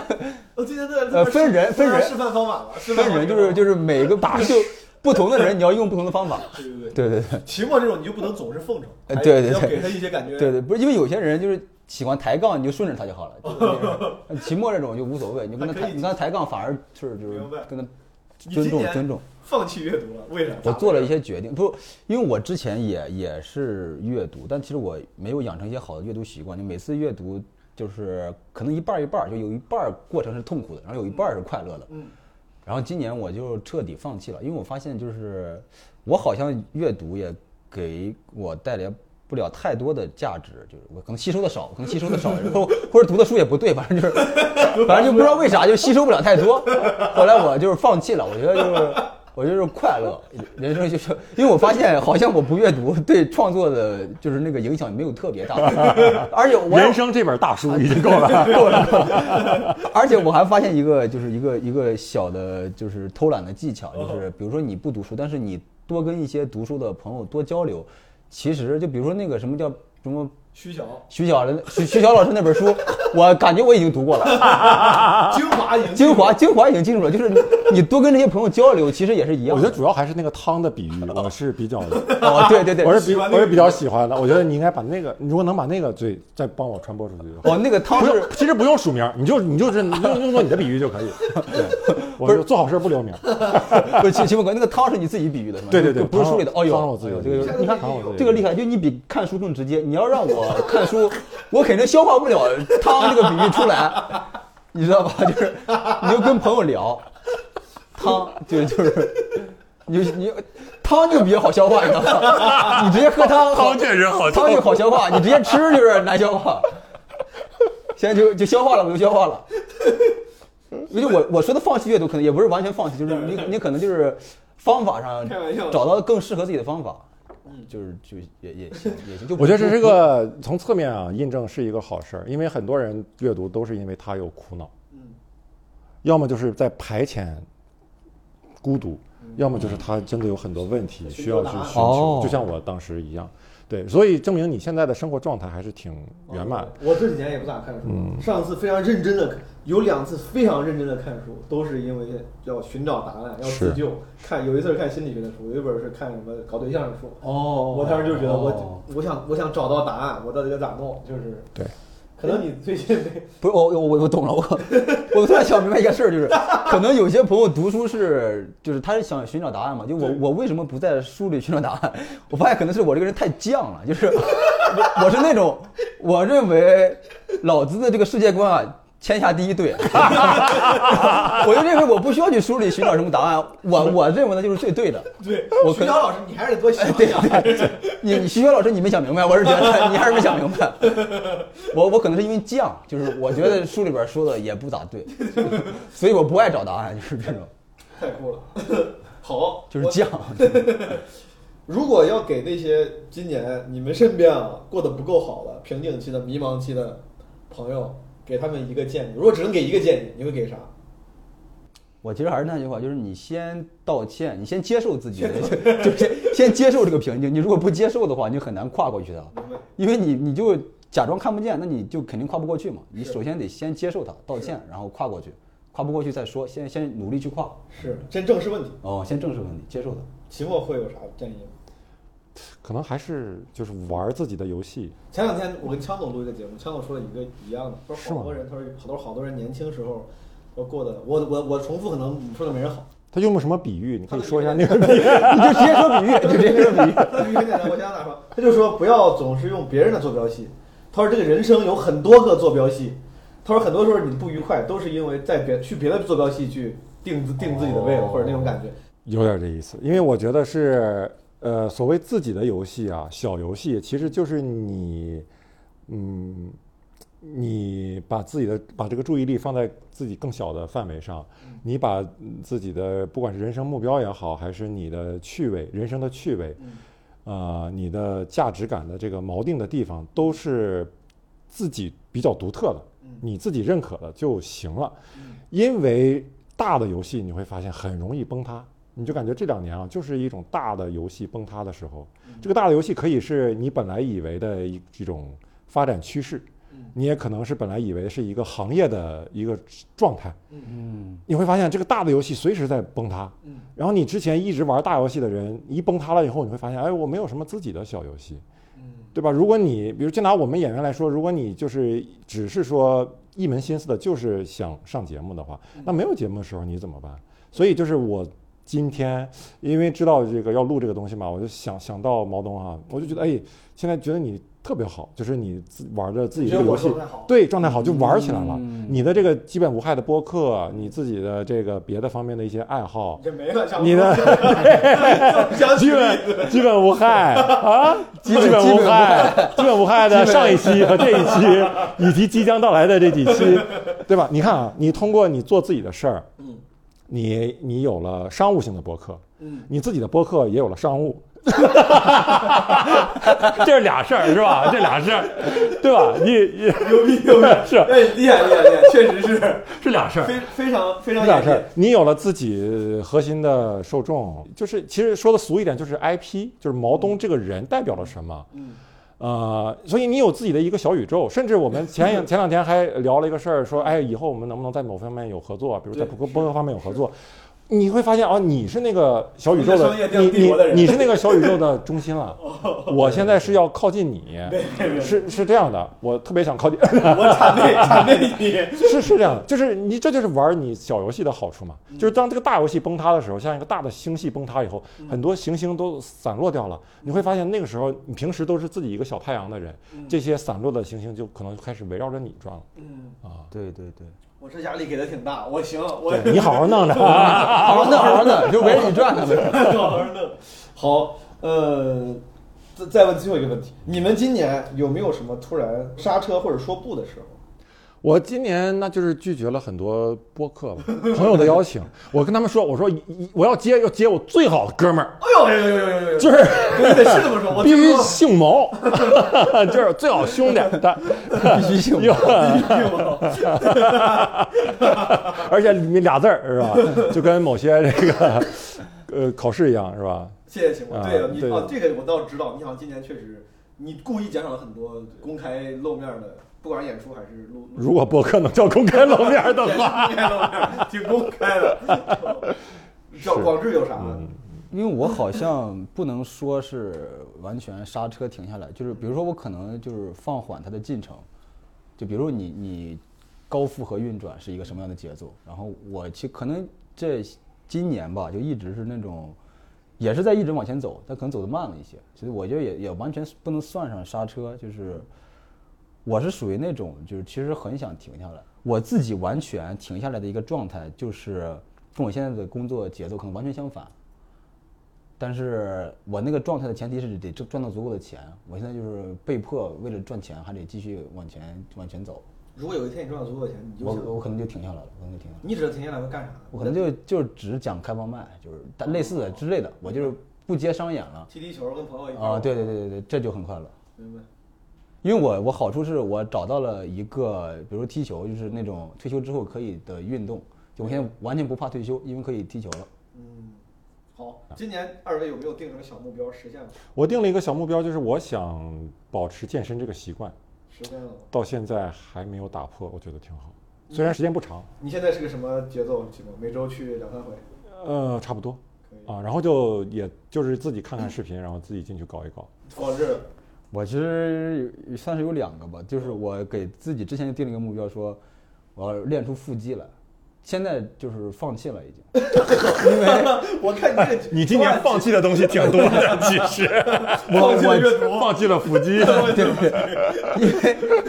[SPEAKER 3] 我哦今天在
[SPEAKER 4] 呃分人分人
[SPEAKER 3] 示范方法了，示范
[SPEAKER 4] 分人就是就是是每个打就不同的人，你要用不同的方法。
[SPEAKER 3] 对对对。
[SPEAKER 4] 对对对
[SPEAKER 3] 期末这种你就不能总是奉承，
[SPEAKER 4] 呃
[SPEAKER 3] 还
[SPEAKER 4] 对对
[SPEAKER 3] 要
[SPEAKER 4] 对
[SPEAKER 3] 给他一些感觉。
[SPEAKER 4] 对对，不是因为有些人就是喜欢抬杠，你就顺着他就好了。
[SPEAKER 3] <laughs>
[SPEAKER 4] 就是齐墨这种就无所谓，你跟他
[SPEAKER 3] 还
[SPEAKER 4] 抬
[SPEAKER 3] 可以
[SPEAKER 4] 你跟他抬杠反而是就是
[SPEAKER 3] 明白
[SPEAKER 4] 跟他
[SPEAKER 3] 你
[SPEAKER 4] 尊
[SPEAKER 3] 今
[SPEAKER 4] 重
[SPEAKER 3] 年
[SPEAKER 4] 尊重。
[SPEAKER 3] 放弃阅读了，为啥？
[SPEAKER 4] 我做了一些决定，不，因为我之前也也是阅读，但其实我没有养成一些好的阅读习惯。就每次阅读，就是可能一半儿一半儿，就有一半儿过程是痛苦的，然后有一半儿是快乐的。
[SPEAKER 3] 嗯，
[SPEAKER 4] 然后今年我就彻底放弃了，因为我发现就是我好像阅读也给我带来不了太多的价值，就是我可能吸收的少，可能吸收的少，然后或者读的书也不对，反正就是反正就不知道为啥就吸收不了太多。后来我就是放弃了，我觉得就是我就是快乐，人生就是因为我发现好像我不阅读对创作的就是那个影响没有特别大，而且我
[SPEAKER 5] 人生这本大书已经够了。
[SPEAKER 4] 够了。 <laughs> 而且我还发现一个，就是一个一个小的，就是偷懒的技巧，
[SPEAKER 5] 哦
[SPEAKER 4] 就是比如说你不读书，但是你多跟一些读书的朋友多交流，其实就比如说那个什么叫什么。
[SPEAKER 3] 虚小
[SPEAKER 4] 徐小的徐徐小老师那本
[SPEAKER 5] <laughs>
[SPEAKER 4] 书，我感觉我已经读过了，
[SPEAKER 3] 精华已经
[SPEAKER 4] 啊精华精华已经进入了。就是你你多跟这些朋友交流，其实也是一样
[SPEAKER 5] 我
[SPEAKER 4] 的。
[SPEAKER 5] 觉得主要还是那个汤的比喻，我是比较，
[SPEAKER 4] 哦，对对对，
[SPEAKER 5] 我是比
[SPEAKER 3] 欢那
[SPEAKER 5] 我
[SPEAKER 3] 个
[SPEAKER 5] 是比较喜欢的。我觉得你应该把那个，你如果能把那个最再帮我传播出去就
[SPEAKER 4] <laughs>
[SPEAKER 5] 好。
[SPEAKER 4] 哦那个汤
[SPEAKER 5] 不
[SPEAKER 4] 是
[SPEAKER 5] 用，其实不用署名，你就你就是用用作你的比喻就可以。对，我就做好事不留名。 <laughs>
[SPEAKER 4] <laughs> 不是秦秦文哥那个汤是你自己比喻的是吗？
[SPEAKER 5] 对对对，
[SPEAKER 4] 就不是书里的。哦
[SPEAKER 5] 汤我
[SPEAKER 4] 呦，
[SPEAKER 5] 自由，
[SPEAKER 4] 这个
[SPEAKER 5] 你看我自由
[SPEAKER 4] 这个厉害，就你比看书更直接。你要让我看书，我肯定消化不了汤这个比喻出来，你知道吧？ <laughs> 就是你就跟朋友聊，汤就是就是。你就你汤就比较好消化，你知道吗？你直接喝汤，
[SPEAKER 6] 汤确实
[SPEAKER 4] <laughs>
[SPEAKER 6] 好消化
[SPEAKER 4] 汤就好消化，你直接吃就是难消化。现在就就消化了，我就消化了。因为我我说的放弃阅读，可能也不是完全放弃，就是你你可能就是方法上
[SPEAKER 3] 开玩笑嗯
[SPEAKER 4] 找到更适合自己的方法，就是就也也行也行。就
[SPEAKER 5] 我觉得这是个从侧面啊印证是一个好事儿，因为很多人阅读都是因为他有苦恼，嗯，要么就是在排遣孤独，要么就是他真的有很多问题嗯需要去啊寻
[SPEAKER 4] 哦
[SPEAKER 5] 求，就像我当时一样，对，所以证明你现在的生活状态还是挺圆满的。
[SPEAKER 3] 我这几年也不咋看书，
[SPEAKER 4] 嗯
[SPEAKER 3] 上次非常认真的，有两次非常认真的看书，都是因为要寻找答案，要自
[SPEAKER 5] 是
[SPEAKER 3] 救。看有一次是看心理学的书，有一本是看什么搞对象的书。
[SPEAKER 4] 哦
[SPEAKER 3] 我当时就觉得我、
[SPEAKER 4] 哦
[SPEAKER 3] 我想我想找到答案，我到底该咋弄？就是
[SPEAKER 5] 对，
[SPEAKER 3] 可能你最近没
[SPEAKER 4] 不是我我我我懂了，我我突然想明白一个事儿，就是可能有些朋友读书是就是他是想寻找答案嘛，就我我为什么不在书里寻找答案？我发现可能是我这个人太犟了，就是 <laughs> 我我是那种我认为老子的这个世界观啊。天下第一对， <laughs> 我就认为我不需要去书里寻找什么答案，我我认为那就是最对的。
[SPEAKER 3] 对
[SPEAKER 4] 我
[SPEAKER 3] 徐
[SPEAKER 4] 可
[SPEAKER 3] 涛老师，你还是得多想
[SPEAKER 4] 对
[SPEAKER 3] 想。
[SPEAKER 4] 对对， <laughs> 你你徐学老师你没想明白，我是觉得你还是没想明白。我我可能是因为犟，就是我觉得书里边说的也不咋对， <laughs> 所以我不爱找答案，就是这种，
[SPEAKER 3] <laughs> 太酷了。 <laughs> 好，
[SPEAKER 4] 就是
[SPEAKER 3] 我
[SPEAKER 4] 犟。
[SPEAKER 3] 如果要给那些今年你们身边啊过得不够好的瓶颈期的、迷茫期的朋友，给他们一个建议，如果只能给一个建议，你会给啥？
[SPEAKER 4] <laughs> 我其实还是那句话，就是你先道歉，你先接受自己的，就就先先接受这个瓶颈。你如果不接受的话，你就很难跨过去的，因为你你就假装看不见，那你就肯定跨不过去嘛。你首先得先接受它，道歉，然后跨过去，跨不过去再说，先先努力去跨。
[SPEAKER 3] 是先正视问题。
[SPEAKER 4] 哦，先正视问题，接受它。
[SPEAKER 3] 期末会有啥建议吗？
[SPEAKER 5] 可能还是就是玩自己的游戏，
[SPEAKER 3] 前两天我跟枪总录一个节目，枪总说了一个一样的，说好多人，他说好多好多人年轻时候都过得，我我我重复可能说的没人好，
[SPEAKER 5] 他用了什么比喻？你可以说一下那个比喻。
[SPEAKER 4] 你就直接说比喻，你就直接说比喻。
[SPEAKER 3] 他 <laughs> 很简单，我想咋说？他就说不要总是用别人的坐标系。他说这个人生有很多个坐标系。他说很多时候你不愉快都是因为在别去别的坐标系去定自定自己的位了，或者那种感觉。
[SPEAKER 5] 有点这意思，因为我觉得是，呃，所谓自己的游戏啊，小游戏，其实就是你，嗯，你把自己的把这个注意力放在自己更小的范围上，你把嗯自己的不管是人生目标也好，还是你的趣味、人生的趣味，
[SPEAKER 3] 嗯
[SPEAKER 5] 呃，你的价值感的这个锚定的地方，都是自己比较独特的，
[SPEAKER 3] 嗯
[SPEAKER 5] 你自己认可的就行了。因为大的游戏你会发现很容易崩塌，你就感觉这两年啊，就是一种大的游戏崩塌的时候。这个大的游戏可以是你本来以为的一一种发展趋势，
[SPEAKER 3] 嗯
[SPEAKER 5] 你也可能是本来以为是一个行业的一个状态。嗯，你会发现这个大的游戏随时在崩塌。嗯，然后你之前一直玩大游戏的人，一崩塌了以后，你会发现，哎，我没有什么自己的小游戏。
[SPEAKER 3] 嗯
[SPEAKER 5] 对吧？如果你比如就拿我们演员来说，如果你就是只是说一门心思的就是想上节目的话，那没有节目的时候你怎么办？所以就是我今天因为知道这个要录这个东西嘛，我就想想到毛东啊，我就觉得哎，现在觉得你特别好，就是你自玩着自己这个嗯游戏
[SPEAKER 3] 你觉得我状态好，
[SPEAKER 5] 对状态好就玩起来了。你的这个基本无害的播客，你自己的这个别的方面的一些爱好，
[SPEAKER 3] 这没了，像
[SPEAKER 5] 你 <laughs> 的
[SPEAKER 3] 想
[SPEAKER 5] 基本基本无害啊，基
[SPEAKER 4] 本
[SPEAKER 5] 本
[SPEAKER 4] 基本
[SPEAKER 5] 无
[SPEAKER 4] 无
[SPEAKER 5] 害，基本无害的上一 <laughs> 期和这一期，以及即将到来的这几期，对吧？你看啊，你通过你做自己的事儿，你你有了商务性的播客，你自己的播客也有了商务， <laughs>
[SPEAKER 6] 这是俩事儿是吧？这俩事儿
[SPEAKER 5] 对吧？你你
[SPEAKER 3] 牛逼牛逼，
[SPEAKER 5] <laughs> 是
[SPEAKER 3] 哎，厉害厉害厉害，确实是
[SPEAKER 6] 是俩事儿。
[SPEAKER 3] 非非常非常
[SPEAKER 5] 这俩
[SPEAKER 3] 严
[SPEAKER 5] 事儿
[SPEAKER 3] 谨。，
[SPEAKER 5] 你有了自己核心的受众，就是其实说的俗一点，就是 IP，就是毛
[SPEAKER 3] 嗯
[SPEAKER 5] 东这个人代表了什么。嗯。呃，所以你有自己的一个小宇宙，甚至我们前
[SPEAKER 3] <laughs>
[SPEAKER 5] 前两天还聊了一个事儿，说，哎，以后我们能不能在某方面有合作，比如在
[SPEAKER 3] 对 <laughs>
[SPEAKER 5] 播播客方面有合作，你会发现哦，你是那个小宇
[SPEAKER 3] 你
[SPEAKER 5] 宙
[SPEAKER 3] 是
[SPEAKER 5] 的
[SPEAKER 3] 商业，帝
[SPEAKER 5] 你
[SPEAKER 3] 帝
[SPEAKER 5] 你
[SPEAKER 3] 国的人哦
[SPEAKER 5] 你是那个小宇宙的中
[SPEAKER 3] <laughs>
[SPEAKER 5] 心了，我现在是要靠近你，是是这样的，我特别想靠近，
[SPEAKER 3] 我谄媚谄媚你，
[SPEAKER 5] 是是这样的，就是你这就是玩你小游戏的好处嘛，就是当这个大游戏崩塌的时候，像一个大的星系崩塌以后，很多行星都散落掉了，你会发现那个时候你平时都是自己一个小太阳的人，这些散落的行星就可能开始围绕着你转了。
[SPEAKER 4] 哦对对对，
[SPEAKER 3] 我这压力给的挺大，我行，我 <laughs>
[SPEAKER 5] 对你好好弄着啊，
[SPEAKER 4] 好好弄好好弄，就围着你转
[SPEAKER 3] <laughs>
[SPEAKER 4] 他们。
[SPEAKER 3] 好好弄。好，呃，再再问最后一个问题，你们今年有没有什么突然刹车或者说不的时候？
[SPEAKER 5] <laughs> 我今年那就是拒绝了很多播客了朋友的邀请，我跟他们说，我说一一我要接要接我最好的哥们儿，
[SPEAKER 3] 哎呦哎呦哎呦哎呦哎呦！
[SPEAKER 5] 就是。
[SPEAKER 3] 对对是这么说，我
[SPEAKER 5] 必
[SPEAKER 3] 听
[SPEAKER 5] 须 <laughs>
[SPEAKER 3] 说
[SPEAKER 5] 姓毛，就是最好兄弟，但必须姓毛，而且里面俩字儿是吧？ <laughs> 就跟某些这个呃考试一样是吧？
[SPEAKER 3] 谢谢秦博，
[SPEAKER 5] 啊
[SPEAKER 3] 对啊，你
[SPEAKER 5] 对
[SPEAKER 3] 哦，这个我倒知道，你好像今年确实，你故意减少了很多公开露面的，不管是演出还是录，
[SPEAKER 5] 如果播客能叫公开露面的
[SPEAKER 3] 演出
[SPEAKER 5] 话，
[SPEAKER 3] 公开 <laughs> 露面挺公开的。叫广志有啥？
[SPEAKER 5] 嗯
[SPEAKER 4] 因为我好像不能说是完全刹车停下来，就是比如说我可能就是放缓它的进程，就比如你你高负荷运转是一个什么样的节奏，然后我其可能这今年吧就一直是那种，也是在一直往前走，但可能走得慢了一些，所以我觉得也也完全不能算上刹车，就是我是属于那种就是其实很想停下来，我自己完全停下来的一个状态就是跟我现在的工作节奏可能完全相反。但是我那个状态的前提是得赚赚到足够的钱，我现在就是被迫为了赚钱还得继续往前往前走，
[SPEAKER 3] 如果有一天你赚到足够的钱，你就
[SPEAKER 4] 我
[SPEAKER 3] 想
[SPEAKER 4] 我可能就停下来了，我可能就停下来了，
[SPEAKER 3] 你指着停下来会干啥呢？
[SPEAKER 4] 我可能就就只讲开放麦，就是但类似的之类的，我就是不接商演了
[SPEAKER 3] 踢踢球，跟朋友一块儿
[SPEAKER 4] 啊，，对对对对对，这就很快乐。
[SPEAKER 3] 明白。
[SPEAKER 4] 因为我我好处是我找到了一个，比如说踢球，就是那种退休之后可以的运动，就我现在完全不怕退休，因为可以踢球了。
[SPEAKER 3] 嗯，好，
[SPEAKER 4] 啊
[SPEAKER 3] 今年二位有没有定什么小目标实现了？
[SPEAKER 5] <laughs> 我定了一个小目标，就是我想保持健身这个习惯，
[SPEAKER 3] 实现了吗。
[SPEAKER 5] 到现在还没有打破，我觉得挺好。虽然时间不长，
[SPEAKER 3] 你现在是个什么节奏？秦博，每周去两三回，
[SPEAKER 5] 呃，差不多
[SPEAKER 3] 可以。
[SPEAKER 5] 啊，然后就也就是自己看看视频，然后自己进去搞一搞。
[SPEAKER 3] 广志，
[SPEAKER 4] 我其实有算是有两个吧，就是我给自己之前就定了一个目标，说我要练出腹肌来，现在就是放弃了已经。
[SPEAKER 3] <laughs>
[SPEAKER 4] <laughs>
[SPEAKER 3] 我看你这个
[SPEAKER 4] 哎
[SPEAKER 6] 你今年放弃的东西挺多的，其实
[SPEAKER 3] <laughs> 放弃了阅读，
[SPEAKER 6] 放弃了腹
[SPEAKER 3] <laughs>
[SPEAKER 6] 肌，
[SPEAKER 4] 对对， <laughs> 因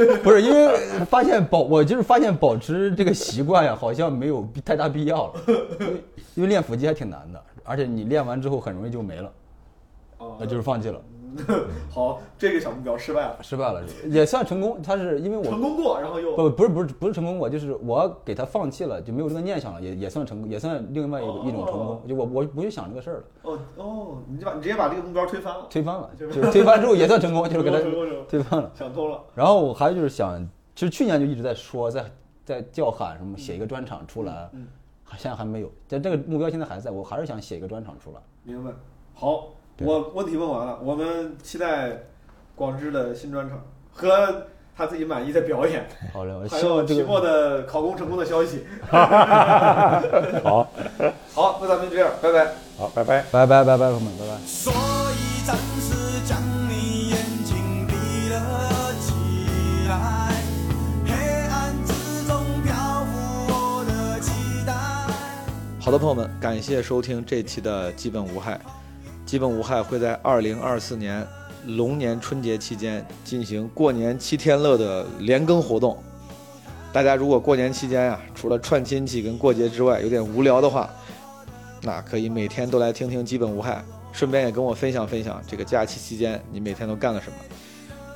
[SPEAKER 4] 为不是因为发现保，我就是发现保持这个习惯呀，好像没有太大必要了，因为因为练腹肌还挺难的，而且你练完之后很容易就没了，
[SPEAKER 3] 哦嗯
[SPEAKER 4] 那就是放弃了，
[SPEAKER 3] <laughs> 好，这个小目标失败了，
[SPEAKER 4] 失败了，也算成功。他是因为我
[SPEAKER 3] 成功过，然后又
[SPEAKER 4] 不不是不是不是成功过，就是我给他放弃了，就没有这个念想了，也也算成功，也算另外一个、一种成
[SPEAKER 3] 哦
[SPEAKER 4] 功。就我我不去想这个事儿了，
[SPEAKER 3] 哦哦，你就把你直接把这个目标推翻了，
[SPEAKER 4] 推翻了，
[SPEAKER 3] 就
[SPEAKER 4] 就是是推翻之后也算成功，就是给他
[SPEAKER 3] 成功成功
[SPEAKER 4] 推翻了。
[SPEAKER 3] 想通了，
[SPEAKER 4] 然后我还就是想，其实去年就一直在说，在在叫喊什么写一个专场出来，
[SPEAKER 3] 嗯
[SPEAKER 4] 还现在还没有，但这个目标现在还在，我还是想写一个专场出来。
[SPEAKER 3] 明白。好，我问题问完了，我们期待广志的新专场和他自己满意的表演，
[SPEAKER 4] 好嘞，我
[SPEAKER 3] 还
[SPEAKER 4] 希
[SPEAKER 3] 有
[SPEAKER 4] 望这
[SPEAKER 3] 期末
[SPEAKER 4] 个
[SPEAKER 3] 的考公成功的消息。
[SPEAKER 4] <laughs>
[SPEAKER 5] 好，
[SPEAKER 3] <laughs> 好，那咱们就这样，拜拜。
[SPEAKER 5] 好，拜拜。
[SPEAKER 4] 拜拜拜拜，朋友们，拜拜。
[SPEAKER 1] 所以暂时将你眼睛闭了起来，黑暗之中漂浮我的期待。
[SPEAKER 2] 好的，朋友们，感谢收听这期的《基本无害》。《基本无害》会在二零二四年龙年春节期间进行过年七天乐的连更活动。大家如果过年期间啊，除了串亲戚跟过节之外，有点无聊的话，那可以每天都来听听《基本无害》，顺便也跟我分享分享这个假期期间你每天都干了什么。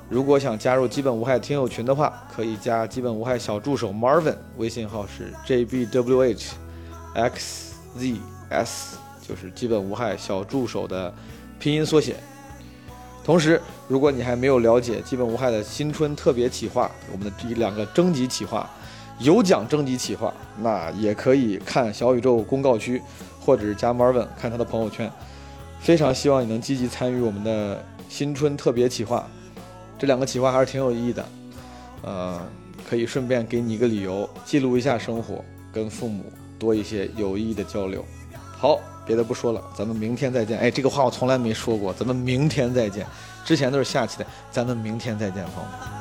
[SPEAKER 2] 如果想加入基本无害听友群的话，可以加基本无害小助手 Marvin，微信号是 jbwh X ZS，就是基本无害小助手的拼音缩写。同时，如果你还没有了解基本无害的新春特别企划，我们的这两个征集企划，有奖征集企划，那也可以看小宇宙公告区，或者加 Marvin 看他的朋友圈。非常希望你能积极参与我们的新春特别企划，这两个企划还是挺有意义的。呃，可以顺便给你一个理由，记录一下生活，跟父母多一些有意义的交流。好，别的不说了，咱们明天再见。哎，这个话我从来没说过，咱们明天再见。之前都是下期的，咱们明天再见，朋友们。